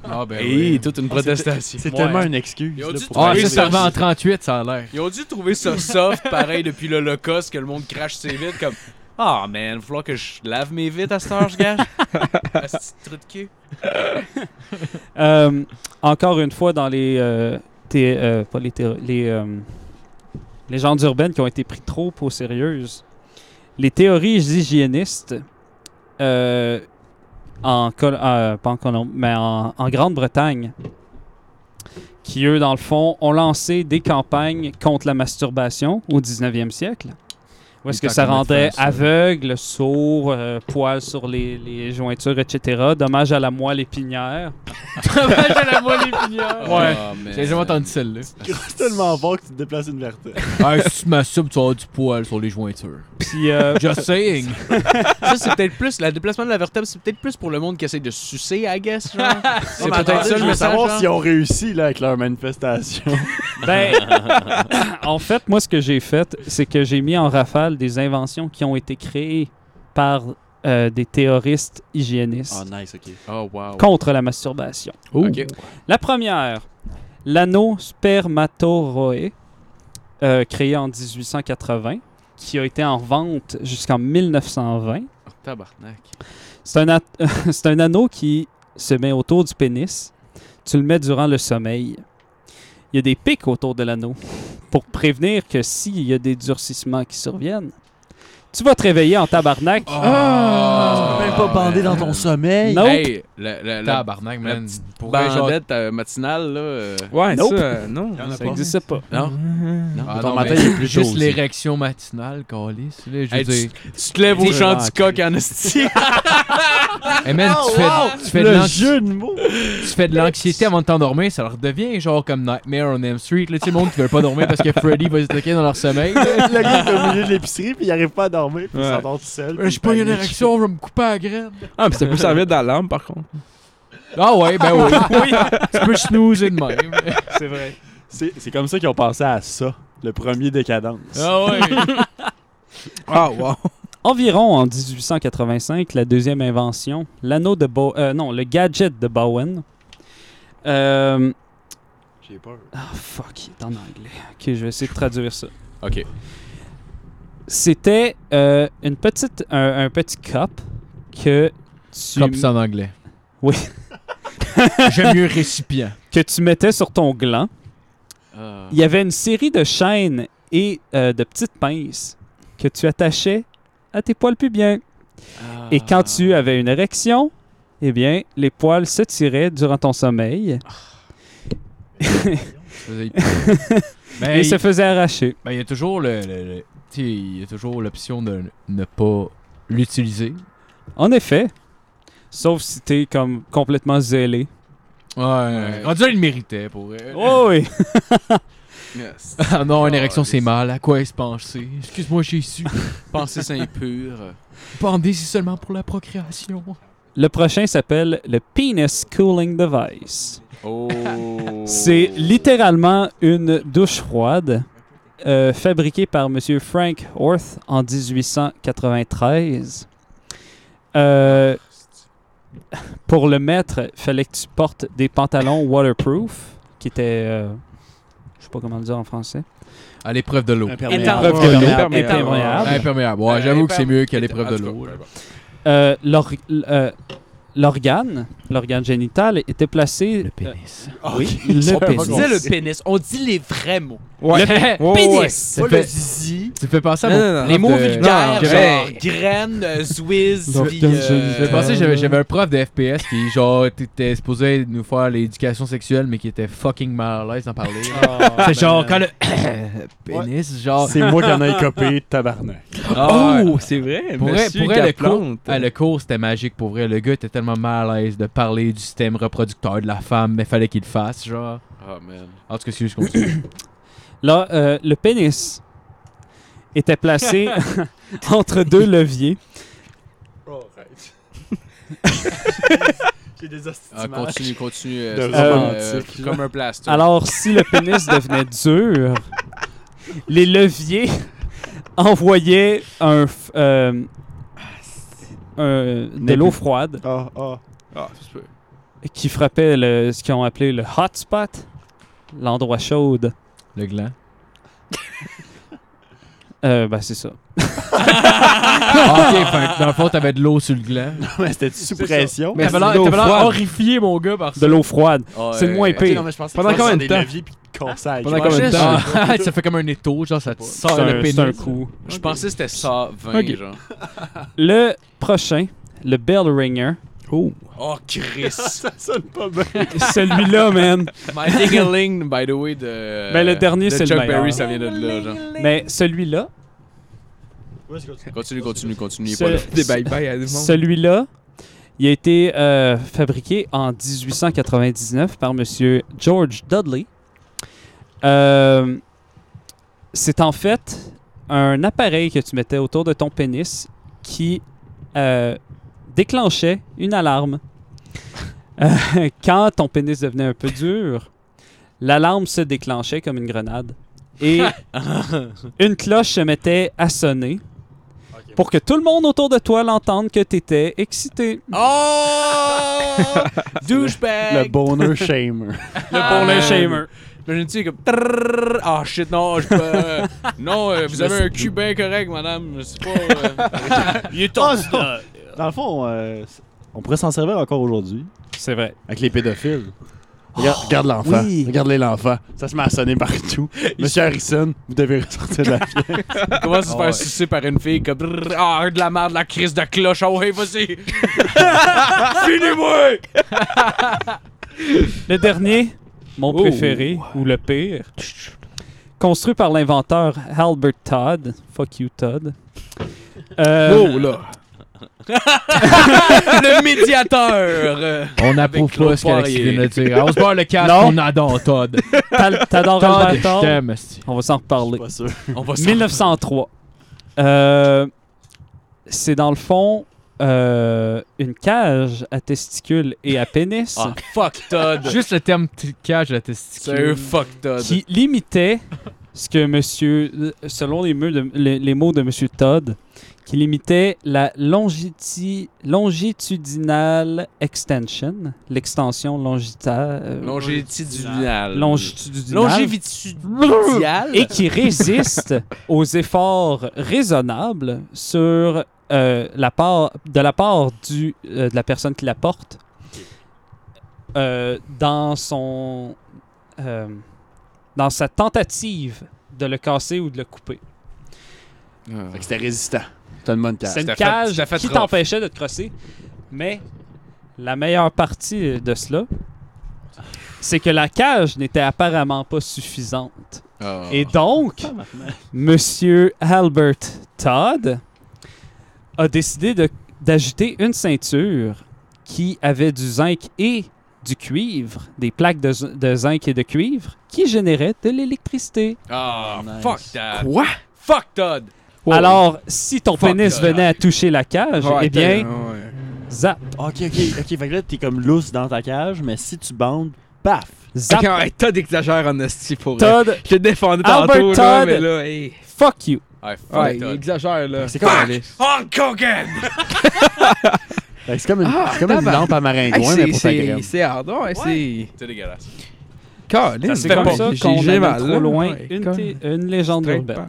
Speaker 3: Ah ben
Speaker 4: Hey,
Speaker 3: oui.
Speaker 4: toute une protestation.
Speaker 5: C'est
Speaker 4: Ouais.
Speaker 5: tellement une excuse.
Speaker 4: Ils ont
Speaker 5: là,
Speaker 4: dû
Speaker 5: pour-
Speaker 3: Ah,
Speaker 4: Oui,
Speaker 3: ça,
Speaker 4: c'est
Speaker 3: ça revend
Speaker 4: ça.
Speaker 3: en 38, ça a l'air.
Speaker 4: Ils ont dû trouver ça soft, pareil, depuis l'Holocauste, que le monde crache ses vitres, comme « Ah, man, il va falloir que je lave mes vitres à cette heure, je gage. » Asti de trou de cul.
Speaker 7: Euh, encore une fois, dans les, euh, thé- euh, pas les, thé- les, euh, légendes urbaines qui ont été prises trop au sérieux, les théories hygiénistes, euh, en, Col- euh, pas en Colombe, mais en, en Grande-Bretagne, qui eux, dans le fond, ont lancé des campagnes contre la masturbation au 19e siècle. Où est-ce
Speaker 3: Il
Speaker 7: que
Speaker 3: est
Speaker 7: ça
Speaker 3: en train de
Speaker 7: rendait
Speaker 3: faire ça.
Speaker 7: aveugle, sourd, euh, poils sur les, les jointures, etc. Dommage à la moelle épinière.
Speaker 3: Dommage à la moelle épinière. Ouais.
Speaker 4: Ah, man.
Speaker 3: J'ai jamais entendu celle-là.
Speaker 5: C'est tellement fort que tu te déplaces une vertèbre.
Speaker 3: Ah, si tu m'assubes, tu vas avoir du poil sur les jointures.
Speaker 7: Puis, euh,
Speaker 3: Just saying.
Speaker 4: Ça, c'est peut-être plus... Le déplacement de la vertèbre, c'est peut-être plus pour le monde qui essaie de sucer, I guess, genre. C'est peut-être ça,
Speaker 5: Oh, Je
Speaker 4: le
Speaker 5: veux
Speaker 4: message, hein.
Speaker 5: savoir
Speaker 4: genre.
Speaker 5: s'ils ont réussi là, avec leur manifestation.
Speaker 7: ben, en fait, moi, ce que j'ai fait, c'est que j'ai mis en rafale des inventions qui ont été créées par euh, des théoristes hygiénistes
Speaker 5: nice, ok.
Speaker 4: Oh, wow.
Speaker 7: contre la masturbation.
Speaker 4: Ok.
Speaker 7: La première, l'anneau spermatoroé, euh, créé en 1880, qui a été en vente jusqu'en 1920.
Speaker 4: Oh, tabarnak.
Speaker 7: C'est un, at- c'est un anneau qui se met autour du pénis. Tu le mets durant le sommeil. Il y a des pics autour de l'anneau pour prévenir que s'il y a des durcissements qui surviennent, tu vas te réveiller en tabarnak.
Speaker 3: Ah!
Speaker 5: sommeil.
Speaker 7: Non.
Speaker 4: Hey, la, la, la
Speaker 3: Tabarnak,
Speaker 4: la
Speaker 3: man. Pour vrai, genre-
Speaker 4: bandette euh, matinale, là... euh,
Speaker 6: Ouais,
Speaker 7: Nope.
Speaker 6: ça, euh, non.
Speaker 5: Il y en a
Speaker 7: Ça
Speaker 5: pas.
Speaker 7: n'existe pas.
Speaker 4: Non?
Speaker 3: Ah,
Speaker 5: Ton
Speaker 3: non,
Speaker 5: matin,
Speaker 3: mais
Speaker 5: il est plus
Speaker 3: Juste
Speaker 5: chaud
Speaker 3: l'érection matinale, calice. là, Je veux
Speaker 4: Hey,
Speaker 3: dire.
Speaker 4: Tu te lèves au
Speaker 5: C'est
Speaker 4: chant
Speaker 5: vraiment
Speaker 4: du coq en esti.
Speaker 3: Hey, man, tu fais, tu fais de
Speaker 5: Oh, Le
Speaker 3: l'anxi-
Speaker 5: jeu de mots.
Speaker 3: tu fais de l'anxiété avant de t'endormir, ça leur devient genre comme Nightmare on M Street. Là, tu sais, le monde qui veut pas dormir parce que Freddy va se toquer dans leur sommeil.
Speaker 5: Le gars est au milieu de l'épicerie, puis il arrive pas à dormir, puis il
Speaker 6: Ouais.
Speaker 5: s'endort tout seul. puis
Speaker 3: Je
Speaker 5: il
Speaker 3: Euh, pas une
Speaker 5: panique.
Speaker 3: érection, on va me couper à la graine.
Speaker 6: Ah, mais ça peut servir d'alarme, par contre.
Speaker 3: Ah ouais, ben oui. tu peux snoozer de même.
Speaker 7: C'est vrai.
Speaker 5: C'est c'est comme ça qu'ils ont pensé à ça, le premier décadence.
Speaker 3: Ah ouais.
Speaker 6: Ah, wow.
Speaker 7: Environ en 1885, la deuxième invention, l'anneau de Bo- euh, non, le gadget de Bowen. Euh,
Speaker 5: J'ai peur.
Speaker 7: Ah, fuck, il est en anglais. Ok, je vais essayer de traduire ça.
Speaker 4: Ok.
Speaker 7: C'était euh, une petite, un, un petit cup que tu,
Speaker 3: Comme ça en anglais.
Speaker 7: Oui.
Speaker 3: J'aime mieux récipient.
Speaker 7: que tu mettais sur ton gland.
Speaker 4: Ah.
Speaker 7: Il y
Speaker 5: Ah.
Speaker 7: avait une série de chaînes et euh, de petites pinces que tu attachais à tes poils pubiens.
Speaker 4: Ah,
Speaker 7: Et quand tu avais une érection, eh bien, les poils se tiraient durant ton sommeil
Speaker 3: Ben,
Speaker 7: et
Speaker 3: il
Speaker 7: se faisaient arracher.
Speaker 3: ben, il y a toujours le, le- le- tu sais, il y a toujours l'option de ne pas l'utiliser.
Speaker 7: En effet, sauf si t'es comme complètement zélé.
Speaker 3: Ouais. On dirait qu'il le méritait pour elle.
Speaker 7: Oh oui!
Speaker 4: Yes.
Speaker 3: Ah non, une
Speaker 4: Oh,
Speaker 3: érection c'est
Speaker 4: les-
Speaker 3: mal. À quoi est-ce penser Excuse-moi, j'ai su.
Speaker 4: Pensée c'est impure.
Speaker 3: Pendé, c'est seulement pour la procréation.
Speaker 7: Le prochain s'appelle le Penis Cooling Device.
Speaker 4: Oh.
Speaker 7: C'est littéralement une douche froide euh, fabriquée par Monsieur Frank Orth en 1893. Euh, pour le mettre, fallait que tu portes des pantalons waterproof qui étaient, euh, je sais pas comment le dire en français,
Speaker 3: À l'épreuve de l'eau.
Speaker 5: Imperméable.
Speaker 7: Preuve que l'eau
Speaker 6: Imperméable.
Speaker 7: imperméable.
Speaker 3: Imperméable. Ouais, j'avoue que c'est mieux qu'à l'épreuve de l'eau. là.
Speaker 7: Euh, l'or- l- euh, l'organe, l'organe génital, était placé.
Speaker 3: Le pénis.
Speaker 7: Oui,
Speaker 5: sont
Speaker 7: le
Speaker 5: pas
Speaker 7: pénis.
Speaker 5: gros.
Speaker 9: disait le pénis. On dit les vrais mots.
Speaker 6: Ouais.
Speaker 3: Le
Speaker 6: Ouais, ouais, ouais.
Speaker 7: Pénis!
Speaker 3: Tu me
Speaker 5: le
Speaker 3: fais,
Speaker 5: zizi.
Speaker 3: tu me fais penser à
Speaker 6: Non,
Speaker 3: mon
Speaker 6: non, non.
Speaker 3: prof
Speaker 9: Les mots
Speaker 3: de-
Speaker 9: vulgaires,
Speaker 6: non,
Speaker 9: genre graines, euh, zwizz,
Speaker 6: Donc,
Speaker 9: puis,
Speaker 6: je-
Speaker 9: euh,
Speaker 3: Je pensais j'avais j'avais un prof de FPS qui genre était supposé nous faire l'éducation sexuelle mais qui était fucking mal à l'aise d'en parler. C'est genre quand le pénis genre
Speaker 5: Ah. C'est moi qui en ai copé, tabarnak.
Speaker 6: Oh, c'est vrai.
Speaker 3: Ah pour vrai,
Speaker 6: Monsieur
Speaker 3: pour vrai, le cours,
Speaker 6: Caplante.
Speaker 3: ah, le cours c'était magique pour vrai le gars était tellement mal à l'aise de parler du système reproducteur de la femme mais fallait qu'il le fasse genre
Speaker 4: Oh, man.
Speaker 3: en tout cas si je continue.
Speaker 7: Là, euh, le pénis était placé entre deux leviers.
Speaker 5: J'ai des astuces.
Speaker 4: Ah, continue, continue. euh,
Speaker 5: De
Speaker 4: c'est comme,
Speaker 5: romantique.
Speaker 4: euh, comme un plaster.
Speaker 7: Alors, si le pénis devenait dur, les leviers envoyaient un, f- euh, un- de l'eau froide
Speaker 5: Ah, ah.
Speaker 6: Ah, ça se peut.
Speaker 7: qui frappait le, ce qu'ils ont appelé le hotspot, l'endroit chaud.
Speaker 3: le gland.
Speaker 7: Euh, ben, c'est ça.
Speaker 3: Ah, ok, fait que dans le fond t'avais de l'eau sur le gland.
Speaker 5: Mais c'était sous pression.
Speaker 6: Mais
Speaker 3: T'avais
Speaker 6: c'est
Speaker 3: l'air
Speaker 6: l'eau
Speaker 3: t'avais l'air
Speaker 6: froide.
Speaker 3: horrifié mon gars par ça.
Speaker 7: De l'eau froide.
Speaker 4: Ah,
Speaker 7: c'est le moins
Speaker 5: Ok,
Speaker 7: épais.
Speaker 5: non, mais je pensais
Speaker 6: Pendant
Speaker 5: que tu
Speaker 6: combien
Speaker 5: faisais
Speaker 6: de
Speaker 5: des
Speaker 6: temps?
Speaker 5: leviers puis tu cassais avec.
Speaker 6: Pendant
Speaker 5: Ouais,
Speaker 6: combien de
Speaker 5: je-
Speaker 6: temps?
Speaker 3: Ah, ça fait comme un étau genre ça te sort
Speaker 7: C'est
Speaker 3: le
Speaker 7: un,
Speaker 3: pénis.
Speaker 7: c'est un coup.
Speaker 4: Je pensais que c'était ça 20,
Speaker 6: Ok.
Speaker 4: genre.
Speaker 7: Le prochain, le bell ringer.
Speaker 6: Oh.
Speaker 4: Oh, Chris.
Speaker 5: Ça sonne pas bien.
Speaker 7: Celui-là, man.
Speaker 4: My Ding-a-Ling, by the way, de.
Speaker 7: Ben, le dernier,
Speaker 4: de
Speaker 7: c'est le
Speaker 4: Chuck
Speaker 7: meilleur.
Speaker 4: Berry, ça vient de là, genre.
Speaker 7: Mais celui-là,
Speaker 4: Continue, continue, continue.
Speaker 7: Ce-
Speaker 4: pas là.
Speaker 6: Des bye-bye à tout le monde.
Speaker 7: celui-là, il a été euh, fabriqué en 1899 par Monsieur George Dudley. Euh, c'est en fait un appareil que tu mettais autour de ton pénis qui euh, déclenchait une alarme. Euh, Quand ton pénis devenait un peu dur, l'alarme se déclenchait comme une grenade et une cloche se mettait à sonner pour que tout le monde autour de toi l'entende que t'étais excité.
Speaker 4: Oh!
Speaker 5: Le
Speaker 4: Douchebag!
Speaker 5: bonheur shamer.
Speaker 4: Ah,
Speaker 7: bonnet
Speaker 4: man.
Speaker 7: shamer.
Speaker 4: Le tu comme. trrrr. Ah, shit, non, je peux. euh, non, euh, vous avez un cul bien correct, madame. C'est pas. euh,
Speaker 5: Ah, Dans le fond, euh, on pourrait s'en servir encore aujourd'hui.
Speaker 7: C'est vrai.
Speaker 5: Avec les pédophiles. Regarde, regarde l'enfant.
Speaker 7: oui.
Speaker 5: Regardez l'enfant. Ça se met à sonner partout. Monsieur Harrison, vous devez ressortir de la pièce.
Speaker 4: Il commence à se
Speaker 3: Ah ouais.
Speaker 4: faire sucer par une fille comme brrr, Ah, de la merde, la crise de cloche, oh hey, vas-y! Finis-moi!
Speaker 7: Le dernier, mon préféré, ou le pire, construit par l'inventeur Albert Todd. Fuck you, Todd. Euh,
Speaker 6: Oh, là.
Speaker 4: Le médiateur! euh,
Speaker 3: On n'approuve
Speaker 4: Claude
Speaker 3: pas ce qu'Alexis
Speaker 4: Poirier.
Speaker 3: vient de dire. On se barre le casque,
Speaker 7: Non.
Speaker 3: on adore Todd.
Speaker 7: t'as- T'adores
Speaker 3: Todd,
Speaker 7: Albert
Speaker 3: je
Speaker 7: Todd?
Speaker 3: t'aime, esti.
Speaker 7: On va s'en reparler.
Speaker 5: Pas sûr.
Speaker 4: On va s'en-
Speaker 7: 1903. Euh, c'est dans le fond euh, une cage à testicules et à pénis
Speaker 4: Ah, fuck Todd!
Speaker 3: Juste le terme t- cage à testicule.
Speaker 4: Sérieux, fuck Todd!
Speaker 7: qui limitait ce que monsieur, selon les, mots de- les- les mots de monsieur Todd, qui limitait la longiti- longitudinal extension, l'extension longita- euh,
Speaker 4: Longitudinal.
Speaker 7: longitudinale,
Speaker 4: Longitudinal?
Speaker 7: et qui résiste aux efforts raisonnables sur euh, la part de la part du euh, de la personne qui la porte euh, dans son euh, dans sa tentative de le casser ou de le couper.
Speaker 5: Fait que c'était résistant. C'était une bonne
Speaker 7: C'est
Speaker 5: case.
Speaker 7: une
Speaker 4: t'as fait-
Speaker 7: cage
Speaker 4: t'as fait
Speaker 7: qui
Speaker 4: rough.
Speaker 7: t'empêchait de te crosser. Mais la meilleure partie de cela, c'est que la cage n'était apparemment pas suffisante.
Speaker 4: Ah.
Speaker 7: Et donc, Monsieur Albert Todd a décidé de- d'ajouter une ceinture qui avait du zinc et du cuivre, des plaques de, z- de zinc et de cuivre, qui généraient de l'électricité.
Speaker 4: Ah,
Speaker 5: Nice.
Speaker 4: fuck Todd!
Speaker 6: Quoi?
Speaker 4: Fuck Todd!
Speaker 7: Alors, si ton
Speaker 4: Fuck,
Speaker 7: pénis
Speaker 4: là,
Speaker 7: venait à toucher la cage,
Speaker 6: Ouais,
Speaker 7: eh bien,
Speaker 5: Ah
Speaker 6: ouais.
Speaker 7: zap,
Speaker 5: Ok, ok, ok. Fait que là, t'es comme lousse dans ta cage, mais si tu bandes, paf!
Speaker 7: zap,
Speaker 6: Ok, ouais, Todd exagère en esti pour vrai.
Speaker 7: Todd,
Speaker 6: Je te défendais
Speaker 7: Albert
Speaker 6: tantôt, là,
Speaker 7: Todd.
Speaker 6: mais là, hey.
Speaker 7: fuck you.
Speaker 4: Ah, fuck
Speaker 6: Ouais, il
Speaker 4: Todd!
Speaker 6: exagère, là.
Speaker 5: C'est comme,
Speaker 4: Hulk Hogan!
Speaker 5: Fait que c'est comme une,
Speaker 6: Ah,
Speaker 5: c'est comme une
Speaker 6: tabarnak.
Speaker 5: lampe à maringouin,
Speaker 6: Hey,
Speaker 5: mais
Speaker 6: c'est-
Speaker 5: pour ta
Speaker 6: C'est
Speaker 5: graine.
Speaker 6: c'est hard, ouais, c'est...
Speaker 4: C'est dégueulasse.
Speaker 6: Colin,
Speaker 4: se
Speaker 6: c'est
Speaker 4: fait
Speaker 6: comme
Speaker 4: pas.
Speaker 6: ça
Speaker 7: qu'on
Speaker 6: j'ai
Speaker 7: amène
Speaker 6: mal, là.
Speaker 7: trop loin
Speaker 6: Ouais,
Speaker 7: une,
Speaker 6: comme-
Speaker 7: thé- une légende
Speaker 6: Straight
Speaker 7: urbaine.
Speaker 6: back.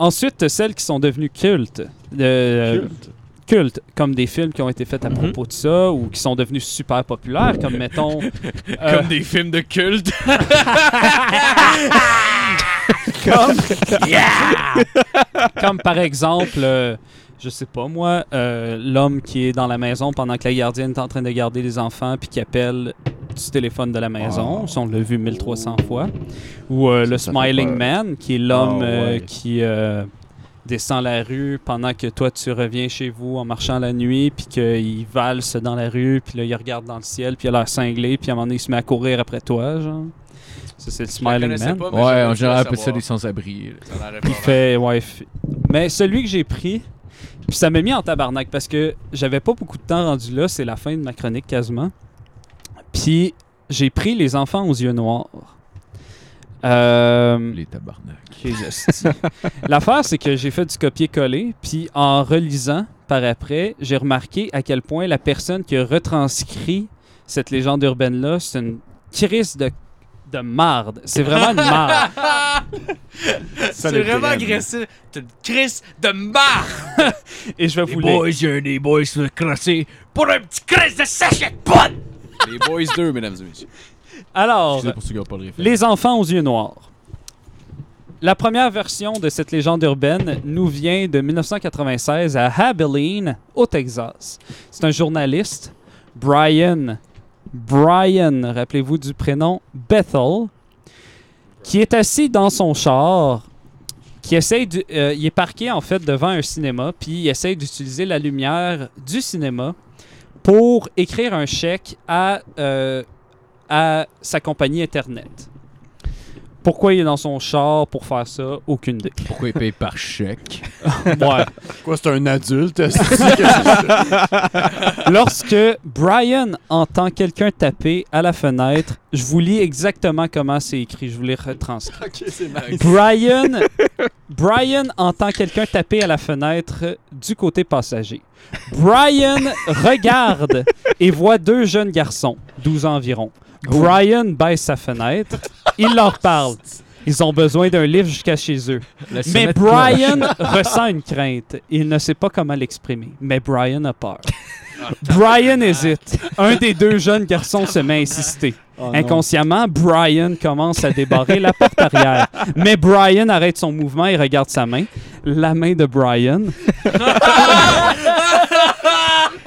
Speaker 7: Ensuite, celles qui sont devenues cultes. Euh,
Speaker 5: Culte.
Speaker 7: cultes, comme des films qui ont été
Speaker 6: Mm-hmm.
Speaker 7: faits à propos de ça ou qui sont devenus super populaires, comme mettons. euh,
Speaker 4: Comme des films de culte.
Speaker 7: Comme par exemple, euh, je sais pas moi, euh, l'homme qui est dans la maison pendant que la gardienne est en train de garder les enfants puis qui appelle du téléphone de la maison. Ça, on l'a vu 1300 fois. Ou euh, le
Speaker 5: Ah. Ça fait
Speaker 7: Smiling
Speaker 5: peur.
Speaker 7: Man, qui est l'homme
Speaker 5: Ah,
Speaker 7: euh,
Speaker 5: ouais.
Speaker 7: qui euh, descend la rue pendant que toi, tu reviens chez vous en marchant la nuit puis qu'il valse dans la rue puis là, il regarde dans le ciel puis il a l'air cinglé puis à un moment donné, il se met à courir après toi, genre. Ça, c'est le Smiling Man.
Speaker 3: Ouais, en général, appelle ça des sans-abri. là.
Speaker 7: Il fait, ouais. f- Mais celui que j'ai pris, puis ça m'a mis en tabarnak parce que j'avais pas beaucoup de temps rendu là, c'est la fin de ma chronique quasiment. Puis j'ai pris les enfants aux yeux noirs. Euh,
Speaker 3: Les tabarnak.
Speaker 7: les hosties. L'affaire, c'est que j'ai fait du copier-coller, puis en relisant par après, j'ai remarqué à quel point la personne qui a retranscrit cette légende urbaine-là, c'est une crise de, de marde. C'est vraiment une marde.
Speaker 5: Ça,
Speaker 9: C'est
Speaker 5: le
Speaker 9: vraiment
Speaker 5: drame.
Speaker 9: agressif. T'es une crise de marre.
Speaker 7: Et je vais vous les-
Speaker 3: j'ai des boys se crasser.
Speaker 9: Pour un petit crise de sachet de pote.
Speaker 4: Les Boys 2, mesdames et messieurs.
Speaker 7: Alors,
Speaker 1: Excusez pour ceux qui n'ont pas le réflexe.
Speaker 7: Les enfants aux yeux noirs. La première version de cette légende urbaine nous vient de 1996 à Abilene, au Texas. C'est un journaliste, Brian, Brian, rappelez-vous du prénom Bethel, qui est assis dans son char, qui essaye de- euh, il est parqué en fait devant un cinéma, puis il essaye d'utiliser la lumière du cinéma pour écrire un chèque à euh, à sa compagnie Internet. Pourquoi il est dans son char pour faire ça? Aucune idée.
Speaker 3: Pourquoi ils payent par chèque?
Speaker 7: Ouais.
Speaker 5: Quoi, c'est un adulte? est-ce que-
Speaker 7: Lorsque Brian entend quelqu'un taper à la fenêtre, je vous lis exactement comment c'est écrit, je vous l'ai retranscrit.
Speaker 5: ok, c'est mal.
Speaker 7: Brian, Brian entend quelqu'un taper à la fenêtre du côté passager. Brian regarde et voit deux jeunes garçons, 12 ans environ. Brian baisse sa fenêtre, il leur parle. Ils ont besoin d'un livre jusqu'à chez eux.
Speaker 3: La
Speaker 7: Mais
Speaker 3: sonnette
Speaker 7: Brian ressent une crainte. Il ne sait pas comment l'exprimer. Mais Brian a peur. Brian hésite. Un des deux jeunes garçons se met à insister.
Speaker 5: Oh, non.
Speaker 7: Inconsciemment, Brian commence à débarrer la porte arrière. Mais Brian arrête son mouvement et regarde sa main. La main de Brian.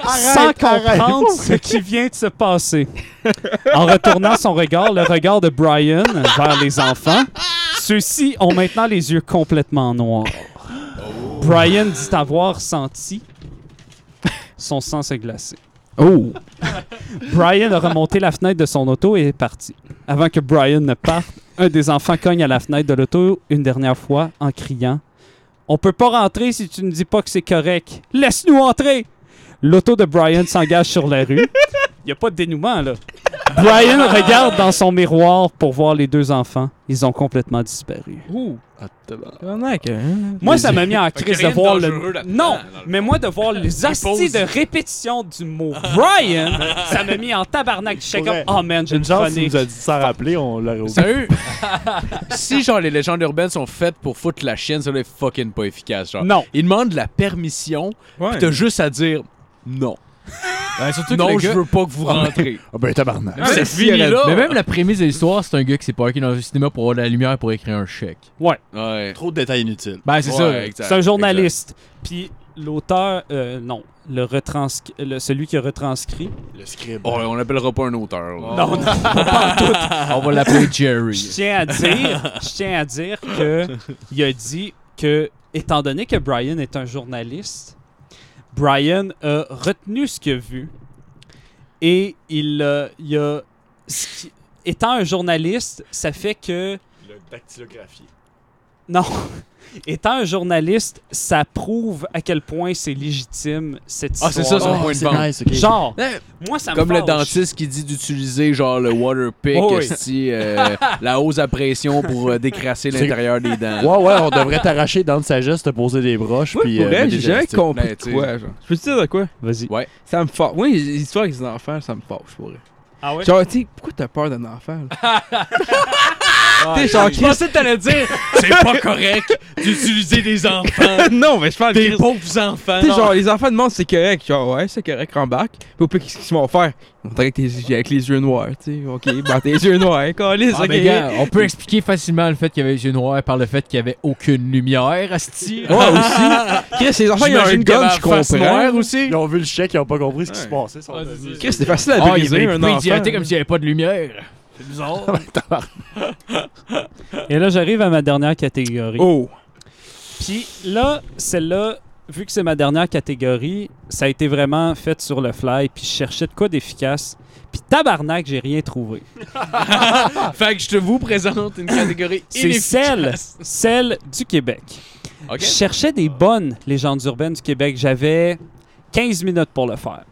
Speaker 7: sans comprendre ce qui vient de se passer. En retournant son regard, le regard de Brian vers les enfants, ceux-ci ont maintenant les yeux complètement noirs. Brian dit avoir senti son sang se glacer.
Speaker 3: Oh!
Speaker 7: Brian a remonté la fenêtre de son auto et est parti. Avant que Brian ne parte, un des enfants cogne à la fenêtre de l'auto une dernière fois en criant On peut pas rentrer si tu ne dis pas que c'est correct. Laisse-nous entrer L'auto de Brian s'engage sur la rue. Il n'y a pas de dénouement, là. Brian regarde dans son miroir pour voir les deux enfants. Ils ont complètement disparu.
Speaker 6: Ouh.
Speaker 5: Ah, tabarnak.
Speaker 6: Tabarnak, hein?
Speaker 7: Moi, ça m'a mis en
Speaker 4: Fait
Speaker 7: crise
Speaker 4: qu'il y a
Speaker 7: de
Speaker 4: rien de
Speaker 7: voir
Speaker 4: dangereux
Speaker 7: le.
Speaker 4: là-dedans,
Speaker 7: Non,
Speaker 4: dans le
Speaker 7: mais moi, de voir les astis
Speaker 4: poses.
Speaker 7: de répétition du mot Brian, ça m'a mis en tabarnak. J'étais comme,
Speaker 5: Ouais.
Speaker 7: oh man, j'ai
Speaker 5: Une
Speaker 7: une
Speaker 5: chance, si
Speaker 7: chronique.
Speaker 5: nous a dit ça rappeler, on l'aurait oublié.
Speaker 4: Sérieux? si, genre, les légendes urbaines sont faites pour foutre la chienne, ça doit être fucking pas efficace, genre.
Speaker 7: Non.
Speaker 4: Ils demandent la permission, pis
Speaker 6: Ouais.
Speaker 4: t'as juste à dire non.
Speaker 3: Ben, surtout que
Speaker 4: non,
Speaker 3: le
Speaker 4: je
Speaker 3: gars-
Speaker 4: veux pas que vous rentrez.
Speaker 5: Ah ben tabarnak.
Speaker 6: Ah, mais
Speaker 4: C'est
Speaker 6: si,
Speaker 4: fini
Speaker 6: elle a-
Speaker 4: là.
Speaker 3: Mais même la prémisse de l'histoire, c'est un gars qui s'est parké dans un cinéma pour avoir de la lumière pour écrire un chèque.
Speaker 4: Ouais.
Speaker 5: Trop de détails inutiles.
Speaker 3: Ben, c'est
Speaker 4: Ouais,
Speaker 3: ça.
Speaker 4: exact,
Speaker 7: C'est un
Speaker 4: exact.
Speaker 7: journaliste. Puis l'auteur, euh, non, le retranscri- le- celui qui a retranscrit.
Speaker 5: Le scribe.
Speaker 4: Oh, on l'appellera pas un auteur. là.
Speaker 7: Non, non,
Speaker 3: On va l'appeler
Speaker 7: je
Speaker 3: Jerry.
Speaker 7: tiens à dire, je tiens à dire que il a dit que, étant donné que Brian est un journaliste, Brian a retenu ce qu'il a vu et il, euh, il a, ce qui- étant un journaliste, ça fait que
Speaker 5: Le dactylographie.
Speaker 7: Non. Étant un journaliste, ça prouve à quel point c'est légitime cette histoire.
Speaker 4: Ah, c'est ça, son point de
Speaker 5: c'est
Speaker 4: vente.
Speaker 5: nice, ok.
Speaker 7: Genre,
Speaker 4: Ouais.
Speaker 7: moi, ça me
Speaker 4: Comme le
Speaker 7: fâche.
Speaker 4: dentiste qui dit d'utiliser genre le water pick,
Speaker 7: Oh oui.
Speaker 4: esti, euh, la hausse à pression pour euh, décrasser
Speaker 5: C'est-
Speaker 4: l'intérieur des dents.
Speaker 5: Ouais, ouais, on devrait t'arracher dans de sagesse, te poser des broches,
Speaker 6: Moi,
Speaker 5: puis...
Speaker 6: pour
Speaker 5: euh,
Speaker 6: elle,
Speaker 5: mettre
Speaker 6: j'ai
Speaker 5: des
Speaker 6: jamais
Speaker 5: élastiques.
Speaker 6: compris
Speaker 4: Ben, tu sais.
Speaker 6: de quoi, genre. Je peux te dire de quoi?
Speaker 7: Vas-y.
Speaker 6: Ça me fâche. Oui, les histoires avec les enfants, ça me fâche, pour vrai.
Speaker 7: Ah ouais?
Speaker 6: Genre, tu sais, pourquoi t'as peur d'un enfant? là? T'es genre
Speaker 4: Je pensais que t'allais dire c'est pas correct d'utiliser des enfants,
Speaker 6: non, mais je parle
Speaker 4: des
Speaker 6: Chris.
Speaker 4: pauvres enfants.
Speaker 6: Tu sais, genre, les enfants demandent c'est correct. Genre, ouais, c'est correct, rembarque. Puis au pire, qu'est-ce qu'ils vont faire? Ils vont avec, tes- avec les yeux noirs, tu sais. Ok, bah tes yeux noirs, calisse,
Speaker 3: Ah,
Speaker 6: ok.
Speaker 3: mais gars, on peut expliquer facilement le fait qu'il y avait les yeux noirs par le fait qu'il y avait aucune lumière, Asti.
Speaker 6: Ouais, aussi. Chris, les enfants, ils ont un
Speaker 4: J'imagine qu'il y
Speaker 6: gun,
Speaker 4: avait
Speaker 6: je
Speaker 4: la face
Speaker 6: comprends.
Speaker 4: noire aussi.
Speaker 5: Ils ont vu le chèque, ils ont pas compris ce qui se passait. ils sont
Speaker 1: Ah,
Speaker 5: devenus-
Speaker 1: c'est ça.
Speaker 6: Chris, c'est facile à
Speaker 3: Ah, il
Speaker 6: briser,
Speaker 3: avait
Speaker 6: un
Speaker 3: coupé, il
Speaker 6: enfant.
Speaker 3: dilatait comme s'il n'y avait pas de lumière.
Speaker 1: C'est bizarre.
Speaker 7: Et là, j'arrive à ma dernière catégorie.
Speaker 6: Oh!
Speaker 7: Puis là, celle-là, vu que c'est ma dernière catégorie, ça a été vraiment fait sur le fly, puis je cherchais de quoi d'efficace. Puis tabarnak, j'ai rien trouvé.
Speaker 4: Fait que je te vous présente une catégorie
Speaker 7: C'est celle, celle du Québec.
Speaker 4: Ok.
Speaker 7: Je cherchais des bonnes légendes urbaines du Québec. J'avais 15 minutes pour le faire.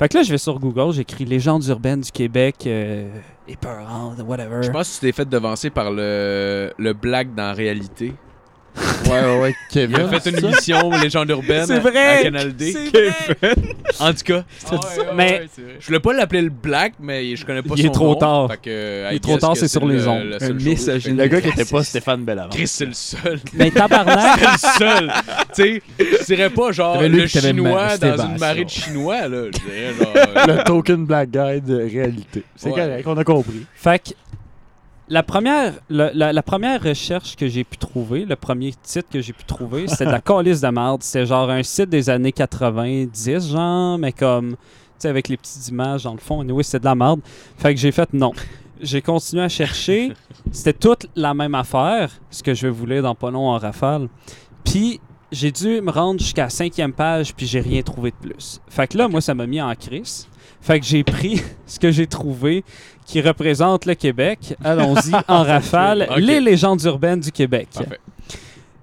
Speaker 7: Fait que là, je vais sur Google, j'écris légendes urbaines du Québec, euh, épeurantes, whatever.
Speaker 4: Je pense que tu t'es fait devancer par le, le black dans la réalité.
Speaker 5: Ouais, ouais,
Speaker 4: Il a
Speaker 5: Kevin.
Speaker 4: fait une émission Légende urbaine
Speaker 7: Ah, C'est vrai!
Speaker 4: à Canal D. En tout cas, Ah
Speaker 7: Mais-
Speaker 4: je voulais pas l'appeler le black, mais je connais pas
Speaker 7: Il
Speaker 4: son
Speaker 7: est trop
Speaker 4: nom,
Speaker 7: tard.
Speaker 4: fait que, I
Speaker 7: Il est trop
Speaker 4: guess
Speaker 7: tard,
Speaker 4: que
Speaker 7: c'est sur les
Speaker 4: le-
Speaker 7: ondes.
Speaker 4: la
Speaker 6: Un
Speaker 4: seule chose.
Speaker 6: misogyne.
Speaker 5: Le gars qui était pas Stéphane Bellavant.
Speaker 4: Chris, c'est le seul.
Speaker 7: Mais Ben, tabarnak,
Speaker 4: C'est le seul. tu sais, je dirais pas genre
Speaker 3: T'avais lu
Speaker 4: le
Speaker 3: que t'avais
Speaker 4: chinois
Speaker 3: ma-
Speaker 4: dans
Speaker 3: Sébastien.
Speaker 4: une marée de chinois, là. Je dirais genre. euh,
Speaker 5: Le token black guy de réalité. C'est
Speaker 4: Ouais.
Speaker 5: correct, on a compris.
Speaker 7: Fait que la première, la, la- la première recherche que j'ai pu trouver, le premier titre que j'ai pu trouver, c'était de la calice de marde. C'était genre un site des années 90, genre, mais comme, tu sais, avec les petites images dans le fond. Oui, c'était de la marde. Fait que j'ai fait non. J'ai continué à chercher. C'était toute la même affaire, ce que je voulais dans pas long en rafale. Puis j'ai dû me rendre jusqu'à la cinquième page, puis j'ai rien trouvé de plus. Fait que là, moi, ça m'a mis en crise. Fait que j'ai pris ce que j'ai trouvé qui représente le Québec. Allons-y en rafale.
Speaker 4: Ok.
Speaker 7: Les légendes urbaines du Québec.
Speaker 4: Parfait.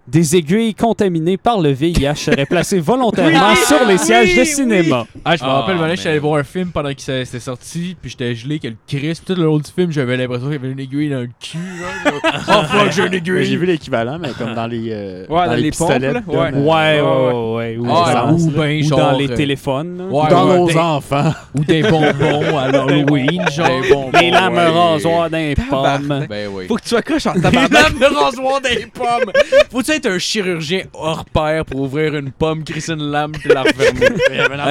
Speaker 7: Des aiguilles contaminées par le VIH seraient placées volontairement sur les sièges de cinéma.
Speaker 3: Ah, je me
Speaker 4: Ah,
Speaker 3: rappelle, maintenant, j'étais allé
Speaker 4: man.
Speaker 3: voir un film pendant que ça- c'était sorti, puis j'étais gelé que le Chris, puis tout le long du film, j'avais l'impression qu'il y avait une aiguille dans le cul. là. oh fuck, j'ai une
Speaker 5: Mais J'ai
Speaker 3: aiguille!
Speaker 5: vu l'équivalent, mais comme dans les. euh,
Speaker 6: Ouais, dans les
Speaker 5: pistolets,
Speaker 6: pompes, là,
Speaker 5: là,
Speaker 6: ouais.
Speaker 5: dans-
Speaker 7: Ouais, ouais,
Speaker 6: ouais,
Speaker 7: ouais. ouais, ou
Speaker 3: Ah,
Speaker 7: dans-
Speaker 3: ou ben,
Speaker 7: ou
Speaker 3: genre,
Speaker 7: dans les
Speaker 3: euh,
Speaker 7: téléphones. là.
Speaker 3: ouais,
Speaker 5: Dans
Speaker 3: ouais,
Speaker 5: nos
Speaker 3: des-
Speaker 5: enfants.
Speaker 3: Ou des bonbons à l'Halloween, genre.
Speaker 4: ben bon, bon,
Speaker 7: Les lames
Speaker 4: ouais.
Speaker 7: rasoirs d'un pomme.
Speaker 4: Ben oui.
Speaker 6: Faut que tu accroches en
Speaker 4: Les
Speaker 6: tabarnak.
Speaker 4: lames de rasoir des pommes! Faut-tu être un chirurgien hors pair pour ouvrir une pomme, crisser une lame puis la refermer?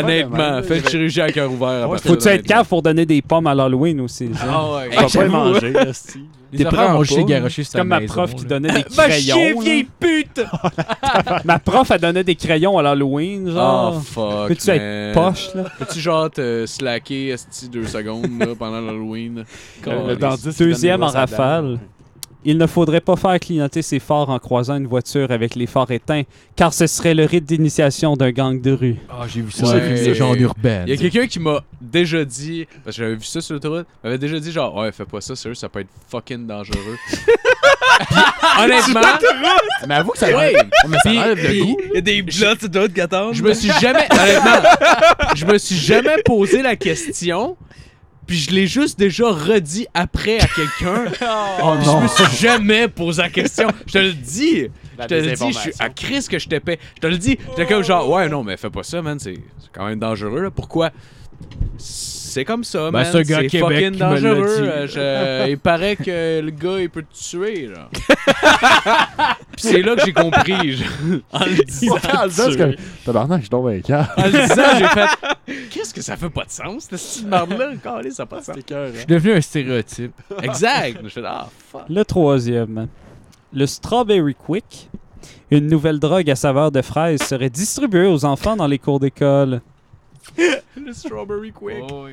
Speaker 4: Honnêtement, fais le chirurgien à cœur ouvert.
Speaker 5: Ouais,
Speaker 4: à partir
Speaker 7: Faut-tu
Speaker 4: de
Speaker 7: être hein?
Speaker 4: maintenant.
Speaker 7: cave pour donner des pommes à l'Halloween aussi? genre?
Speaker 4: Ah ouais.
Speaker 5: Faut pas le
Speaker 6: j'avoue,
Speaker 5: manger, là, si.
Speaker 3: Les
Speaker 6: prêt à
Speaker 3: enfants ont jeté
Speaker 6: pas?
Speaker 3: garoché sur
Speaker 7: C'est comme
Speaker 3: ta
Speaker 7: ma
Speaker 3: maison,
Speaker 7: prof qui
Speaker 3: là.
Speaker 7: donnait des
Speaker 4: Va chier,
Speaker 7: crayons.
Speaker 4: vieille
Speaker 7: là.
Speaker 4: pute!
Speaker 7: Ma prof, elle donnait des crayons à l'Halloween,
Speaker 4: Oh
Speaker 7: genre. ah.
Speaker 4: fuck.
Speaker 7: Peux-tu être
Speaker 4: man.
Speaker 7: poche, là?
Speaker 4: Peux-tu genre te slacker esti deux secondes là, pendant l'Halloween?
Speaker 5: Le dentiste, il donne
Speaker 7: Deuxième
Speaker 5: des
Speaker 7: en
Speaker 5: grosses salades.
Speaker 7: rafale. Il ne faudrait pas faire clignoter ses phares en croisant une voiture avec les phares éteints, car ce serait le rite d'initiation d'un gang de rue.
Speaker 3: Ah, j'ai vu ça,
Speaker 4: Ouais.
Speaker 3: c'est une légende urbaine.
Speaker 4: Il y a quelqu'un qui m'a déjà dit, parce que j'avais vu ça sur l'autoroute, m'avait déjà dit genre, ouais, fais pas ça, sérieux, ça peut être fucking dangereux. Puis, honnêtement,
Speaker 5: Mais avoue que ça
Speaker 4: ouais,
Speaker 5: mais ça enlève le goût.
Speaker 6: Il y a des blottes d'autres qui attendent.
Speaker 4: je me suis jamais, honnêtement, je me suis jamais posé la question, puis je l'ai juste déjà redit après à quelqu'un.
Speaker 5: Oh
Speaker 4: Puis
Speaker 5: non.
Speaker 4: Je me suis jamais posé la question. Je te le dis. Je te le dis, je suis à crise que je t'épais. Je te le dis. J'étais comme genre, ouais, non, mais fais pas ça, man. C'est c'est quand même dangereux, là. Pourquoi? C'est comme ça,
Speaker 3: Ben,
Speaker 4: man.
Speaker 3: ce gars
Speaker 4: C'est
Speaker 3: Québec
Speaker 4: fucking
Speaker 3: qui me l'a
Speaker 4: dangereux.
Speaker 3: dit.
Speaker 4: Euh, je- Il paraît que le gars, il peut te tuer, là. Puis c'est là que j'ai compris. je- En le disant,
Speaker 5: Ah, le dentiste, comme, Tabarnak, je tombe avec cœur.
Speaker 4: en le disant, j'ai fait. Qu'est-ce que ça fait pas de sens, cette petite merde-là? Calé, ça a pas de sens.
Speaker 3: Je suis devenu un stéréotype.
Speaker 4: Exact. Je fais, ah, fuck.
Speaker 7: Le troisième, le Strawberry Quick, une nouvelle drogue à saveur de fraise, serait distribuée aux enfants dans les cours d'école.
Speaker 4: Le strawberry quick.
Speaker 3: Oh.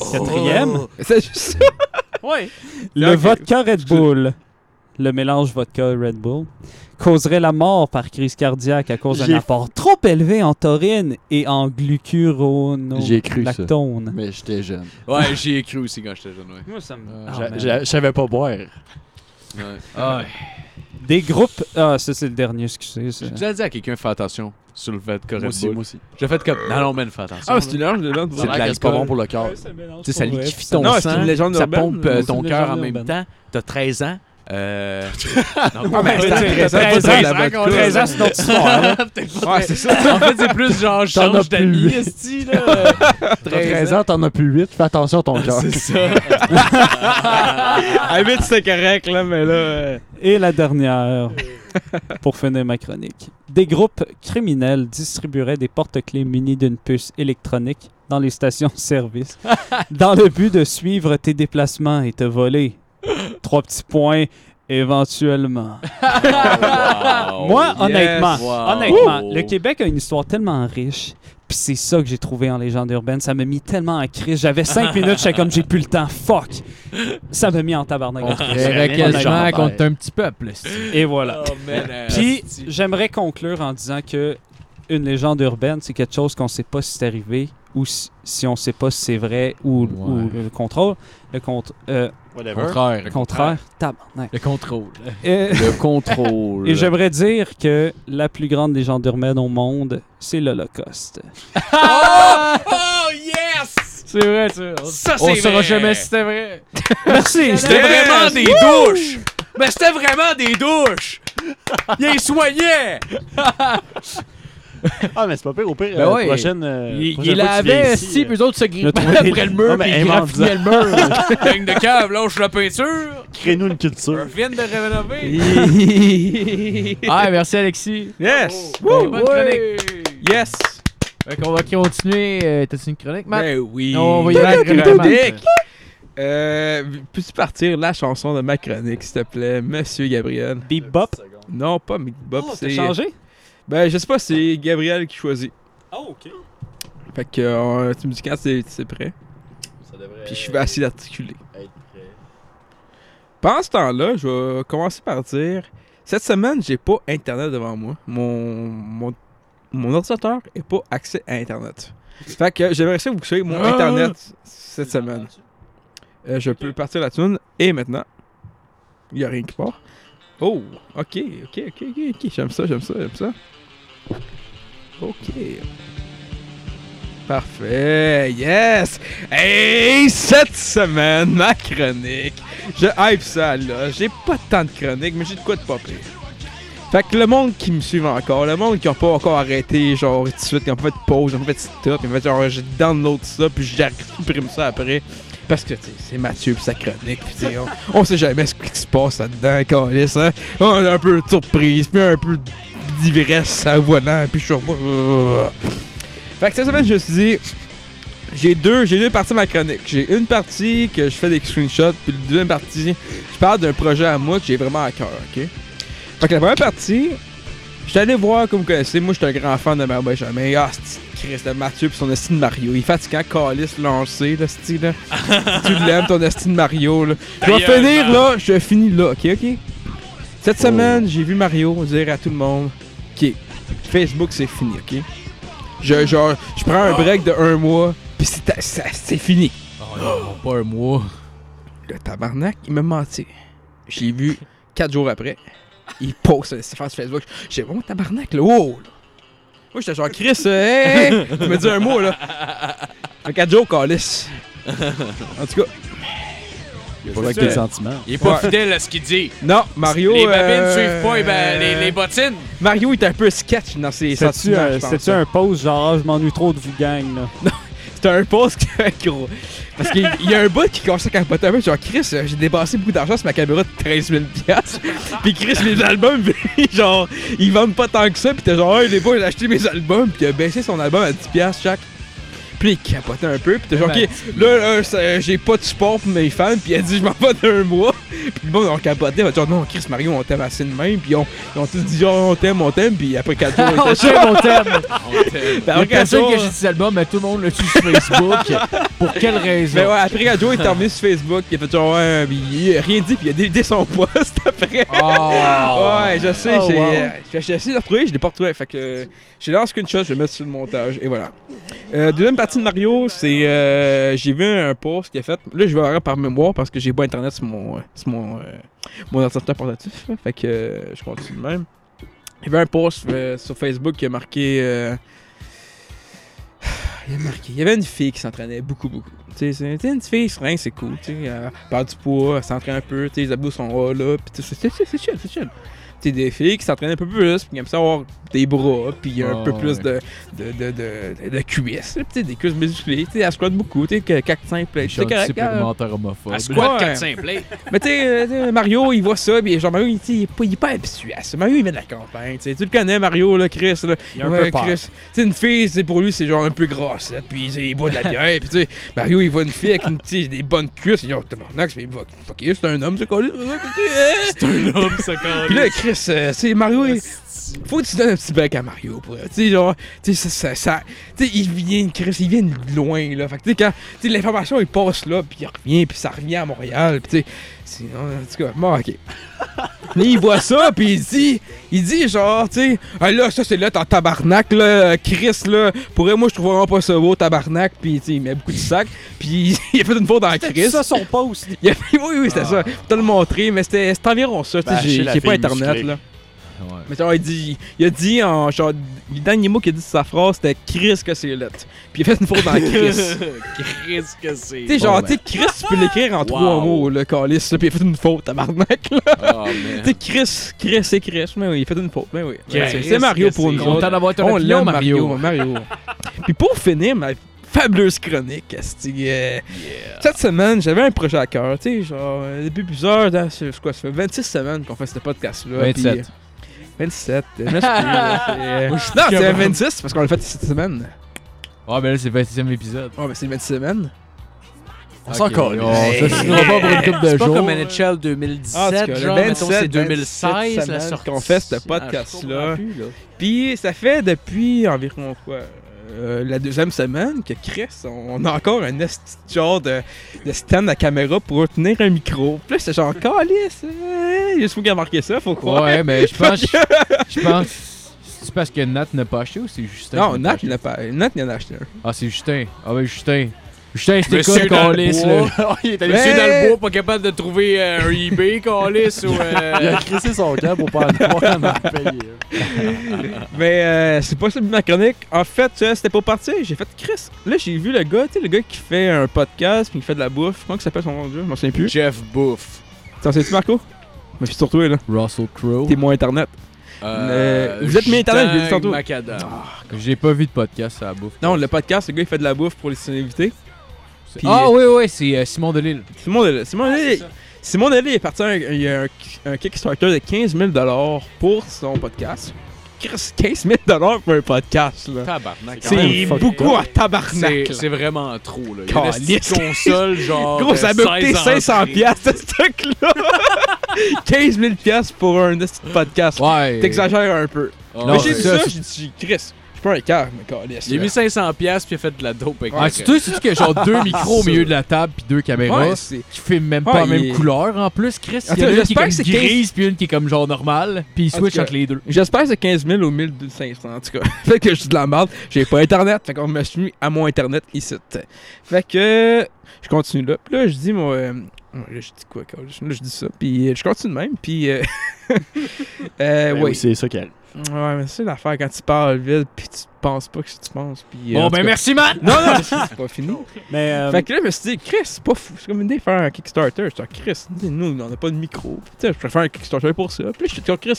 Speaker 5: Oh.
Speaker 7: Quatrième,
Speaker 6: C'est juste
Speaker 4: Ouais.
Speaker 7: le vodka Red Bull, le mélange vodka et Red Bull, causerait la mort par crise cardiaque à cause d'un
Speaker 5: J'ai-
Speaker 7: apport trop élevé en taurine et en
Speaker 5: J'ai cru ça.
Speaker 7: glucuronolactone.
Speaker 5: Mais j'étais jeune.
Speaker 4: Ouais, j'y ai cru aussi quand j'étais jeune, ouais.
Speaker 7: Moi, ça me...
Speaker 5: Euh, J'a- j'a- Je savais pas boire.
Speaker 4: Ouais.
Speaker 7: Des groupes. Ah, ça, c'est le dernier, excusez. ça.
Speaker 4: J'ai déjà dit à quelqu'un, fais attention sur le fait de
Speaker 5: Moi aussi, moi aussi.
Speaker 4: J'ai fait comme, non, non, man, fais attention.
Speaker 6: Ah, c'est une heure de l'autre.
Speaker 4: C'est de
Speaker 5: Ah,
Speaker 4: l'alcool.
Speaker 5: C'est pas bon pour le corps.
Speaker 4: Tu sais, ça liquifie
Speaker 6: Non,
Speaker 4: ton
Speaker 6: c'est
Speaker 4: sang,
Speaker 6: une légende
Speaker 4: ça
Speaker 6: urbaine.
Speaker 4: pompe
Speaker 6: C'est
Speaker 4: euh,
Speaker 6: une
Speaker 4: ton
Speaker 7: légende
Speaker 4: cœur en même
Speaker 7: urbaine.
Speaker 4: temps. T'as 13 ans, Euh, Ouais,
Speaker 6: Ah, mais c'est
Speaker 4: t'as pas
Speaker 6: 13 ans,
Speaker 4: de la
Speaker 6: c'est-
Speaker 4: vodka,
Speaker 6: 13 ans,
Speaker 4: là.
Speaker 6: c'est notre histoire. là.
Speaker 4: Ouais, c'est ça. En fait, c'est plus genre
Speaker 5: T'en as
Speaker 4: change d'amis,
Speaker 5: plus.
Speaker 4: esti, là.
Speaker 5: T'as 13 ans, t'en as plus 8. Fais attention à ton cœur.
Speaker 4: C'est ça.
Speaker 6: À 8, c'était correct, là, mais là. euh,
Speaker 7: Et la dernière, pour finir ma chronique. Des groupes criminels distribueraient des porte-clés munis d'une puce électronique dans les stations-service dans le but de suivre tes déplacements et te voler. Trois petits points, éventuellement.
Speaker 4: Wow.
Speaker 7: Moi, honnêtement,
Speaker 4: Wow.
Speaker 7: honnêtement,
Speaker 4: Ouh.
Speaker 7: le Québec a une histoire tellement riche. Puis c'est ça que j'ai trouvé en légende urbaine. Ça m'a mis tellement en crise. J'avais cinq minutes, j'étais comme j'ai plus le temps. Fuck! Ça m'a mis en tabarnak.
Speaker 3: J'irais
Speaker 5: rien
Speaker 3: quasiment
Speaker 5: de genre,
Speaker 3: contre un petit peuple. c'est-
Speaker 7: Et voilà.
Speaker 4: Oh, man, euh,
Speaker 7: Puis
Speaker 4: esti.
Speaker 7: j'aimerais conclure en disant que une légende urbaine, c'est quelque chose qu'on sait pas si c'est arrivé ou si, si on sait pas si c'est vrai ou, ou
Speaker 3: Ouais.
Speaker 7: le contrôle. Le contre, euh,
Speaker 3: Contraire.
Speaker 7: contraire, tabarnak.
Speaker 3: Le contrôle.
Speaker 7: Et,
Speaker 4: le contrôle.
Speaker 7: et j'aimerais dire que la plus grande légende urbaine au monde, c'est l'Holocauste.
Speaker 9: Oh yes!
Speaker 3: C'est vrai, ça. On,
Speaker 9: Ça, c'est
Speaker 3: on saura
Speaker 9: vrai.
Speaker 3: jamais si c'était vrai.
Speaker 7: Merci!
Speaker 9: C'était
Speaker 7: c'était-
Speaker 9: vraiment des douches! Mais c'était vraiment des douches!
Speaker 4: Il est soigné!
Speaker 5: Ah, mais c'est pas pire. Au pire,
Speaker 3: Ben
Speaker 5: euh,
Speaker 3: ouais.
Speaker 5: prochaine. euh,
Speaker 3: Il,
Speaker 5: prochaine
Speaker 3: il
Speaker 5: fois que tu viens
Speaker 3: avait
Speaker 5: ici,
Speaker 3: si,
Speaker 5: euh,
Speaker 3: puis eux autres se grippaient
Speaker 7: le trouver-
Speaker 3: après le
Speaker 5: Non,
Speaker 3: mur,
Speaker 5: mais
Speaker 3: puis ils
Speaker 5: invente-en.
Speaker 3: graffiaient le mur.
Speaker 9: Gagne de cave, lâche la peinture!
Speaker 5: euh, crée-nous une culture.
Speaker 3: Ben
Speaker 9: Viens de rénover!
Speaker 3: ah, merci Alexis.
Speaker 6: yes!
Speaker 3: Wouh! Oh. bonne chronique.
Speaker 6: Yes!
Speaker 3: Fait qu'on va continuer. Euh, T'as-tu une chronique, Matt?
Speaker 6: Ben oui!
Speaker 3: Non, on va y aller directement.
Speaker 6: Dick! Euh, Peux-tu partir la chanson de ma chronique, s'il te plaît, Monsieur Gabriel?
Speaker 7: Bebop.
Speaker 6: Non, pas Bebop,
Speaker 7: Oh, t'as
Speaker 6: c'est...
Speaker 7: changé?
Speaker 6: Ben, je sais pas, c'est Gabriel qui choisit.
Speaker 7: Oh, ok.
Speaker 6: Fait que euh, tu me dis quand c'est c'est prêt. Puis je vais essayer d'articuler. Pendant ce temps-là, je vais commencer par dire cette semaine, j'ai pas internet devant moi. Mon mon, mon ordinateur n'a pas accès à internet. Fait que j'aimerais ça vous que mon
Speaker 3: Ah!
Speaker 6: internet cette semaine. Euh, je peux partir la tune et maintenant il y a rien qui part. Oh, OK, OK, OK, OK, OK, j'aime ça, j'aime ça, j'aime ça. OK. Parfait, yes! Et cette semaine, ma chronique. Je hype ça là. J'ai pas tant de chroniques, mais j'ai de quoi de pas pire. Fait que le monde qui me suit encore, le monde qui n'a pas encore arrêté, genre tout de suite, qui ont pas fait de pause, qui ont pas fait de stop, ils ont fait genre je download ça, puis j'imprime ça après. Parce que tu sais, c'est Mathieu pis sa chronique, pis tu sais, on, on sait jamais ce qui se passe là-dedans, câlisse, hein. On est un peu de surprise, puis un peu d'ivresse à volant, puis je suis pas. Fait que cette semaine, je me suis dit, j'ai deux, j'ai deux parties de ma chronique. J'ai une partie que je fais des screenshots, puis la deuxième partie, je parle d'un projet à moi que j'ai vraiment à cœur, ok? Fait que la première partie, j'étais allé voir, comme vous connaissez, moi j'étais un grand fan de Mario Benjamin. Ah, c'est Christ de Mathieu puis son esti de Mario. Il est fatigant, calice, lancé, le style là. si tu l'aimes, ton esti de Mario, là. Je vais
Speaker 9: Ta gueule,
Speaker 6: finir
Speaker 9: man.
Speaker 6: là, je finis là, ok, ok? Cette semaine, j'ai vu Mario dire à tout le monde, ok, Facebook c'est fini, ok? Je, genre, je prends un break de un mois, puis c'est ça- c'est fini.
Speaker 9: Oh,
Speaker 3: Pas un mois.
Speaker 6: Le tabarnak, il m'a menti. J'ai vu quatre jours après. Il poste sur sa face Facebook. J'ai dit, bon, tabarnak, là, wow! là. Moi, j'étais genre, Chris, euh, hey! tu me dis un mot, là. Un quatre jours, calice. En tout cas,
Speaker 5: Faut avec
Speaker 6: ça.
Speaker 5: tes sentiments.
Speaker 9: Il est pas
Speaker 6: Ouais.
Speaker 9: fidèle à ce qu'il dit.
Speaker 6: non, Mario.
Speaker 9: les babines
Speaker 6: euh,
Speaker 9: suivent pas eh ben, les, les bottines.
Speaker 6: Mario est un peu sketch dans ses
Speaker 7: C'est-tu
Speaker 6: sentiments,
Speaker 7: un,
Speaker 6: je pense.
Speaker 7: c'est-tu un pause genre, Ah, je m'ennuie trop de vous gang, là?
Speaker 6: C'était un post que- gros. Parce qu'il il y a un bout qui commençait à capoter un peu, genre Chris, euh, j'ai dépensé beaucoup d'argent sur ma caméra de 13 000 piastres. Puis Chris, mes albums, genre, ils vendent pas tant que ça. Puis t'es genre, hey, des fois, j'ai acheté mes albums, puis il a baissé son album à 10 piastres chaque. Puis il capotait un peu, puis t'es genre, ok, là, là, ça- j'ai pas de support pour mes fans, puis il a dit, je m'en vais d'un mois. Puis bon, on capotait, on a dit, genre, non, Chris, Mario, on t'aime assez de même, puis on, ils ont tous dit, genre, on t'aime, on t'aime, puis après 4 jours, on
Speaker 3: On
Speaker 6: était
Speaker 3: sait mon thème.
Speaker 6: Puis
Speaker 3: La
Speaker 6: après quatre
Speaker 3: personne
Speaker 6: jours-
Speaker 3: que j'ai dit cet album, mais tout le monde l'a su sur Facebook. Pour quelle raison?
Speaker 6: Mais ouais, après Radio est terminé sur Facebook, il a fait genre, ouais, pis il a rien dit, puis il a délité son poste après.
Speaker 3: Ah.
Speaker 6: Ouais, je sais,
Speaker 7: Oh,
Speaker 6: j'ai
Speaker 7: wow.
Speaker 6: euh, j'ai- j'ai essayé de le retrouver, je l'ai pas retrouvé. Fait que euh, j'ai lancé qu'une chose, je vais le mettre sur le montage, et voilà. Euh, deuxième partie de Mario, c'est. euh, j'ai vu un post qu'il a fait. Là, je vais arrêter par mémoire parce que j'ai pas internet sur mon, euh, sur mon, euh, mon ordinateur portatif. là. Fait que euh, je continue de même. Il y avait un post euh, sur Facebook qui a marqué. euh, Il y avait une fille qui s'entraînait beaucoup, beaucoup. Tu sais, c'est- t'sais, une petite fille sereine, c'est cool. Tu sais, elle perd du poids, elle s'entraîne un peu, tu sais, les abdos sont là, là, puis tout ça. c'est c'est- c'est chill, c'est chill. Tu sais, des filles qui s'entraînent un peu plus, puis qui aiment ça avoir des bras, puis un
Speaker 3: Ah,
Speaker 6: peu
Speaker 3: ouais.
Speaker 6: plus de, de, de, de, de cuisses, là, puis tu sais, des cuisses musclées. Tu sais, elle squatte beaucoup, tu sais, que 4-5 plates. C'est correct. hein.
Speaker 3: C'est
Speaker 6: elle-
Speaker 3: homophobe.
Speaker 9: À squat
Speaker 6: Ouais.
Speaker 9: 4-5 plays.
Speaker 6: mais tu sais, euh, tu sais, Mario, il voit ça, puis genre Mario, il, tu sais, il est pas, il est pas habitué à ça. Mario, il vient de la campagne, tu sais. Tu le connais, Mario, là, Chris, là.
Speaker 5: Il a un
Speaker 6: Ouais,
Speaker 5: peu peur.
Speaker 6: Chris. Tu sais, une fille, c'est pour lui, c'est genre un peu grasse, là. Puis tu sais, il boit de la bière, puis tu sais, Mario, il voit une fille avec une, tu sais, des bonnes cuisses, il dit, oh, t'es mon axe, mais fuck, fuck, you, c'est un homme, ce collé.
Speaker 1: C'est un homme, ça,
Speaker 6: Puis là,
Speaker 1: quand
Speaker 6: Chris, euh, tu sais, Mario, il- faut que tu donnes un petit bec à Mario, pour Tu sais, genre, tu sais, ça, ça, ça- tu sais, il vient, Chris, il vient de loin, là. Fait que, tu sais, quand, tu sais, l'information, il passe là, puis il revient, puis ça revient à Montréal, puis tu sais, c'est- en tout cas, bon, ok. Mais il voit ça, puis il dit, il dit genre, tu sais, ah là, ça c'est là, t'as tabarnak, là, euh, Chris, là, pour elle, moi, je trouve vraiment pas ça beau, tabarnak, puis tu sais, il met beaucoup de sac, puis il a fait une faute dans Chris.
Speaker 7: ça son post.
Speaker 6: Il a- oui, oui, c'était ça. T'as le montré, mais c'était c'était environ ça, tu sais,
Speaker 5: Bâcher
Speaker 6: j'ai
Speaker 5: Ah. Ben, la
Speaker 6: j'ai pas
Speaker 5: fille
Speaker 6: internet,
Speaker 5: musclée.
Speaker 6: là.
Speaker 3: Ouais.
Speaker 6: Mais genre, il, dit, il a dit en genre, le dernier mot qu'il a dit de sa phrase, c'était Chris que c'est lettre. Puis il a fait une faute dans Chris.
Speaker 9: Chris, que c'est.
Speaker 6: tu sais, genre, tu
Speaker 9: ben.
Speaker 6: sais, Chris, tu peux l'écrire en trois mots, le calice, là, puis il a fait une faute, tabarnak, là.
Speaker 9: Ah,
Speaker 4: Oh,
Speaker 6: Tu
Speaker 4: man.
Speaker 6: sais, Chris, Chris et Chris, mais oui, il a fait une faute, mais oui.
Speaker 9: Chris,
Speaker 6: C'est- c'est Mario
Speaker 9: que
Speaker 6: pour
Speaker 9: c'est-
Speaker 6: nous
Speaker 3: Content
Speaker 6: autres.
Speaker 3: d'avoir ton
Speaker 6: On
Speaker 3: opinion,
Speaker 6: l'aime,
Speaker 3: Mario.
Speaker 6: Mario. Mario. puis pour finir, ma fabuleuse chronique, esti, euh, cette semaine, j'avais un projet à cœur, tu sais, genre, euh, depuis plusieurs, dans- c'est quoi, ça fait 26 semaines qu'on fait ce podcast-là. puis,
Speaker 3: 27.
Speaker 6: 27. euh, merci, là, c'est, euh, non, c'est 26 parce qu'on l'a fait cette semaine.
Speaker 3: Ah, ben là, c'est le 26e épisode.
Speaker 6: Ouais, mais c'est 27 semaines.
Speaker 5: On s'en colle.
Speaker 3: On se signera pas pour une couple de
Speaker 9: Oh, C'est pas
Speaker 3: jours.
Speaker 9: comme NHL
Speaker 6: Ah, en tout
Speaker 9: 2017,
Speaker 6: cas, le
Speaker 9: genre, mettons,
Speaker 6: 27,
Speaker 9: c'est 2016,
Speaker 6: 27
Speaker 9: la
Speaker 6: semaines
Speaker 9: sortie.
Speaker 6: qu'on fait ce
Speaker 9: Ah, je
Speaker 6: podcast-là.
Speaker 9: comprends plus, là.
Speaker 6: Puis ça fait depuis environ quoi euh, la deuxième semaine que Chris, on on a encore un esti de genre de, de stand à caméra pour tenir un micro. Puis là, c'est genre, calice, euh, juste faut qu'il a marqué ça, faut croire.
Speaker 3: Ouais, mais je pense. Je pense. C'est parce que Nat n'a pas acheté ou c'est Justin?
Speaker 6: Non,
Speaker 3: qui
Speaker 6: Nat,
Speaker 3: l'a
Speaker 6: il
Speaker 3: pas
Speaker 6: a pas. Nat, il en a acheté un.
Speaker 3: acheté? Ah, c'est Justin. Ah, ben Justin. Justin, c'était quoi le
Speaker 9: Monsieur
Speaker 3: calice, là?
Speaker 9: Dalbois.
Speaker 6: Oh,
Speaker 5: il est allé-
Speaker 9: Monsieur
Speaker 6: Mais-
Speaker 9: Dalbois, pas capable de trouver euh, un eBay, Calis, ou.
Speaker 5: il
Speaker 9: euh,
Speaker 5: a crissé son camp pour pas aller voir la payer.
Speaker 6: Mais euh, c'est pas ça ma chronique. En fait, euh, c'était pas parti. J'ai fait Chris. Là, j'ai vu le gars, tu sais, le gars qui fait un podcast puis qui fait de la bouffe. Comment il s'appelle son dieu Je m'en souviens plus.
Speaker 4: Jeff Bouffe.
Speaker 6: T'en sais-tu, Marco Mais suis sur toi, là.
Speaker 3: Russell Crowe.
Speaker 6: T'es moins internet. Oh. Euh, vous êtes mes talents, je l'ai dit tantôt.
Speaker 4: Macadam.
Speaker 3: J'ai pas vu de podcast à la bouffe.
Speaker 6: Non, le podcast, le gars, il fait de la bouffe pour les invités.
Speaker 3: C'est-
Speaker 6: puis-
Speaker 3: Ah, oui, oui, c'est euh, Simon Delille.
Speaker 6: Simon Delay. Simon
Speaker 3: Ah,
Speaker 6: Delay. Simon Delay est parti un, il y a un, un Kickstarter de 15 000 pour son podcast. Chris, 15 000 pour un podcast, là.
Speaker 4: Tabarnak.
Speaker 6: Ah. C'est beaucoup à tabarnak.
Speaker 4: C'est
Speaker 6: là.
Speaker 4: c'est vraiment trop, là. Il
Speaker 6: Caliste.
Speaker 4: y a une console, genre.
Speaker 3: oh,
Speaker 4: euh,
Speaker 6: Gros,
Speaker 4: de
Speaker 6: ça
Speaker 3: ben,
Speaker 6: m'a coûté
Speaker 4: 16
Speaker 6: 500
Speaker 4: entrées.
Speaker 6: piastres, ce truc-là. 15 000 pour un esti de podcast.
Speaker 3: Ouais.
Speaker 6: T'exagères un peu.
Speaker 4: Ah,
Speaker 3: Non,
Speaker 6: mais
Speaker 4: ouais.
Speaker 6: j'ai
Speaker 3: c'est
Speaker 6: dit
Speaker 3: ça,
Speaker 6: ça, j'ai dit, Chris, je suis pas un cœur, mais caliste,
Speaker 4: Il a
Speaker 6: là.
Speaker 4: mis 500 piastres puis il a fait de la dope avec
Speaker 3: Ah,
Speaker 4: le-
Speaker 3: tu sais, c'est-tu qu'il y a genre deux micros au milieu de la table puis deux caméras
Speaker 6: Ouais, c'est-
Speaker 3: qui filment même
Speaker 6: Ah,
Speaker 3: pas la
Speaker 6: mais-
Speaker 3: même couleur en plus, Chris. Il y en
Speaker 6: Attends,
Speaker 3: a une qui est
Speaker 6: j'espère
Speaker 3: comme
Speaker 6: que c'est
Speaker 3: grise puis une qui est comme genre normale puis ils
Speaker 6: En
Speaker 3: switchent
Speaker 6: tout cas,
Speaker 3: entre les deux.
Speaker 6: J'espère que c'est 15 000 ou 1500 en tout cas. fait que je suis de la merde, j'ai pas internet, fait qu'on me suis mis à mon internet ici. Fait que je continue là. Puis là, je dis mon. euh, ouais, là, je dis quoi, câlisse? Là, je dis ça. Puis euh, je continue de même. Puis. Euh, euh,
Speaker 5: Ben
Speaker 6: ouais.
Speaker 5: oui, c'est ça qu'elle.
Speaker 6: Ouais, mais c'est l'affaire quand tu parles vite, puis tu penses pas que tu penses. Puis, euh, en
Speaker 3: Bon,
Speaker 6: tout
Speaker 3: ben
Speaker 6: cas-
Speaker 3: merci, man!
Speaker 6: Non, non, c'est pas fini.
Speaker 7: Mais euh,
Speaker 6: Fait que là, je me suis dit, Chris, c'est pas fou. C'est comme une idée de faire un Kickstarter. J'étais Chris, nous, on n'a pas de micro. Puis, tu sais, je préfère un Kickstarter pour ça. Puis là, je suis comme Chris,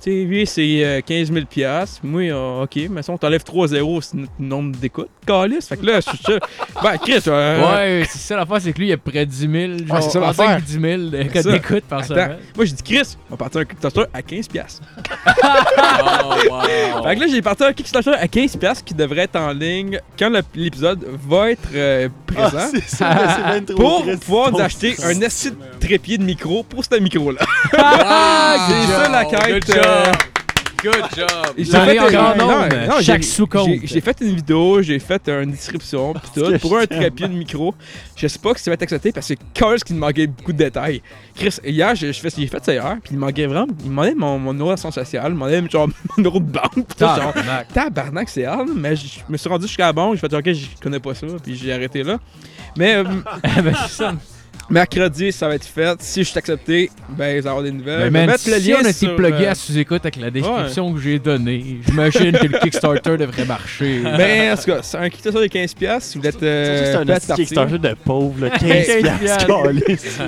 Speaker 6: tu sais, lui, c'est euh, 15 000 piastres. Moi, euh, ok, mais si on t'enlève 3-0, c'est notre nombre d'écoutes. Calice. Fait que là, je suis sûr. Ben, Chris, euh,
Speaker 3: Ouais, c'est ça l'affaire, c'est que lui, il a près de 10 000, genre
Speaker 6: Ouais, c'est ça
Speaker 3: en
Speaker 6: l'affaire.
Speaker 3: cinq, 10 000 de
Speaker 6: C'est
Speaker 3: code
Speaker 6: ça.
Speaker 3: d'écoute par
Speaker 6: Attends.
Speaker 3: semaine.
Speaker 6: Moi, j'ai dit, Chris, on va partir un Kickstarter à 15 piastres.
Speaker 4: Oh, wow.
Speaker 6: Fait que là, j'ai parti un Kickstarter à 15 piastres qui devrait être en ligne quand le- l'épisode va être euh, présent.
Speaker 5: Ah, c'est ça, c'est bien trop
Speaker 6: pour
Speaker 5: triste.
Speaker 6: pouvoir nous
Speaker 5: Donc,
Speaker 6: acheter un acide trépied de micro pour ce micro-là. ah, c'est ça la
Speaker 4: Good
Speaker 6: quête. euh,
Speaker 4: job. Good job.
Speaker 6: J'ai
Speaker 3: J'en ai
Speaker 6: fait
Speaker 3: en
Speaker 6: un-
Speaker 3: grand
Speaker 6: non,
Speaker 3: nombre,
Speaker 6: non, j'ai-
Speaker 3: chaque sous compte.
Speaker 6: j'ai- J'ai fait une vidéo, j'ai fait une description, pis tout,
Speaker 5: que
Speaker 6: pour
Speaker 5: je
Speaker 6: un
Speaker 5: t'aime.
Speaker 6: trépied de micro. Je sais pas si ça va être accepté parce que Curse qui me manquait beaucoup de détails. Chris, hier, je, je fais, j'ai fait ça hier, puis il me manquait vraiment. Il me demandait mon, mon numéro d'assurance sociale, il me demandait genre mon numéro de banque, pis tout, genre.
Speaker 3: Tabarnak.
Speaker 6: Tabarnak, c'est hard, mais je je me suis rendu jusqu'à la banque, j'ai fait, ok, je connais pas ça, puis j'ai arrêté là. Mais. euh,
Speaker 3: ben, c'est ça.
Speaker 6: Mercredi, ça va être fait. Si je suis accepté, ben, vous allez avoir des nouvelles.
Speaker 3: Mais
Speaker 6: Je vais
Speaker 3: man,
Speaker 6: mettre
Speaker 3: si
Speaker 6: le lien
Speaker 3: on a été
Speaker 6: sur,
Speaker 3: plugué
Speaker 6: euh,
Speaker 3: à sous-écoute avec la description que j'ai donnée, j'imagine que le Kickstarter devrait marcher.
Speaker 6: Ben, en tout cas, c'est un Kickstarter de 15$. Si vous êtes.
Speaker 5: C'est
Speaker 6: Euh,
Speaker 5: un
Speaker 6: prêt à
Speaker 5: petit
Speaker 6: partir.
Speaker 5: Kickstarter de pauvre, là, 15 Ben, piastres, câlisse.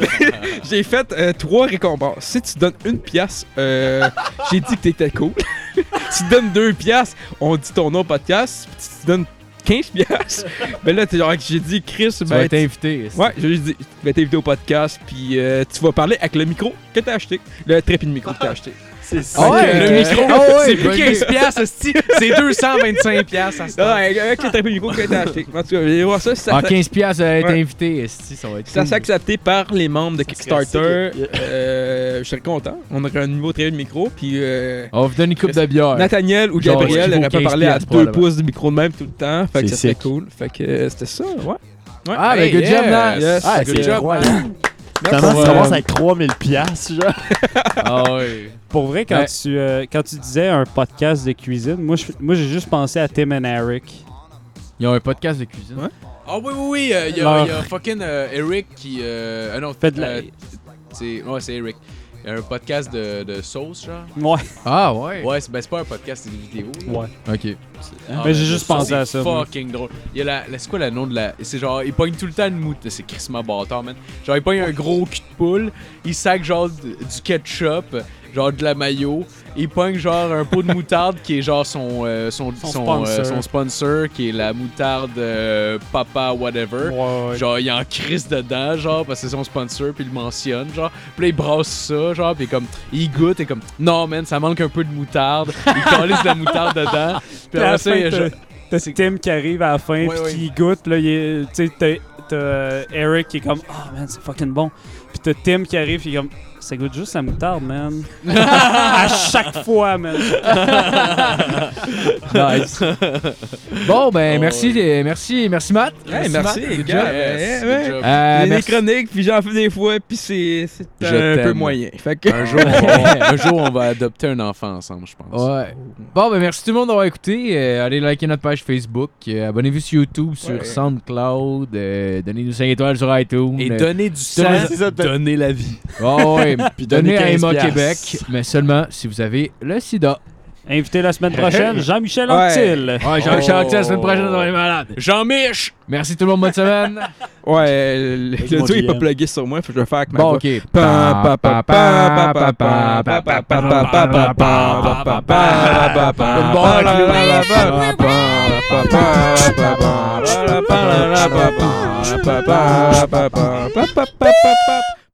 Speaker 6: J'ai fait euh, trois récompenses. Si tu donnes une pièce, euh, j'ai dit que t'étais cool. si tu donnes deux pièces, on dit ton nom au podcast. Puis Si tu donnes 15 pièces, ben là, t'es genre, j'ai dit Chris,
Speaker 3: tu vas
Speaker 6: ben.
Speaker 3: être invité. c'est-
Speaker 6: Ouais, j'ai juste dit, tu vas t'inviter au podcast, puis euh, tu vas parler avec le micro que t'as acheté. Le trépied de micro que t'as acheté.
Speaker 5: C'est
Speaker 3: Ah
Speaker 5: ça.
Speaker 3: ouais,
Speaker 6: que-
Speaker 3: le micro,
Speaker 4: C'est
Speaker 3: c'est
Speaker 4: plus
Speaker 3: plus
Speaker 4: 15 piastres, esti. c'est 225 piastres à ce
Speaker 6: Non,
Speaker 4: temps.
Speaker 6: avec avec le trépied de micro que euh, t'as acheté. En tout cas, allez voir ça, si ça
Speaker 3: En 15 Ah, piastres, à être
Speaker 6: Ouais.
Speaker 3: invité, esti, ça va être
Speaker 6: Ça
Speaker 3: cool.
Speaker 6: s'est accepté par les membres de Kickstarter.
Speaker 5: sick.
Speaker 6: Euh, je serais content. On aurait un nouveau trépied de micro, puis. euh,
Speaker 3: On vous donne une coupe de bière.
Speaker 6: Nathaniel ou
Speaker 3: Genre,
Speaker 6: Gabriel
Speaker 3: il vaut
Speaker 6: n'aurait pas
Speaker 3: 15
Speaker 6: parlé à
Speaker 3: piastres,
Speaker 6: deux
Speaker 3: probablement.
Speaker 6: pouces du micro de même tout le temps. Fait que
Speaker 5: C'est
Speaker 6: c'était
Speaker 5: sick.
Speaker 6: cool. Fait que euh, c'était ça, ouais. ouais.
Speaker 3: Ah, ben,
Speaker 4: Hey,
Speaker 3: good job,
Speaker 4: yes.
Speaker 3: man.
Speaker 6: Yes.
Speaker 5: Ah,
Speaker 4: Good
Speaker 5: c'est
Speaker 4: job,
Speaker 5: incroyable. Ça
Speaker 3: Pour, euh,
Speaker 5: commence avec 3000 piastres, genre.
Speaker 3: Ah ouais.
Speaker 7: Pour vrai, quand,
Speaker 3: Ouais.
Speaker 7: tu, euh, quand tu disais un podcast de cuisine, moi, je- moi j'ai juste pensé à Tim and Eric.
Speaker 3: Ils ont un podcast de cuisine.
Speaker 6: Ouais.
Speaker 4: Ah oui, oui, oui, euh, il y, a- il y a fucking euh, Eric qui... euh, ah non,
Speaker 7: Fait de la-
Speaker 4: euh, c'est- ouais, c'est Eric. Il y a un podcast de, de sauce, genre.
Speaker 7: Ouais.
Speaker 3: Ah ouais.
Speaker 4: Ouais, c'est ben, c'est pas un podcast, c'est des vidéos. là.
Speaker 7: Ouais.
Speaker 3: Ok.
Speaker 4: Ah,
Speaker 7: Mais j'ai
Speaker 4: ben,
Speaker 7: juste
Speaker 4: ça,
Speaker 7: pensé
Speaker 4: c'est
Speaker 7: à ça, moi.
Speaker 4: fucking drôle. Il y a la... la- C'est quoi le nom de la... C'est genre, il pogne tout le temps une mouton. C'est crissement bâtard, man. Genre, il pogne un gros cul de poule, il sac genre d- du ketchup, genre de la mayo, il pogne genre un pot de moutarde qui est genre son... euh, son,
Speaker 7: Son
Speaker 4: euh,
Speaker 7: sponsor.
Speaker 4: son sponsor, qui est la moutarde euh, papa whatever. Genre, il en crise dedans, genre, parce que c'est son sponsor, puis il le mentionne, genre. Puis là, il brasse ça, genre, puis comme, il goûte, et comme, non, man, ça manque un peu de moutarde. Il calisse de la moutarde dedans. Puis après
Speaker 7: à la
Speaker 4: ça, il y a
Speaker 7: fin,
Speaker 4: genre.
Speaker 7: T'as
Speaker 4: C'est-
Speaker 7: Tim qui arrive à la fin,
Speaker 4: Ouais,
Speaker 7: puis
Speaker 4: ouais.
Speaker 7: qui goûte, là, il est- tu sais, t'as- t'as euh, Eric qui est comme « Ah, man, c'est fucking bon ». Puis t'as Tim qui arrive, puis il est comme « Ça goûte juste la moutarde, man ». À chaque fois, man.
Speaker 3: Nice. bon, ben,
Speaker 4: Oh,
Speaker 3: merci, euh, merci, merci, Matt.
Speaker 6: Hey, merci,
Speaker 3: Matt.
Speaker 6: les
Speaker 3: Good
Speaker 6: gars.
Speaker 3: job.
Speaker 6: Ouais,
Speaker 4: Yes,
Speaker 6: ouais.
Speaker 4: good job.
Speaker 3: Euh,
Speaker 6: Il y a des
Speaker 3: merci.
Speaker 6: chroniques, puis j'en fais des fois, puis c'est c'est
Speaker 4: Je
Speaker 6: un peu
Speaker 4: t'aime.
Speaker 6: moyen. Fait que.
Speaker 4: Un jour, on va, un jour, on va adopter un enfant ensemble, je pense.
Speaker 3: Ouais. Bon, ben merci tout le monde d'avoir écouté. Euh, allez liker notre page Facebook. Euh, Abonnez-vous sur YouTube, sur
Speaker 6: Ouais.
Speaker 3: SoundCloud. Euh, Donnez-nous 5 étoiles sur iTunes.
Speaker 4: Et
Speaker 3: Euh,
Speaker 4: donner du sang,
Speaker 5: Ouais, c'est ça, t'as-
Speaker 4: donner la vie.
Speaker 3: Ah ouais.
Speaker 5: Puis
Speaker 3: Donnez
Speaker 5: donner
Speaker 3: à
Speaker 5: 15
Speaker 3: Emma
Speaker 5: piastres.
Speaker 3: Québec, mais seulement si vous avez le sida.
Speaker 7: Invité la semaine prochaine, Jean-Michel
Speaker 6: Ouais.
Speaker 7: Anctil.
Speaker 3: Ouais,
Speaker 4: Jean-Michel
Speaker 6: Oh.
Speaker 3: Jean-Michel
Speaker 4: Octet,
Speaker 3: la semaine prochaine dans les malades.
Speaker 4: Jean-Mich!
Speaker 3: Merci tout le monde, bonne semaine.
Speaker 6: Ben, Ouais, euh, le
Speaker 5: Vas-y, mon
Speaker 6: le dieu est pas
Speaker 5: GM.
Speaker 6: plugué sur moi, faut que je le fasse avec ma
Speaker 3: Bon,
Speaker 6: voix.
Speaker 3: ok.
Speaker 6: Pa, pa, pa, pa, pa, pa, pa, pa, pa, pa, pa, pa, pa, pa, pa, pa, pa, pa,
Speaker 3: Bon,
Speaker 6: pa,
Speaker 3: la-
Speaker 6: la- la- la- la-
Speaker 3: Bon,
Speaker 6: pa, pa, pa, pa, pa, pa, pa, pa, pa, pa, pa, pa, pa, pa, pa, pa.